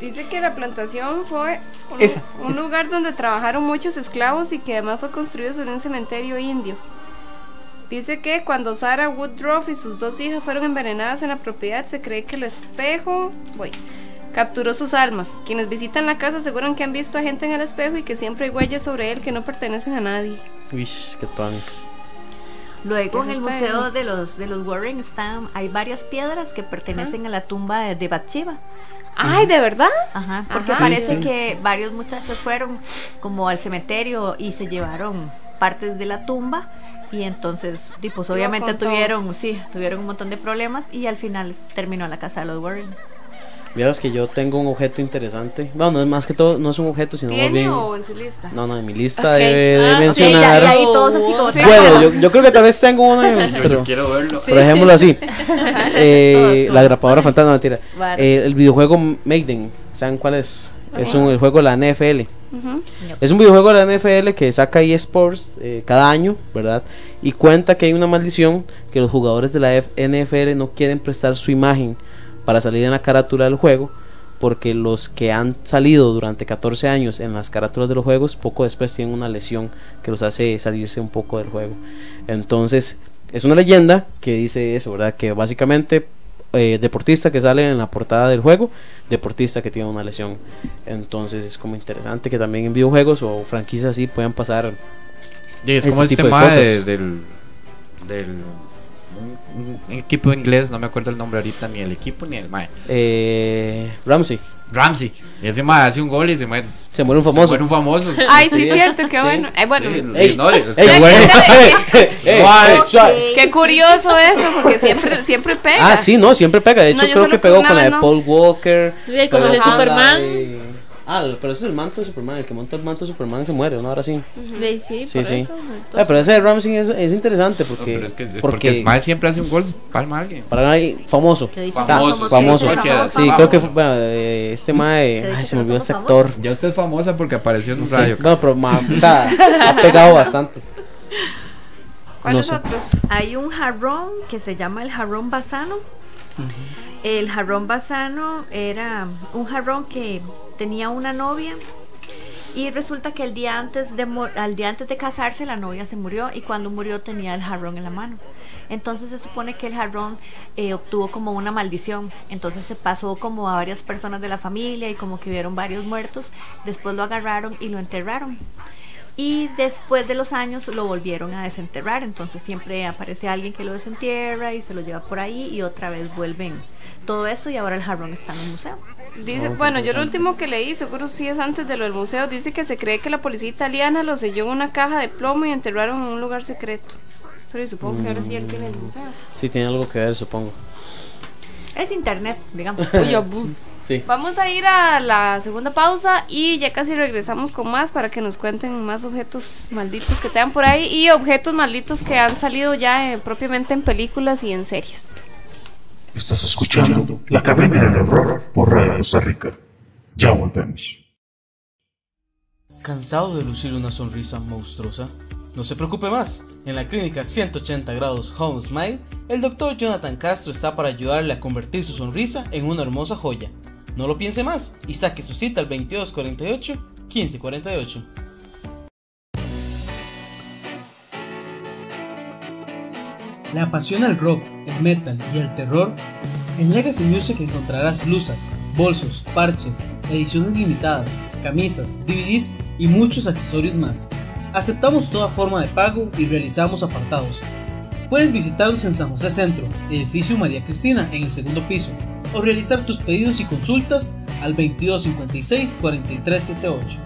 [SPEAKER 3] Dice que la plantación fue un,
[SPEAKER 6] Esa,
[SPEAKER 3] un
[SPEAKER 6] esa.
[SPEAKER 3] lugar donde trabajaron muchos esclavos y que además fue construido sobre un cementerio indio. Dice que cuando Sarah Woodruff y sus dos hijas fueron envenenadas en la propiedad, se cree que el espejo voy, capturó sus almas. Quienes visitan la casa aseguran que han visto a gente en el espejo y que siempre hay huellas sobre él que no pertenecen a nadie.
[SPEAKER 5] Uy, qué tuanes.
[SPEAKER 7] Luego en
[SPEAKER 3] Eso
[SPEAKER 7] el
[SPEAKER 3] está
[SPEAKER 7] museo
[SPEAKER 3] bien.
[SPEAKER 7] de los de los Warren están hay varias piedras que pertenecen a la tumba de, de Bathsheba.
[SPEAKER 3] ¡Ay, de verdad!
[SPEAKER 7] Ajá, porque
[SPEAKER 3] Ajá.
[SPEAKER 7] parece
[SPEAKER 6] Sí, sí.
[SPEAKER 7] que varios muchachos fueron como al cementerio y se llevaron partes de la tumba y entonces, y, pues
[SPEAKER 3] Iba
[SPEAKER 7] obviamente
[SPEAKER 3] con todo.
[SPEAKER 7] tuvieron, sí, tuvieron un montón de problemas y al final terminó en la casa de los Warren.
[SPEAKER 5] Vieras que yo tengo un objeto interesante. Bueno, no es más que todo, no es un objeto, sino más
[SPEAKER 3] ¿Tiene
[SPEAKER 5] bien.
[SPEAKER 3] o en su lista?
[SPEAKER 5] No, no, en mi lista
[SPEAKER 3] Ok.
[SPEAKER 5] debe de
[SPEAKER 4] Ah, sí,
[SPEAKER 7] Sí, ya,
[SPEAKER 5] mencionar.
[SPEAKER 7] y ahí todos así como
[SPEAKER 3] Sí.
[SPEAKER 5] Bueno, yo, yo creo que tal vez tengo uno, en-
[SPEAKER 8] Yo,
[SPEAKER 5] pero,
[SPEAKER 8] quiero verlo.
[SPEAKER 5] por ejemplo, así: Eh,
[SPEAKER 7] Todos, todos.
[SPEAKER 5] La grapadora fantasma, mentira.
[SPEAKER 7] Vale.
[SPEAKER 5] Eh, el videojuego Maiden, ¿saben cuál es? Es un, el juego de la NFL.
[SPEAKER 3] Ujú.
[SPEAKER 5] Es un videojuego de la NFL que saca eSports eh, cada año, ¿verdad? Y cuenta que hay una maldición que los jugadores de la F- NFL no quieren prestar su imagen para salir en la carátula del juego, porque los que han salido durante 14 años en las carátulas de los juegos, poco después tienen una lesión que los hace salirse un poco del juego. Entonces, es una leyenda que dice eso, ¿verdad? Que básicamente eh, deportista que sale en la portada del juego, deportista que tiene una lesión. Entonces es como interesante que también en videojuegos o franquicias así puedan pasar.
[SPEAKER 8] Y es
[SPEAKER 5] Ese
[SPEAKER 8] como este
[SPEAKER 5] tipo de
[SPEAKER 8] tema de-
[SPEAKER 5] cosas.
[SPEAKER 8] del. del. Un, un equipo inglés, no me acuerdo el nombre ahorita, ni el equipo ni el mae.
[SPEAKER 5] Eh, Ramsey,
[SPEAKER 8] Ramsey. Y ese mae hace un gol y se muere.
[SPEAKER 5] se muere un
[SPEAKER 8] Se
[SPEAKER 5] famoso.
[SPEAKER 8] muere un famoso.
[SPEAKER 3] Ay, sí, cierto, qué bueno. Eh, bueno,
[SPEAKER 8] Sí,
[SPEAKER 5] Ey,
[SPEAKER 8] no, es que
[SPEAKER 5] ¡Ey,
[SPEAKER 8] bueno.
[SPEAKER 5] ey,
[SPEAKER 8] Guay.
[SPEAKER 5] suave.
[SPEAKER 3] qué curioso eso, porque siempre, siempre pega.
[SPEAKER 5] Ah, sí, no, siempre pega. De
[SPEAKER 3] No,
[SPEAKER 5] hecho,
[SPEAKER 3] yo
[SPEAKER 5] creo
[SPEAKER 3] solo
[SPEAKER 5] que
[SPEAKER 3] con
[SPEAKER 5] pegó
[SPEAKER 3] una
[SPEAKER 5] con la de
[SPEAKER 3] mano.
[SPEAKER 5] Paul Walker.
[SPEAKER 4] Sí, como
[SPEAKER 5] pegó
[SPEAKER 4] el de
[SPEAKER 5] con la
[SPEAKER 4] Superman.
[SPEAKER 5] de- Ah, pero ese es el manto de Superman. El que monta el manto de Superman se muere, una hora así.
[SPEAKER 4] Le- Sí,
[SPEAKER 5] Sí,
[SPEAKER 4] por
[SPEAKER 5] sí.
[SPEAKER 4] eso,
[SPEAKER 5] Ah,
[SPEAKER 4] entonces-
[SPEAKER 5] pero ese de Ramsey es, es interesante
[SPEAKER 8] No,
[SPEAKER 5] porque.
[SPEAKER 8] pero es que es-
[SPEAKER 5] porque-
[SPEAKER 8] porque el mae siempre hace un gol, palma a alguien.
[SPEAKER 5] Para nadie, famoso.
[SPEAKER 7] Que dicho
[SPEAKER 5] Está,
[SPEAKER 8] Famoso,
[SPEAKER 7] somos-
[SPEAKER 5] famoso.
[SPEAKER 7] que dicho
[SPEAKER 8] cualquiera,
[SPEAKER 7] somos
[SPEAKER 5] Sí, creo que fue,
[SPEAKER 7] famosos.
[SPEAKER 5] bueno, eh, este
[SPEAKER 7] Te
[SPEAKER 5] mae,
[SPEAKER 7] dice
[SPEAKER 5] ay, se me
[SPEAKER 7] que no
[SPEAKER 5] olvidó este
[SPEAKER 7] somos
[SPEAKER 5] actor.
[SPEAKER 8] Ya usted es famosa porque apareció en un
[SPEAKER 5] Sí,
[SPEAKER 8] radio.
[SPEAKER 5] No, pero ma- o sea, ha pegado bastante.
[SPEAKER 3] ¿Cuáles
[SPEAKER 5] no sé.
[SPEAKER 3] otros?
[SPEAKER 7] Hay un jarrón que se llama el jarrón basano. El jarrón basano era un jarrón que tenía una novia y resulta que el día antes de mu- al día antes de casarse la novia se murió y cuando murió tenía el jarrón en la mano. Entonces se supone que el jarrón eh, obtuvo como una maldición. Entonces se pasó como a varias personas de la familia y como que vieron varios muertos. Después lo agarraron y lo enterraron. Y después de los años lo volvieron a desenterrar, entonces siempre aparece alguien que lo desentierra y se lo lleva por ahí y otra vez vuelven todo eso y ahora el jarrón está en un museo.
[SPEAKER 3] Dice, bueno, yo lo último que leí, seguro sí es antes de lo del museo, dice que se cree que la policía italiana lo selló en una caja de plomo y enterraron en un lugar secreto. Pero yo supongo que ahora sí él tiene el museo.
[SPEAKER 5] Sí, tiene algo que ver, supongo.
[SPEAKER 7] Es internet, digamos.
[SPEAKER 3] Uy, abu.
[SPEAKER 5] Sí.
[SPEAKER 3] Vamos a ir a la segunda pausa y ya casi regresamos con más para que nos cuenten más objetos malditos que tengan por ahí y objetos malditos que han salido ya eh, propiamente en películas y en series.
[SPEAKER 2] Estás escuchando La Cabina del Horror por Radio Costa Rica. Ya volvemos.
[SPEAKER 11] ¿Cansado de lucir una sonrisa monstruosa? No se preocupe más. En la clínica 180 grados Home Smile, el doctor Jonathan Castro está para ayudarle a convertir su sonrisa en una hermosa joya. No lo piense más y saque su cita al 2248 1548. ¿Le apasiona el rock, el metal y el terror? En Legacy Music encontrarás blusas, bolsos, parches, ediciones limitadas, camisas, DVDs y muchos accesorios más. Aceptamos toda forma de pago y realizamos apartados. Puedes visitarnos en San José Centro, edificio María Cristina, en el segundo piso, o realizar tus pedidos y consultas al 2256-4378.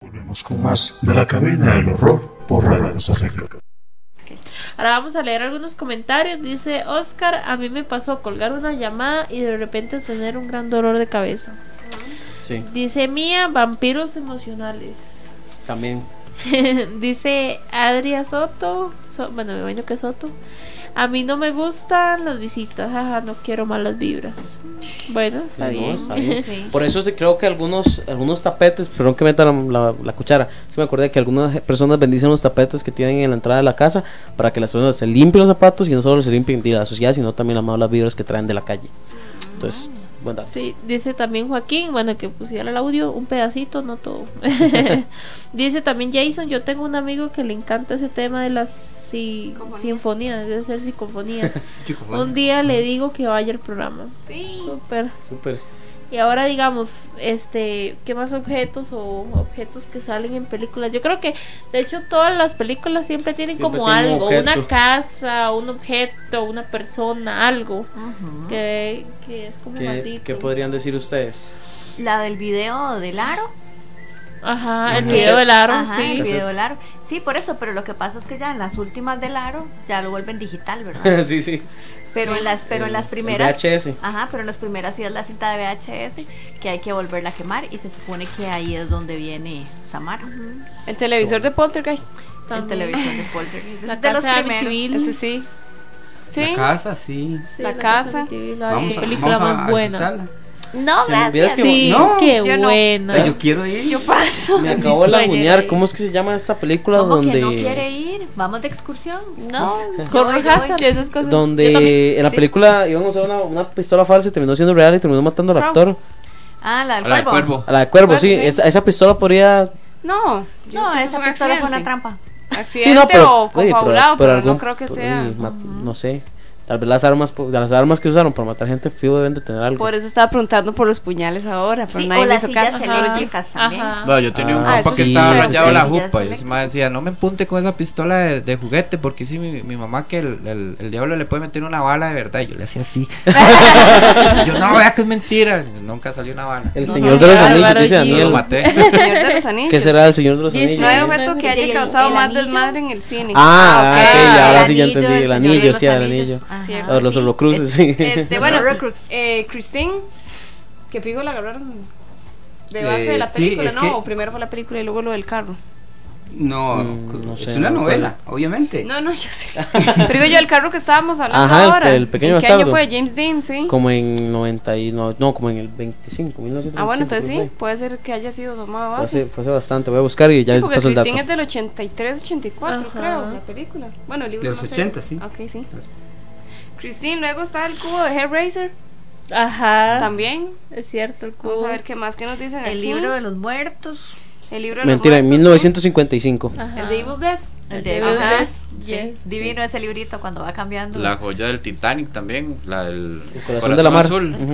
[SPEAKER 2] Volvemos con más de La Cabina del Horror por Radio Costa Rica.
[SPEAKER 4] Ahora vamos a leer algunos comentarios. Dice Oscar, a mí me pasó colgar una llamada y de repente tener un gran dolor de cabeza.
[SPEAKER 5] Sí,
[SPEAKER 4] Dice Mía, vampiros emocionales.
[SPEAKER 5] también.
[SPEAKER 4] Dice Adria Soto, So- bueno, me imagino que es Soto. A mí no me gustan las visitas, jaja, no quiero malas vibras. Bueno, está
[SPEAKER 5] No,
[SPEAKER 4] bien.
[SPEAKER 5] está bien.
[SPEAKER 7] Sí.
[SPEAKER 5] Por eso sí creo que algunos algunos tapetes, perdón que metan la, la cuchara, sí me acordé que algunas personas bendicen los tapetes que tienen en la entrada de la casa para que las personas se limpien los zapatos y no solo se limpien de la sociedad, sino también las malas vibras que traen de la calle. Entonces, buen dato.
[SPEAKER 4] Sí, dice también Joaquín, bueno, que pusiera el audio un pedacito, no todo. dice también Jason, yo tengo un amigo que le encanta ese tema de las si-
[SPEAKER 3] Sinfonías.
[SPEAKER 4] sinfonías, debe ser psicofonías.
[SPEAKER 6] Chico, fue-
[SPEAKER 4] un día le digo que vaya al programa.
[SPEAKER 3] Sí.
[SPEAKER 4] Súper.
[SPEAKER 5] Súper.
[SPEAKER 4] Y ahora digamos, este, ¿qué más objetos o objetos que salen en películas? Yo creo que, de hecho, todas las películas siempre tienen
[SPEAKER 5] Siempre
[SPEAKER 4] como
[SPEAKER 5] tienen un
[SPEAKER 4] algo,
[SPEAKER 5] objeto.
[SPEAKER 4] una casa, un objeto, una persona, algo
[SPEAKER 7] Ujú.
[SPEAKER 4] que, que es como
[SPEAKER 5] ¿Qué,
[SPEAKER 4] maldito.
[SPEAKER 5] qué podrían decir ustedes?
[SPEAKER 7] La del video del aro.
[SPEAKER 4] Ajá, el
[SPEAKER 5] Ajá.
[SPEAKER 4] video del aro,
[SPEAKER 7] Ajá, el
[SPEAKER 4] sí.
[SPEAKER 7] video del aro. Sí, por eso, pero lo que pasa es que ya en las últimas del aro ya lo vuelven digital, ¿verdad?
[SPEAKER 5] sí, sí.
[SPEAKER 7] Pero en las, pero en
[SPEAKER 5] El-
[SPEAKER 7] las
[SPEAKER 5] el
[SPEAKER 7] primeras.
[SPEAKER 5] VHS.
[SPEAKER 7] Ajá, pero en las primeras sí es la cinta de VHS que hay que volverla a quemar y se supone que ahí es donde viene Samara,
[SPEAKER 3] El televisor de Poltergeist.
[SPEAKER 7] el
[SPEAKER 4] También.
[SPEAKER 7] televisor de Poltergeist.
[SPEAKER 4] La
[SPEAKER 7] Es de los
[SPEAKER 4] casa de
[SPEAKER 7] primeros.
[SPEAKER 4] Amityville.
[SPEAKER 3] Ese sí. Sí.
[SPEAKER 6] La casa, sí.
[SPEAKER 4] Sí,
[SPEAKER 3] La casa.
[SPEAKER 4] de Amityville, la
[SPEAKER 6] Vamos a,
[SPEAKER 4] película
[SPEAKER 6] vamos a-
[SPEAKER 4] más
[SPEAKER 6] a
[SPEAKER 4] buena.
[SPEAKER 6] visitarla.
[SPEAKER 7] No,
[SPEAKER 5] Sí, vieras
[SPEAKER 7] gracias.
[SPEAKER 5] que-
[SPEAKER 4] Sí,
[SPEAKER 6] No,
[SPEAKER 4] qué
[SPEAKER 3] yo no.
[SPEAKER 4] buena.
[SPEAKER 6] Ay, yo quiero ir.
[SPEAKER 3] Yo paso.
[SPEAKER 5] Me acabo de
[SPEAKER 4] Sueño
[SPEAKER 5] lagunear.
[SPEAKER 4] de-
[SPEAKER 5] ¿Cómo es que se llama esta película
[SPEAKER 7] ¿Cómo
[SPEAKER 5] donde
[SPEAKER 7] que no quiere ir? Vamos de excursión.
[SPEAKER 3] No.
[SPEAKER 4] Con
[SPEAKER 7] Yo- yo-
[SPEAKER 4] Hazard.
[SPEAKER 3] Y esas cosas. Yo también.
[SPEAKER 5] donde en la
[SPEAKER 7] sí.
[SPEAKER 5] película iban a usar una, una pistola falsa y terminó siendo real y terminó matando al
[SPEAKER 3] Wow.
[SPEAKER 5] actor.
[SPEAKER 7] Ah, la del
[SPEAKER 8] Hola, el
[SPEAKER 7] cuervo.
[SPEAKER 8] cuervo.
[SPEAKER 5] A la de cuervo,
[SPEAKER 3] Bueno,
[SPEAKER 5] sí.
[SPEAKER 3] sí.
[SPEAKER 5] Esa, esa pistola podría.
[SPEAKER 3] No. yo creo
[SPEAKER 7] No,
[SPEAKER 3] que eso
[SPEAKER 7] esa
[SPEAKER 3] es un
[SPEAKER 7] pistola fue una
[SPEAKER 3] accidente.
[SPEAKER 7] trampa.
[SPEAKER 3] Accidente
[SPEAKER 5] Sí, no, pero.
[SPEAKER 3] o
[SPEAKER 5] oye, pero-
[SPEAKER 3] confabulado, pero,
[SPEAKER 5] pero
[SPEAKER 3] no
[SPEAKER 5] algún-
[SPEAKER 3] creo que
[SPEAKER 5] pero,
[SPEAKER 3] sea.
[SPEAKER 5] uy, ma- No sé. Tal vez las armas, po- las armas que usaron para matar gente fijo deben de tener algo.
[SPEAKER 3] Por eso estaba preguntando por los puñales ahora, pero
[SPEAKER 7] Sí,
[SPEAKER 3] nadie
[SPEAKER 7] o
[SPEAKER 3] me
[SPEAKER 7] las
[SPEAKER 3] hizo
[SPEAKER 7] sillas
[SPEAKER 3] caso. Solo yo.
[SPEAKER 7] eléctricas también.
[SPEAKER 4] Ajá.
[SPEAKER 8] Bueno, yo tenía un
[SPEAKER 5] Ah,
[SPEAKER 8] compa
[SPEAKER 3] eso
[SPEAKER 8] que
[SPEAKER 3] sí,
[SPEAKER 8] estaba
[SPEAKER 3] pero
[SPEAKER 8] rayado
[SPEAKER 3] sí.
[SPEAKER 8] la
[SPEAKER 7] Ya
[SPEAKER 8] jupa y
[SPEAKER 7] se
[SPEAKER 8] ese mae decía, no me apunte con esa pistola de, de juguete porque si mi, mi mamá que el, el- el diablo le puede meter una bala de verdad y yo le hacía así. Y yo no, vea que es mentira. Nunca salió una bala.
[SPEAKER 3] Pues,
[SPEAKER 5] el
[SPEAKER 7] no,
[SPEAKER 5] señor
[SPEAKER 4] no,
[SPEAKER 5] de los
[SPEAKER 4] no,
[SPEAKER 5] anillos,
[SPEAKER 4] Álvaro
[SPEAKER 5] dice
[SPEAKER 4] G.
[SPEAKER 8] No
[SPEAKER 5] Daniel.
[SPEAKER 8] lo maté.
[SPEAKER 3] El señor de los anillos.
[SPEAKER 5] ¿Qué será el señor de los
[SPEAKER 4] Yes,
[SPEAKER 5] anillos?
[SPEAKER 3] No hay
[SPEAKER 4] no,
[SPEAKER 3] objeto
[SPEAKER 4] no,
[SPEAKER 3] que
[SPEAKER 4] no,
[SPEAKER 3] haya
[SPEAKER 7] el-
[SPEAKER 3] causado
[SPEAKER 7] el
[SPEAKER 3] más
[SPEAKER 7] anillo.
[SPEAKER 3] desmadre en el cine.
[SPEAKER 5] Ah,
[SPEAKER 3] ok.
[SPEAKER 5] ok, ya, ahora sí ya
[SPEAKER 7] anillo,
[SPEAKER 5] entendí. El
[SPEAKER 7] señor
[SPEAKER 5] anillo,
[SPEAKER 7] de los
[SPEAKER 5] sí, el
[SPEAKER 7] anillos.
[SPEAKER 5] anillo.
[SPEAKER 7] Ajá.
[SPEAKER 3] Cierto.
[SPEAKER 5] O los horrocruces, sí.
[SPEAKER 3] Este, bueno,
[SPEAKER 7] Los Horcrux.
[SPEAKER 3] eh, Christine, que fijo la agarraron de base
[SPEAKER 6] Eh,
[SPEAKER 3] de la
[SPEAKER 6] sí,
[SPEAKER 3] película,
[SPEAKER 6] es
[SPEAKER 3] ¿no?
[SPEAKER 6] que-
[SPEAKER 3] O primero fue la película y luego lo del carro.
[SPEAKER 6] No,
[SPEAKER 5] Mm, no
[SPEAKER 6] es
[SPEAKER 5] sé,
[SPEAKER 6] una
[SPEAKER 5] no me
[SPEAKER 6] novela, obviamente.
[SPEAKER 3] No, no, yo sé. Pero digo yo, el carro que estábamos hablando
[SPEAKER 5] Ajá, el-
[SPEAKER 3] ahora.
[SPEAKER 5] el pequeño
[SPEAKER 3] ¿En qué
[SPEAKER 5] bastardo.
[SPEAKER 3] año fue? James Dean, sí.
[SPEAKER 5] Como en 99, no, como en el 25, 1925.
[SPEAKER 3] Ah, bueno, entonces
[SPEAKER 5] creo
[SPEAKER 3] sí,
[SPEAKER 5] que
[SPEAKER 3] puede ser que haya sido tomado
[SPEAKER 5] Fue
[SPEAKER 3] base.
[SPEAKER 5] hace, fue hace bastante, voy a buscar y ya
[SPEAKER 3] Sí,
[SPEAKER 5] les
[SPEAKER 3] porque
[SPEAKER 5] paso el dato.
[SPEAKER 3] Christine es del 83, 84,
[SPEAKER 4] Ajá.
[SPEAKER 3] creo, la película. Bueno, el libro
[SPEAKER 6] De los
[SPEAKER 3] no sé.
[SPEAKER 6] 80, sí.
[SPEAKER 3] Ok, sí. Christine, luego está el cubo de Hellraiser.
[SPEAKER 4] Ajá.
[SPEAKER 3] También.
[SPEAKER 4] Es cierto, el cubo.
[SPEAKER 3] Vamos a ver qué más que nos dicen aquí.
[SPEAKER 7] El libro de los muertos.
[SPEAKER 3] El libro de los
[SPEAKER 5] Mentira, en
[SPEAKER 3] muertos, ¿no?
[SPEAKER 5] 1955.
[SPEAKER 4] Ajá.
[SPEAKER 3] El de Evil Death.
[SPEAKER 7] El
[SPEAKER 4] de
[SPEAKER 7] de
[SPEAKER 4] Evil
[SPEAKER 7] Ajá,
[SPEAKER 4] Dead,
[SPEAKER 7] sí.
[SPEAKER 4] yes.
[SPEAKER 7] Divino ese librito cuando va cambiando.
[SPEAKER 8] La joya del Titanic también, la del
[SPEAKER 5] El corazón, de la mar.
[SPEAKER 8] azul.
[SPEAKER 5] Ujú.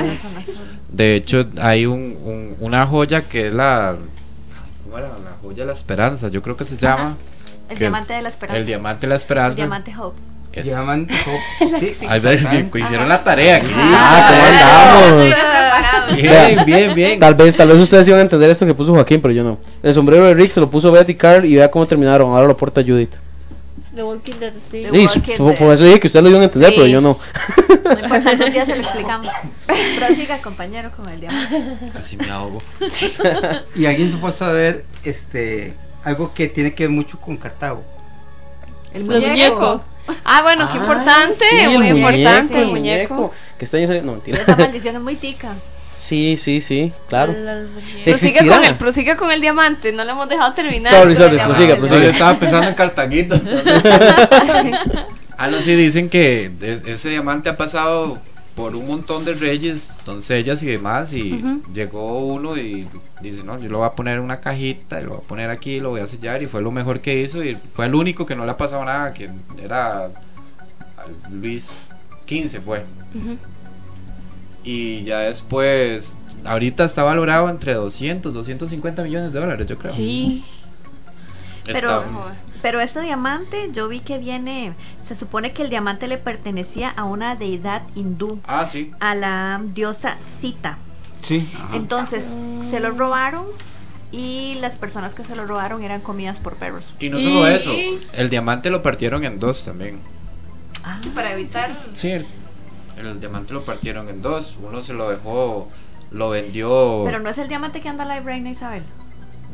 [SPEAKER 8] De hecho, hay un, un- una joya que es la. ¿Cómo era? La joya de la esperanza, yo creo que se llama.
[SPEAKER 7] El
[SPEAKER 8] que-
[SPEAKER 7] diamante de la esperanza.
[SPEAKER 8] El diamante de la esperanza.
[SPEAKER 7] El diamante Hope.
[SPEAKER 8] Es-
[SPEAKER 6] Llaman.
[SPEAKER 8] Ay, ves, hicieron la tarea. que sí.
[SPEAKER 5] Ah, ¿cómo andamos?
[SPEAKER 8] Bien, bien, bien.
[SPEAKER 5] Tal vez, tal vez ustedes iban a entender esto que puso Joaquín, pero yo no. El sombrero de Rick se lo puso Betty Carl y vea cómo terminaron. Ahora lo porta Judith.
[SPEAKER 4] The Walking Dead, sí.
[SPEAKER 7] The
[SPEAKER 5] Y
[SPEAKER 7] Walking
[SPEAKER 5] su- por,
[SPEAKER 7] Dead.
[SPEAKER 5] por eso dije que ustedes lo iban a entender,
[SPEAKER 3] Sí.
[SPEAKER 5] pero yo no.
[SPEAKER 7] No importa, algún día se lo explicamos. Prosiga, compañero, con el diamante.
[SPEAKER 8] Casi me ahogo.
[SPEAKER 6] Y alguien supuesto a ver este, algo que tiene que ver mucho con Cartago.
[SPEAKER 7] El
[SPEAKER 4] Los muñecos.
[SPEAKER 3] Ah, bueno, qué importante.
[SPEAKER 5] Ah, sí, el
[SPEAKER 3] muy
[SPEAKER 5] muñeco,
[SPEAKER 3] importante el
[SPEAKER 5] el
[SPEAKER 3] muñeco.
[SPEAKER 5] Que este año salió- No, mentira.
[SPEAKER 7] Esa maldición es muy tica.
[SPEAKER 5] Sí, sí, sí, claro.
[SPEAKER 3] Prosiga
[SPEAKER 5] ¿Existirá?
[SPEAKER 3] con, el, prosiga con el diamante, no lo hemos dejado terminar.
[SPEAKER 5] Sorry, sorry,
[SPEAKER 3] Ya va.
[SPEAKER 5] prosiga,
[SPEAKER 8] No,
[SPEAKER 5] prosiga.
[SPEAKER 8] yo estaba pensando en Cartaguito. ah, no, sí, dicen que es- ese diamante ha pasado por un montón de reyes, doncellas y demás. Y llegó uno y dice: No, yo lo voy a poner en una cajita, y lo voy a poner aquí, lo voy a sellar. Y fue lo mejor que hizo. Y fue el único que no le ha pasado nada, que era al Luis XV, fue. Y ya después, ahorita está valorado entre 200, 250 millones de dólares, yo creo.
[SPEAKER 3] Sí.
[SPEAKER 7] Pero-
[SPEAKER 8] Está-
[SPEAKER 7] Pero este diamante, yo vi que viene. Se supone que el diamante le pertenecía a una deidad hindú,
[SPEAKER 8] Ah, sí. Ah.
[SPEAKER 7] a la diosa Sita.
[SPEAKER 6] Sí.
[SPEAKER 7] Entonces, se lo robaron y las personas que se lo robaron eran comidas por perros.
[SPEAKER 8] Y no solo
[SPEAKER 4] Y-
[SPEAKER 8] eso, el diamante lo partieron en dos también.
[SPEAKER 3] Para evitar.
[SPEAKER 8] Sí, el, el diamante lo partieron en dos. Uno se lo dejó, lo vendió.
[SPEAKER 7] Pero no es el diamante que anda la reina Isabel.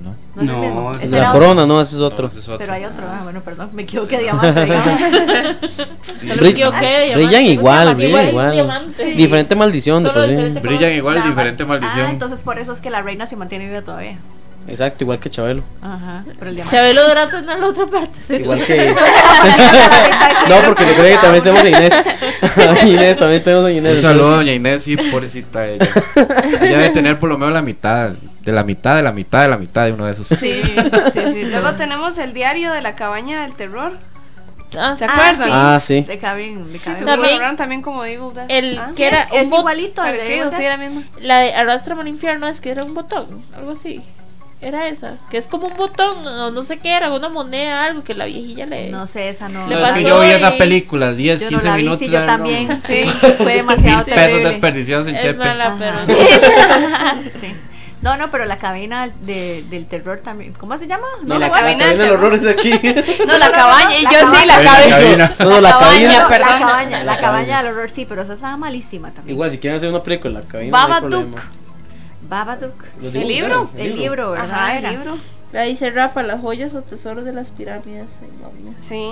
[SPEAKER 8] No.
[SPEAKER 7] No, es el
[SPEAKER 6] No,
[SPEAKER 7] mismo.
[SPEAKER 6] es
[SPEAKER 7] Ese
[SPEAKER 5] La
[SPEAKER 7] era
[SPEAKER 5] corona, no, ese es
[SPEAKER 8] No,
[SPEAKER 5] otro.
[SPEAKER 8] ese es
[SPEAKER 7] otro.
[SPEAKER 8] otro.
[SPEAKER 7] Pero hay otro. Ah, bueno, perdón, me equivoqué de diamante. digamos.
[SPEAKER 4] Solo
[SPEAKER 5] Bri-
[SPEAKER 4] me equivoqué de diamante.
[SPEAKER 5] brillan igual,
[SPEAKER 4] Diamante,
[SPEAKER 5] brillan
[SPEAKER 4] igual es
[SPEAKER 5] igual.
[SPEAKER 4] diamante.
[SPEAKER 7] Sí.
[SPEAKER 5] Diferente maldición. de
[SPEAKER 4] Solo
[SPEAKER 5] por sí.
[SPEAKER 4] diferente color.
[SPEAKER 8] Brillan igual,
[SPEAKER 7] Nada más.
[SPEAKER 8] diferente maldición.
[SPEAKER 7] Ah, entonces por eso es que la reina se mantiene viva todavía.
[SPEAKER 5] Exacto, igual que Chabelo.
[SPEAKER 7] Ajá, pero el diamante.
[SPEAKER 4] Chabelo Durán tendrá la otra parte. ¿sí?
[SPEAKER 5] Igual que. no, porque le creo que también tenemos a Inés. A Inés, también tenemos a Inés.
[SPEAKER 8] Un saludo,
[SPEAKER 5] entonces-
[SPEAKER 8] doña Inés, sí, pobrecita ella. Ella debe tener por lo menos la mitad, de la mitad, de la mitad, de la mitad de uno de esos.
[SPEAKER 7] Sí, sí, sí.
[SPEAKER 3] Luego tenemos el diario de la cabaña del terror.
[SPEAKER 4] Ah,
[SPEAKER 3] ¿Se acuerdan?
[SPEAKER 5] Ah, sí.
[SPEAKER 7] De Cabin, de
[SPEAKER 3] Sí,
[SPEAKER 7] Cabin.
[SPEAKER 3] se
[SPEAKER 4] También-
[SPEAKER 3] coloraron también como Evil Dead.
[SPEAKER 4] el
[SPEAKER 3] Ah,
[SPEAKER 4] que era
[SPEAKER 7] es,
[SPEAKER 4] un
[SPEAKER 7] es
[SPEAKER 4] bot-
[SPEAKER 7] igualito al de
[SPEAKER 3] Parecido,
[SPEAKER 7] Evil
[SPEAKER 3] sí,
[SPEAKER 7] Dead.
[SPEAKER 3] era mismo.
[SPEAKER 4] La de Arrastrame al infierno es que era un botón, algo así. Era esa, que es como un botón, no, no sé qué era, una moneda, algo que la viejilla le.
[SPEAKER 7] No sé, esa no.
[SPEAKER 4] Le
[SPEAKER 8] No, es que
[SPEAKER 4] pasó
[SPEAKER 8] yo vi
[SPEAKER 4] y-
[SPEAKER 8] esa película, 10,
[SPEAKER 7] Yo no
[SPEAKER 8] 15
[SPEAKER 7] la vi,
[SPEAKER 8] minutos.
[SPEAKER 7] sí,
[SPEAKER 8] ya
[SPEAKER 7] yo
[SPEAKER 8] no-
[SPEAKER 7] también.
[SPEAKER 3] Sí.
[SPEAKER 7] Sí, fue demasiado
[SPEAKER 8] Mil pesos
[SPEAKER 7] terrible.
[SPEAKER 8] desperdiciados en
[SPEAKER 4] Es
[SPEAKER 8] Chepe.
[SPEAKER 4] mala,
[SPEAKER 7] Ajá.
[SPEAKER 4] pero.
[SPEAKER 7] Sí. No, no, pero la cabina de- del terror también. ¿Cómo se llama?
[SPEAKER 3] No, la
[SPEAKER 7] me acuerdo.
[SPEAKER 3] cabina del
[SPEAKER 5] También el
[SPEAKER 3] terror.
[SPEAKER 5] horror es aquí.
[SPEAKER 3] No, la
[SPEAKER 7] no, no,
[SPEAKER 3] cabaña. Y
[SPEAKER 7] la
[SPEAKER 3] yo sí, la
[SPEAKER 8] cabaña. La
[SPEAKER 3] cabaña.
[SPEAKER 8] cabina.
[SPEAKER 5] No, no, la
[SPEAKER 7] No,
[SPEAKER 5] cabina.
[SPEAKER 7] no,
[SPEAKER 3] perdón.
[SPEAKER 7] La cabaña,
[SPEAKER 5] La cabaña.
[SPEAKER 7] la cabaña del horror, sí, pero esa estaba malísima también.
[SPEAKER 5] Igual, si quieren hacer una película, la cabina. No hay
[SPEAKER 3] Babadook.
[SPEAKER 5] problema.
[SPEAKER 7] Babadook.
[SPEAKER 5] Los
[SPEAKER 3] ¿El
[SPEAKER 5] dibujos
[SPEAKER 3] libro?
[SPEAKER 5] eran,
[SPEAKER 7] El libro, ¿verdad?
[SPEAKER 3] Ajá, el
[SPEAKER 7] Era.
[SPEAKER 3] libro.
[SPEAKER 4] Ahí dice Rafa, las joyas o tesoros de las pirámides. Ay, mamá mía.
[SPEAKER 3] Sí.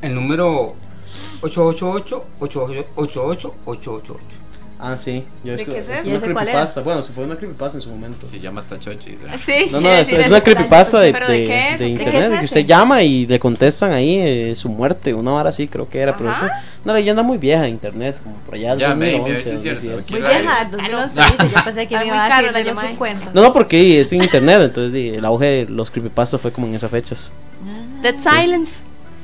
[SPEAKER 6] El número 888-888-888.
[SPEAKER 5] Ah, sí. Yo
[SPEAKER 3] ¿De
[SPEAKER 5] escri-
[SPEAKER 3] qué es
[SPEAKER 5] es
[SPEAKER 3] eso?
[SPEAKER 5] una
[SPEAKER 7] ¿Y ese cuál era?
[SPEAKER 5] creepypasta. Bueno, se fue una creepypasta en su momento.
[SPEAKER 8] Se llama hasta Chochi. dice.
[SPEAKER 3] Sí.
[SPEAKER 5] No, no, es, es una creepypasta de,
[SPEAKER 3] ¿Pero de
[SPEAKER 5] de-
[SPEAKER 3] qué es?
[SPEAKER 5] de
[SPEAKER 3] ¿De
[SPEAKER 7] qué
[SPEAKER 5] internet.
[SPEAKER 7] es
[SPEAKER 5] que
[SPEAKER 7] ese?
[SPEAKER 5] usted llama y le contestan ahí eh, su muerte. Una hora así creo que era. Pero
[SPEAKER 3] Ajá.
[SPEAKER 5] eso es una leyenda muy vieja de internet. Como por allá del
[SPEAKER 8] Ya, maybe,
[SPEAKER 5] 2011,
[SPEAKER 8] a ver si es cierto,
[SPEAKER 5] 2010.
[SPEAKER 8] aquí.
[SPEAKER 7] Muy
[SPEAKER 8] Claro.
[SPEAKER 7] vieja, 2011. dice, Yo pensé que me
[SPEAKER 3] Ah, Está muy
[SPEAKER 7] iba a
[SPEAKER 3] caro
[SPEAKER 7] decir
[SPEAKER 3] la
[SPEAKER 7] de los
[SPEAKER 3] llamada.
[SPEAKER 7] 50.
[SPEAKER 5] No, no, porque es en internet. Entonces di, el auge de los creepypastas fue como en esas fechas.
[SPEAKER 3] Dead Silence.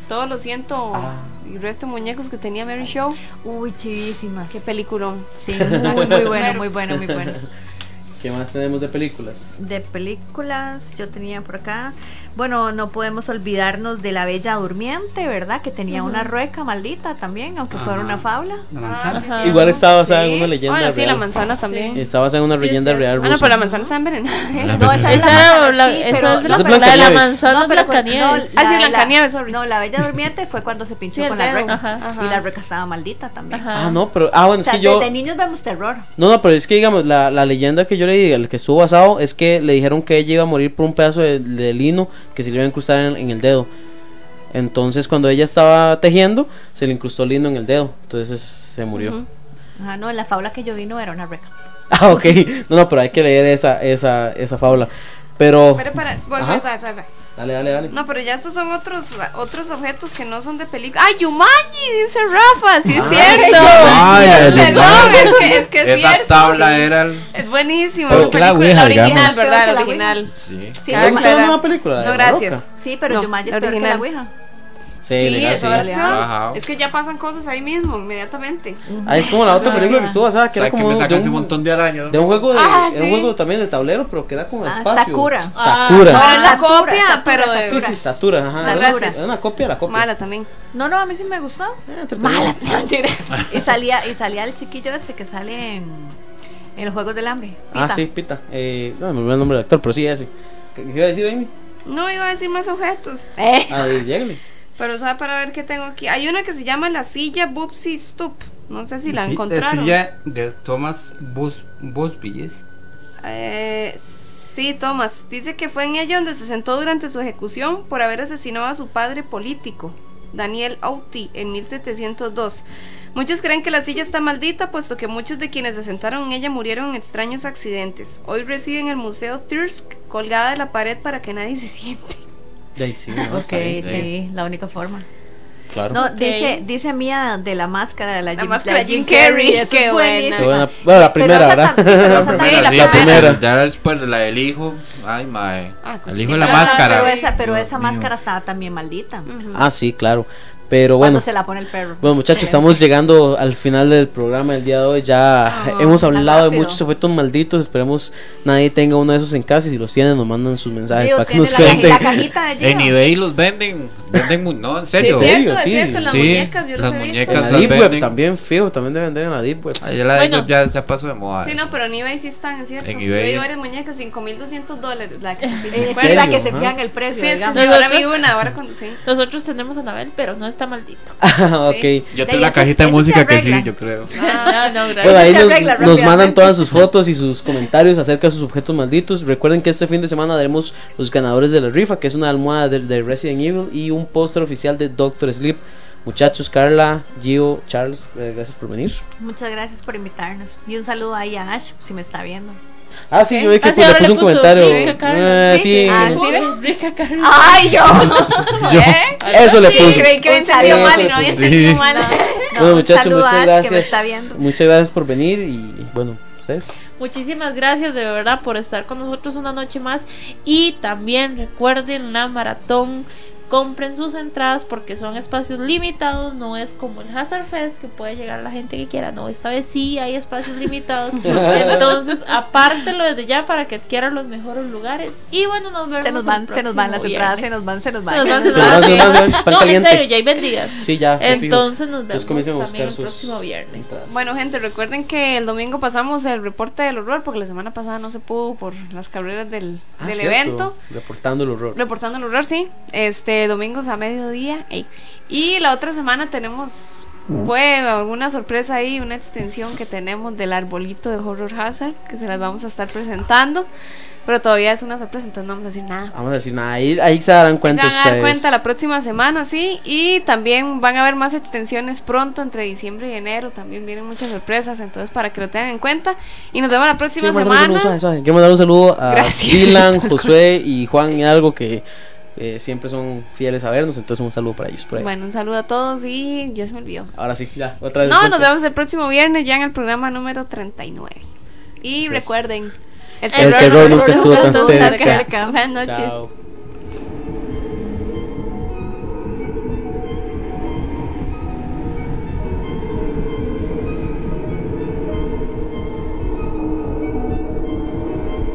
[SPEAKER 3] Todos los ciento
[SPEAKER 5] Ah.
[SPEAKER 3] y resto de muñecos que tenía Mary Show.
[SPEAKER 7] Uy, chivísimas.
[SPEAKER 3] Qué peliculón.
[SPEAKER 7] Sí, muy, muy bueno, muy bueno, muy bueno.
[SPEAKER 5] ¿Qué más tenemos de películas?
[SPEAKER 7] De películas, yo tenía por acá. Bueno, no podemos olvidarnos de La Bella Durmiente, ¿verdad? Que tenía una rueca maldita también, aunque fuera
[SPEAKER 6] Ajá.
[SPEAKER 7] una fábula.
[SPEAKER 6] La
[SPEAKER 3] Ah, sí,
[SPEAKER 6] manzana.
[SPEAKER 3] sí.
[SPEAKER 5] Igual está basada
[SPEAKER 7] Sí.
[SPEAKER 5] en una leyenda
[SPEAKER 3] Bueno, sí, la
[SPEAKER 5] real.
[SPEAKER 3] manzana también.
[SPEAKER 5] Está basada en una
[SPEAKER 4] Sí, es
[SPEAKER 5] leyenda real
[SPEAKER 4] cierto.
[SPEAKER 3] Ah, no,
[SPEAKER 5] rusa.
[SPEAKER 3] pero la manzana está envenenada.
[SPEAKER 8] La
[SPEAKER 7] esa
[SPEAKER 8] bella-
[SPEAKER 7] es
[SPEAKER 4] Esa era
[SPEAKER 7] manzana,
[SPEAKER 4] la,
[SPEAKER 7] sí,
[SPEAKER 4] esa
[SPEAKER 7] pero-
[SPEAKER 4] es
[SPEAKER 5] Esa
[SPEAKER 4] la,
[SPEAKER 5] es
[SPEAKER 4] la de la
[SPEAKER 5] Blancanieves.
[SPEAKER 4] manzana
[SPEAKER 7] No, pero cuando- no,
[SPEAKER 4] Blancanieves.
[SPEAKER 3] Ah, sí,
[SPEAKER 7] la- la-
[SPEAKER 3] Blancanieves, sorry.
[SPEAKER 7] No, la Bella Durmiente fue cuando se pinchó
[SPEAKER 4] Sí, el
[SPEAKER 7] con la
[SPEAKER 4] dedo.
[SPEAKER 7] rueca.
[SPEAKER 4] Ajá,
[SPEAKER 3] ajá.
[SPEAKER 7] Y la rueca estaba maldita también.
[SPEAKER 4] Ajá.
[SPEAKER 5] Ah, no, pero. Ah, bueno,
[SPEAKER 7] O
[SPEAKER 5] es
[SPEAKER 7] sea,
[SPEAKER 5] que yo.
[SPEAKER 7] desde niños vemos terror.
[SPEAKER 5] No, no, pero es que digamos, la, la leyenda que yo leí, el que estuvo basado, es que le dijeron que ella iba a morir por un pedazo de, de lino que se le iba a incrustar en, en el dedo. Entonces, cuando ella estaba tejiendo, se le incrustó lino en el dedo. Entonces se murió.
[SPEAKER 3] Ujú.
[SPEAKER 7] Ajá, no, en la fábula que yo vi no era una rueca.
[SPEAKER 5] Ah, ok. No, no, pero hay que leer esa, esa, esa fábula. Pero.
[SPEAKER 3] Pero para, bueno,
[SPEAKER 5] Ajá.
[SPEAKER 3] suave, suave, suave.
[SPEAKER 5] Dale, dale, dale.
[SPEAKER 3] No, pero ya estos son otros otros objetos que no son de película. ¡Ay, Yumanji! Dice Rafa, sí es cierto.
[SPEAKER 8] Ay, la de
[SPEAKER 3] Perdón,
[SPEAKER 8] Yumanji.
[SPEAKER 3] es que es, que es
[SPEAKER 8] Esa
[SPEAKER 3] cierto.
[SPEAKER 8] tabla
[SPEAKER 3] sí.
[SPEAKER 8] era. el-
[SPEAKER 3] Es buenísimo.
[SPEAKER 2] Pero
[SPEAKER 3] esa
[SPEAKER 2] que la
[SPEAKER 3] película, la
[SPEAKER 2] Ouija,
[SPEAKER 3] original,
[SPEAKER 2] digamos.
[SPEAKER 3] ¿verdad?
[SPEAKER 7] Creo
[SPEAKER 3] La
[SPEAKER 7] que la
[SPEAKER 3] original.
[SPEAKER 8] Sí.
[SPEAKER 7] Sí,
[SPEAKER 3] Ah,
[SPEAKER 5] ¿Te
[SPEAKER 7] Yuma-
[SPEAKER 5] gusta
[SPEAKER 3] claro.
[SPEAKER 5] la nueva película? la
[SPEAKER 3] No,
[SPEAKER 5] de
[SPEAKER 3] gracias.
[SPEAKER 5] Roca?
[SPEAKER 7] sí, pero
[SPEAKER 3] No,
[SPEAKER 7] Yumanji
[SPEAKER 3] la
[SPEAKER 7] es peor que la
[SPEAKER 3] original.
[SPEAKER 7] Ouija.
[SPEAKER 5] Sí,
[SPEAKER 3] Sí,
[SPEAKER 5] legal,
[SPEAKER 3] eso
[SPEAKER 5] sí.
[SPEAKER 3] es peor.
[SPEAKER 8] Ajá.
[SPEAKER 3] Es que ya pasan cosas ahí mismo, inmediatamente.
[SPEAKER 5] Ah, es como la otra película que estuvo basada, que era
[SPEAKER 8] ¿Sabes que
[SPEAKER 5] como
[SPEAKER 8] me
[SPEAKER 5] de
[SPEAKER 8] saca ese
[SPEAKER 5] un-
[SPEAKER 8] montón de arañas?
[SPEAKER 5] de un juego de, era
[SPEAKER 3] Ah,
[SPEAKER 5] un
[SPEAKER 3] sí.
[SPEAKER 5] juego también de tablero, pero que era como de
[SPEAKER 7] Ah,
[SPEAKER 5] espacio.
[SPEAKER 7] Sakura.
[SPEAKER 5] Sakura.
[SPEAKER 3] Ahora es la
[SPEAKER 7] Satura,
[SPEAKER 3] copia,
[SPEAKER 7] Satura,
[SPEAKER 3] pero de-
[SPEAKER 5] sí,
[SPEAKER 7] Satura.
[SPEAKER 5] sí, Satura, ajá.
[SPEAKER 7] Sakura.
[SPEAKER 5] Era una- Era una copia de la copia.
[SPEAKER 3] Mala también.
[SPEAKER 7] No, no, a mí sí me gustó.
[SPEAKER 5] Eh, entretenido.
[SPEAKER 7] Mala, y salía y salía el chiquillo ese que sale en, en los Juegos del Hambre.
[SPEAKER 5] Ah,
[SPEAKER 7] Pita.
[SPEAKER 5] sí, Pita. Eh, no me olvidé el nombre del actor, pero sí, ese. ¿Qué qué iba a decir, Amy?
[SPEAKER 3] No iba a decir más objetos. Eh.
[SPEAKER 5] Ah, de Yegli.
[SPEAKER 3] Pero sabe para ver qué tengo aquí. Hay una que se llama la silla Bubsy Stoop. No sé si la
[SPEAKER 6] Sí, eh,
[SPEAKER 3] encontraron.
[SPEAKER 6] silla de Thomas Bus Busby, ¿es?
[SPEAKER 3] Eh, sí, Thomas. Dice que fue en ella donde se sentó durante su ejecución por haber asesinado a su padre político, Daniel Auti, en 1702. Muchos creen que la silla está maldita, puesto que muchos de quienes se sentaron en ella murieron en extraños accidentes. Hoy reside en el Museo Thirsk, colgada de la pared para que nadie se siente.
[SPEAKER 5] De ahí sí, no,
[SPEAKER 7] Ok,
[SPEAKER 5] está bien, Eh,
[SPEAKER 7] sí, la única forma.
[SPEAKER 5] Claro.
[SPEAKER 7] No, dice, dice Mía de la máscara de la,
[SPEAKER 3] La máscara de Jim Carrey,
[SPEAKER 7] esa es
[SPEAKER 3] qué
[SPEAKER 7] buenísima.
[SPEAKER 5] Qué buena- bueno, la
[SPEAKER 7] Pero
[SPEAKER 5] primera,
[SPEAKER 7] esa
[SPEAKER 5] ¿verdad?
[SPEAKER 7] tam- sí,
[SPEAKER 5] La
[SPEAKER 7] pero esa
[SPEAKER 3] primera,
[SPEAKER 7] tam-
[SPEAKER 3] sí,
[SPEAKER 5] la primera.
[SPEAKER 8] Ya después la del hijo. Ay, mae.
[SPEAKER 3] Ah, con
[SPEAKER 8] El hijo de la
[SPEAKER 3] chiquita.
[SPEAKER 8] máscara.
[SPEAKER 7] Pero esa, pero
[SPEAKER 8] Dios
[SPEAKER 7] esa
[SPEAKER 8] mío.
[SPEAKER 7] máscara estaba también maldita.
[SPEAKER 3] Ujú.
[SPEAKER 5] Ah, sí, claro. Pero
[SPEAKER 7] Cuando
[SPEAKER 5] bueno.
[SPEAKER 7] se la pone el perro.
[SPEAKER 5] Bueno muchachos, estamos llegando al final del programa del día de hoy. Ya
[SPEAKER 3] Ah,
[SPEAKER 5] hemos
[SPEAKER 7] tan
[SPEAKER 5] hablado de
[SPEAKER 7] rápido.
[SPEAKER 5] muchos objetos malditos. Esperemos nadie tenga uno de esos en casa. Y si los tienen, nos mandan sus mensajes
[SPEAKER 7] Gio,
[SPEAKER 5] para que
[SPEAKER 7] tiene
[SPEAKER 5] nos
[SPEAKER 7] la,
[SPEAKER 5] cuenten.
[SPEAKER 7] la cajita de Gio.
[SPEAKER 8] En eBay los venden. Venden mu- No, en
[SPEAKER 3] Sí,
[SPEAKER 8] serio.
[SPEAKER 3] es
[SPEAKER 5] ¿En serio?
[SPEAKER 3] cierto,
[SPEAKER 5] Sí,
[SPEAKER 3] es cierto, las
[SPEAKER 8] sí.
[SPEAKER 3] muñecas, yo
[SPEAKER 8] Las
[SPEAKER 3] los he visto.
[SPEAKER 8] muñecas.
[SPEAKER 5] En la
[SPEAKER 8] las
[SPEAKER 5] Deep Web
[SPEAKER 8] venden.
[SPEAKER 5] también, fijo, también de vender en la Deep Web.
[SPEAKER 8] Ay, ya la de
[SPEAKER 4] Bueno.
[SPEAKER 8] ellos ya se pasó de moda.
[SPEAKER 3] Sí, no, pero en eBay sí están, es cierto.
[SPEAKER 8] En
[SPEAKER 3] Yo
[SPEAKER 8] eBay.
[SPEAKER 3] vi varias muñecas, 5200 dólares. La que se
[SPEAKER 7] Eh,
[SPEAKER 3] fijan.
[SPEAKER 7] sí, es la
[SPEAKER 5] serio?
[SPEAKER 7] que se
[SPEAKER 5] Ajá.
[SPEAKER 7] fijan el precio.
[SPEAKER 3] Sí, es que
[SPEAKER 7] digamos.
[SPEAKER 3] sí, ahora
[SPEAKER 4] Nosotros-
[SPEAKER 3] vi una, ahora cuando sí.
[SPEAKER 4] Nosotros tenemos a Anabel, pero no está maldito.
[SPEAKER 5] Ah, ok.
[SPEAKER 3] Sí.
[SPEAKER 8] Yo
[SPEAKER 7] Ya,
[SPEAKER 8] tengo
[SPEAKER 7] ya
[SPEAKER 8] la
[SPEAKER 7] se-
[SPEAKER 8] cajita de
[SPEAKER 7] eso se
[SPEAKER 8] música que
[SPEAKER 7] arregla.
[SPEAKER 8] sí, yo creo.
[SPEAKER 3] Ah.
[SPEAKER 4] No, no, gracias.
[SPEAKER 5] Bueno, ahí
[SPEAKER 7] se
[SPEAKER 5] nos,
[SPEAKER 7] arregla
[SPEAKER 5] nos
[SPEAKER 7] rápidamente.
[SPEAKER 5] mandan todas sus fotos y sus comentarios acerca de sus objetos malditos. Recuerden que este fin de semana daremos los ganadores de la rifa, que es una almohada de, de Resident Evil y un póster oficial de Doctor Sleep. Muchachos, Carla, Gio, Charles, eh, gracias por venir.
[SPEAKER 7] Muchas gracias por invitarnos. Y un saludo ahí a Ash, si me está viendo.
[SPEAKER 5] Ah, sí, yo vi que
[SPEAKER 4] Ah, sí,
[SPEAKER 5] pues, le
[SPEAKER 4] ahora
[SPEAKER 5] puso un
[SPEAKER 4] le puso
[SPEAKER 5] comentario.
[SPEAKER 4] rica Carla.
[SPEAKER 5] Eh,
[SPEAKER 7] Sí,
[SPEAKER 5] sí,
[SPEAKER 7] ah,
[SPEAKER 5] eh,
[SPEAKER 7] sí. Ah,
[SPEAKER 4] Rica Carla.
[SPEAKER 3] ¡Ay, yo! ¿Eh?
[SPEAKER 5] eso le puso.
[SPEAKER 3] Creí que me
[SPEAKER 7] Un
[SPEAKER 3] entendió
[SPEAKER 7] saludo.
[SPEAKER 3] mal y no había entendido
[SPEAKER 8] Sí.
[SPEAKER 3] mal.
[SPEAKER 7] No,
[SPEAKER 5] bueno,
[SPEAKER 7] un
[SPEAKER 5] muchachos,
[SPEAKER 7] saludo a
[SPEAKER 5] muchas
[SPEAKER 7] Ash que me
[SPEAKER 5] gracias.
[SPEAKER 7] está viendo.
[SPEAKER 5] Muchas gracias por venir y bueno, ustedes.
[SPEAKER 4] Muchísimas gracias de verdad por estar con nosotros una noche más. Y también recuerden la maratón. Compren sus entradas porque son espacios limitados, no es como el Hazard Fest que puede llegar la gente que quiera, no, esta vez sí hay espacios limitados. Entonces, apártelo desde ya para que adquieran los mejores lugares. Y bueno, nos vemos.
[SPEAKER 7] Se nos van,
[SPEAKER 4] el
[SPEAKER 7] se nos van las
[SPEAKER 4] próximo
[SPEAKER 7] entradas, se
[SPEAKER 4] viernes.
[SPEAKER 7] nos van, se nos
[SPEAKER 4] Se nos van,
[SPEAKER 7] van.
[SPEAKER 4] se nos
[SPEAKER 5] Se
[SPEAKER 4] van,
[SPEAKER 5] nos van, se nos van, pan
[SPEAKER 4] No, en
[SPEAKER 5] caliente.
[SPEAKER 4] serio, ya hay bendigas.
[SPEAKER 5] Sí, ya. se fijo.
[SPEAKER 4] Entonces nos
[SPEAKER 5] Entonces
[SPEAKER 4] vemos
[SPEAKER 5] comiencen a
[SPEAKER 4] también
[SPEAKER 5] buscar
[SPEAKER 4] el
[SPEAKER 5] sus
[SPEAKER 4] próximo viernes.
[SPEAKER 5] entradas.
[SPEAKER 3] Bueno, gente, recuerden que el domingo pasamos el reporte del horror porque la semana pasada no se pudo por las carreras del,
[SPEAKER 5] Ah,
[SPEAKER 3] del
[SPEAKER 5] cierto,
[SPEAKER 3] evento.
[SPEAKER 5] Reportando el horror.
[SPEAKER 3] Reportando el horror, sí. Este, domingos a mediodía. ey. Y la otra semana tenemos,
[SPEAKER 5] Mm.
[SPEAKER 3] pues, alguna sorpresa ahí, una extensión que tenemos del arbolito de Horror Hazard que se las vamos a estar presentando. Pero todavía es una sorpresa, entonces no vamos a decir nada.
[SPEAKER 5] Vamos Ah, a decir, nada, ahí, ahí se darán
[SPEAKER 3] Pues Se
[SPEAKER 5] cuenta
[SPEAKER 3] van a dar
[SPEAKER 5] ustedes.
[SPEAKER 3] cuenta la próxima semana, sí. Y también van a haber más extensiones pronto, entre diciembre y enero. También vienen muchas sorpresas, entonces para que lo tengan en cuenta. Y nos vemos la próxima
[SPEAKER 5] Quiero mandar un saludo, suave,
[SPEAKER 3] semana.
[SPEAKER 5] suave. Quiero mandar un saludo a
[SPEAKER 3] Gracias.
[SPEAKER 5] Dylan, Josué y Juan Hidalgo que eh, siempre son fieles a vernos, entonces un saludo para ellos por ahí.
[SPEAKER 3] Bueno, un saludo a todos y ya se me olvidó.
[SPEAKER 5] Ahora sí, ya, otra vez.
[SPEAKER 3] No,
[SPEAKER 5] entonces.
[SPEAKER 3] nos vemos el próximo viernes ya en el programa número 39. Y
[SPEAKER 5] Eso es.
[SPEAKER 3] recuerden, el
[SPEAKER 5] terror nunca
[SPEAKER 3] no
[SPEAKER 5] estuvo tan
[SPEAKER 3] estuvo
[SPEAKER 5] cerca.
[SPEAKER 3] Buenas noches.
[SPEAKER 5] Chao.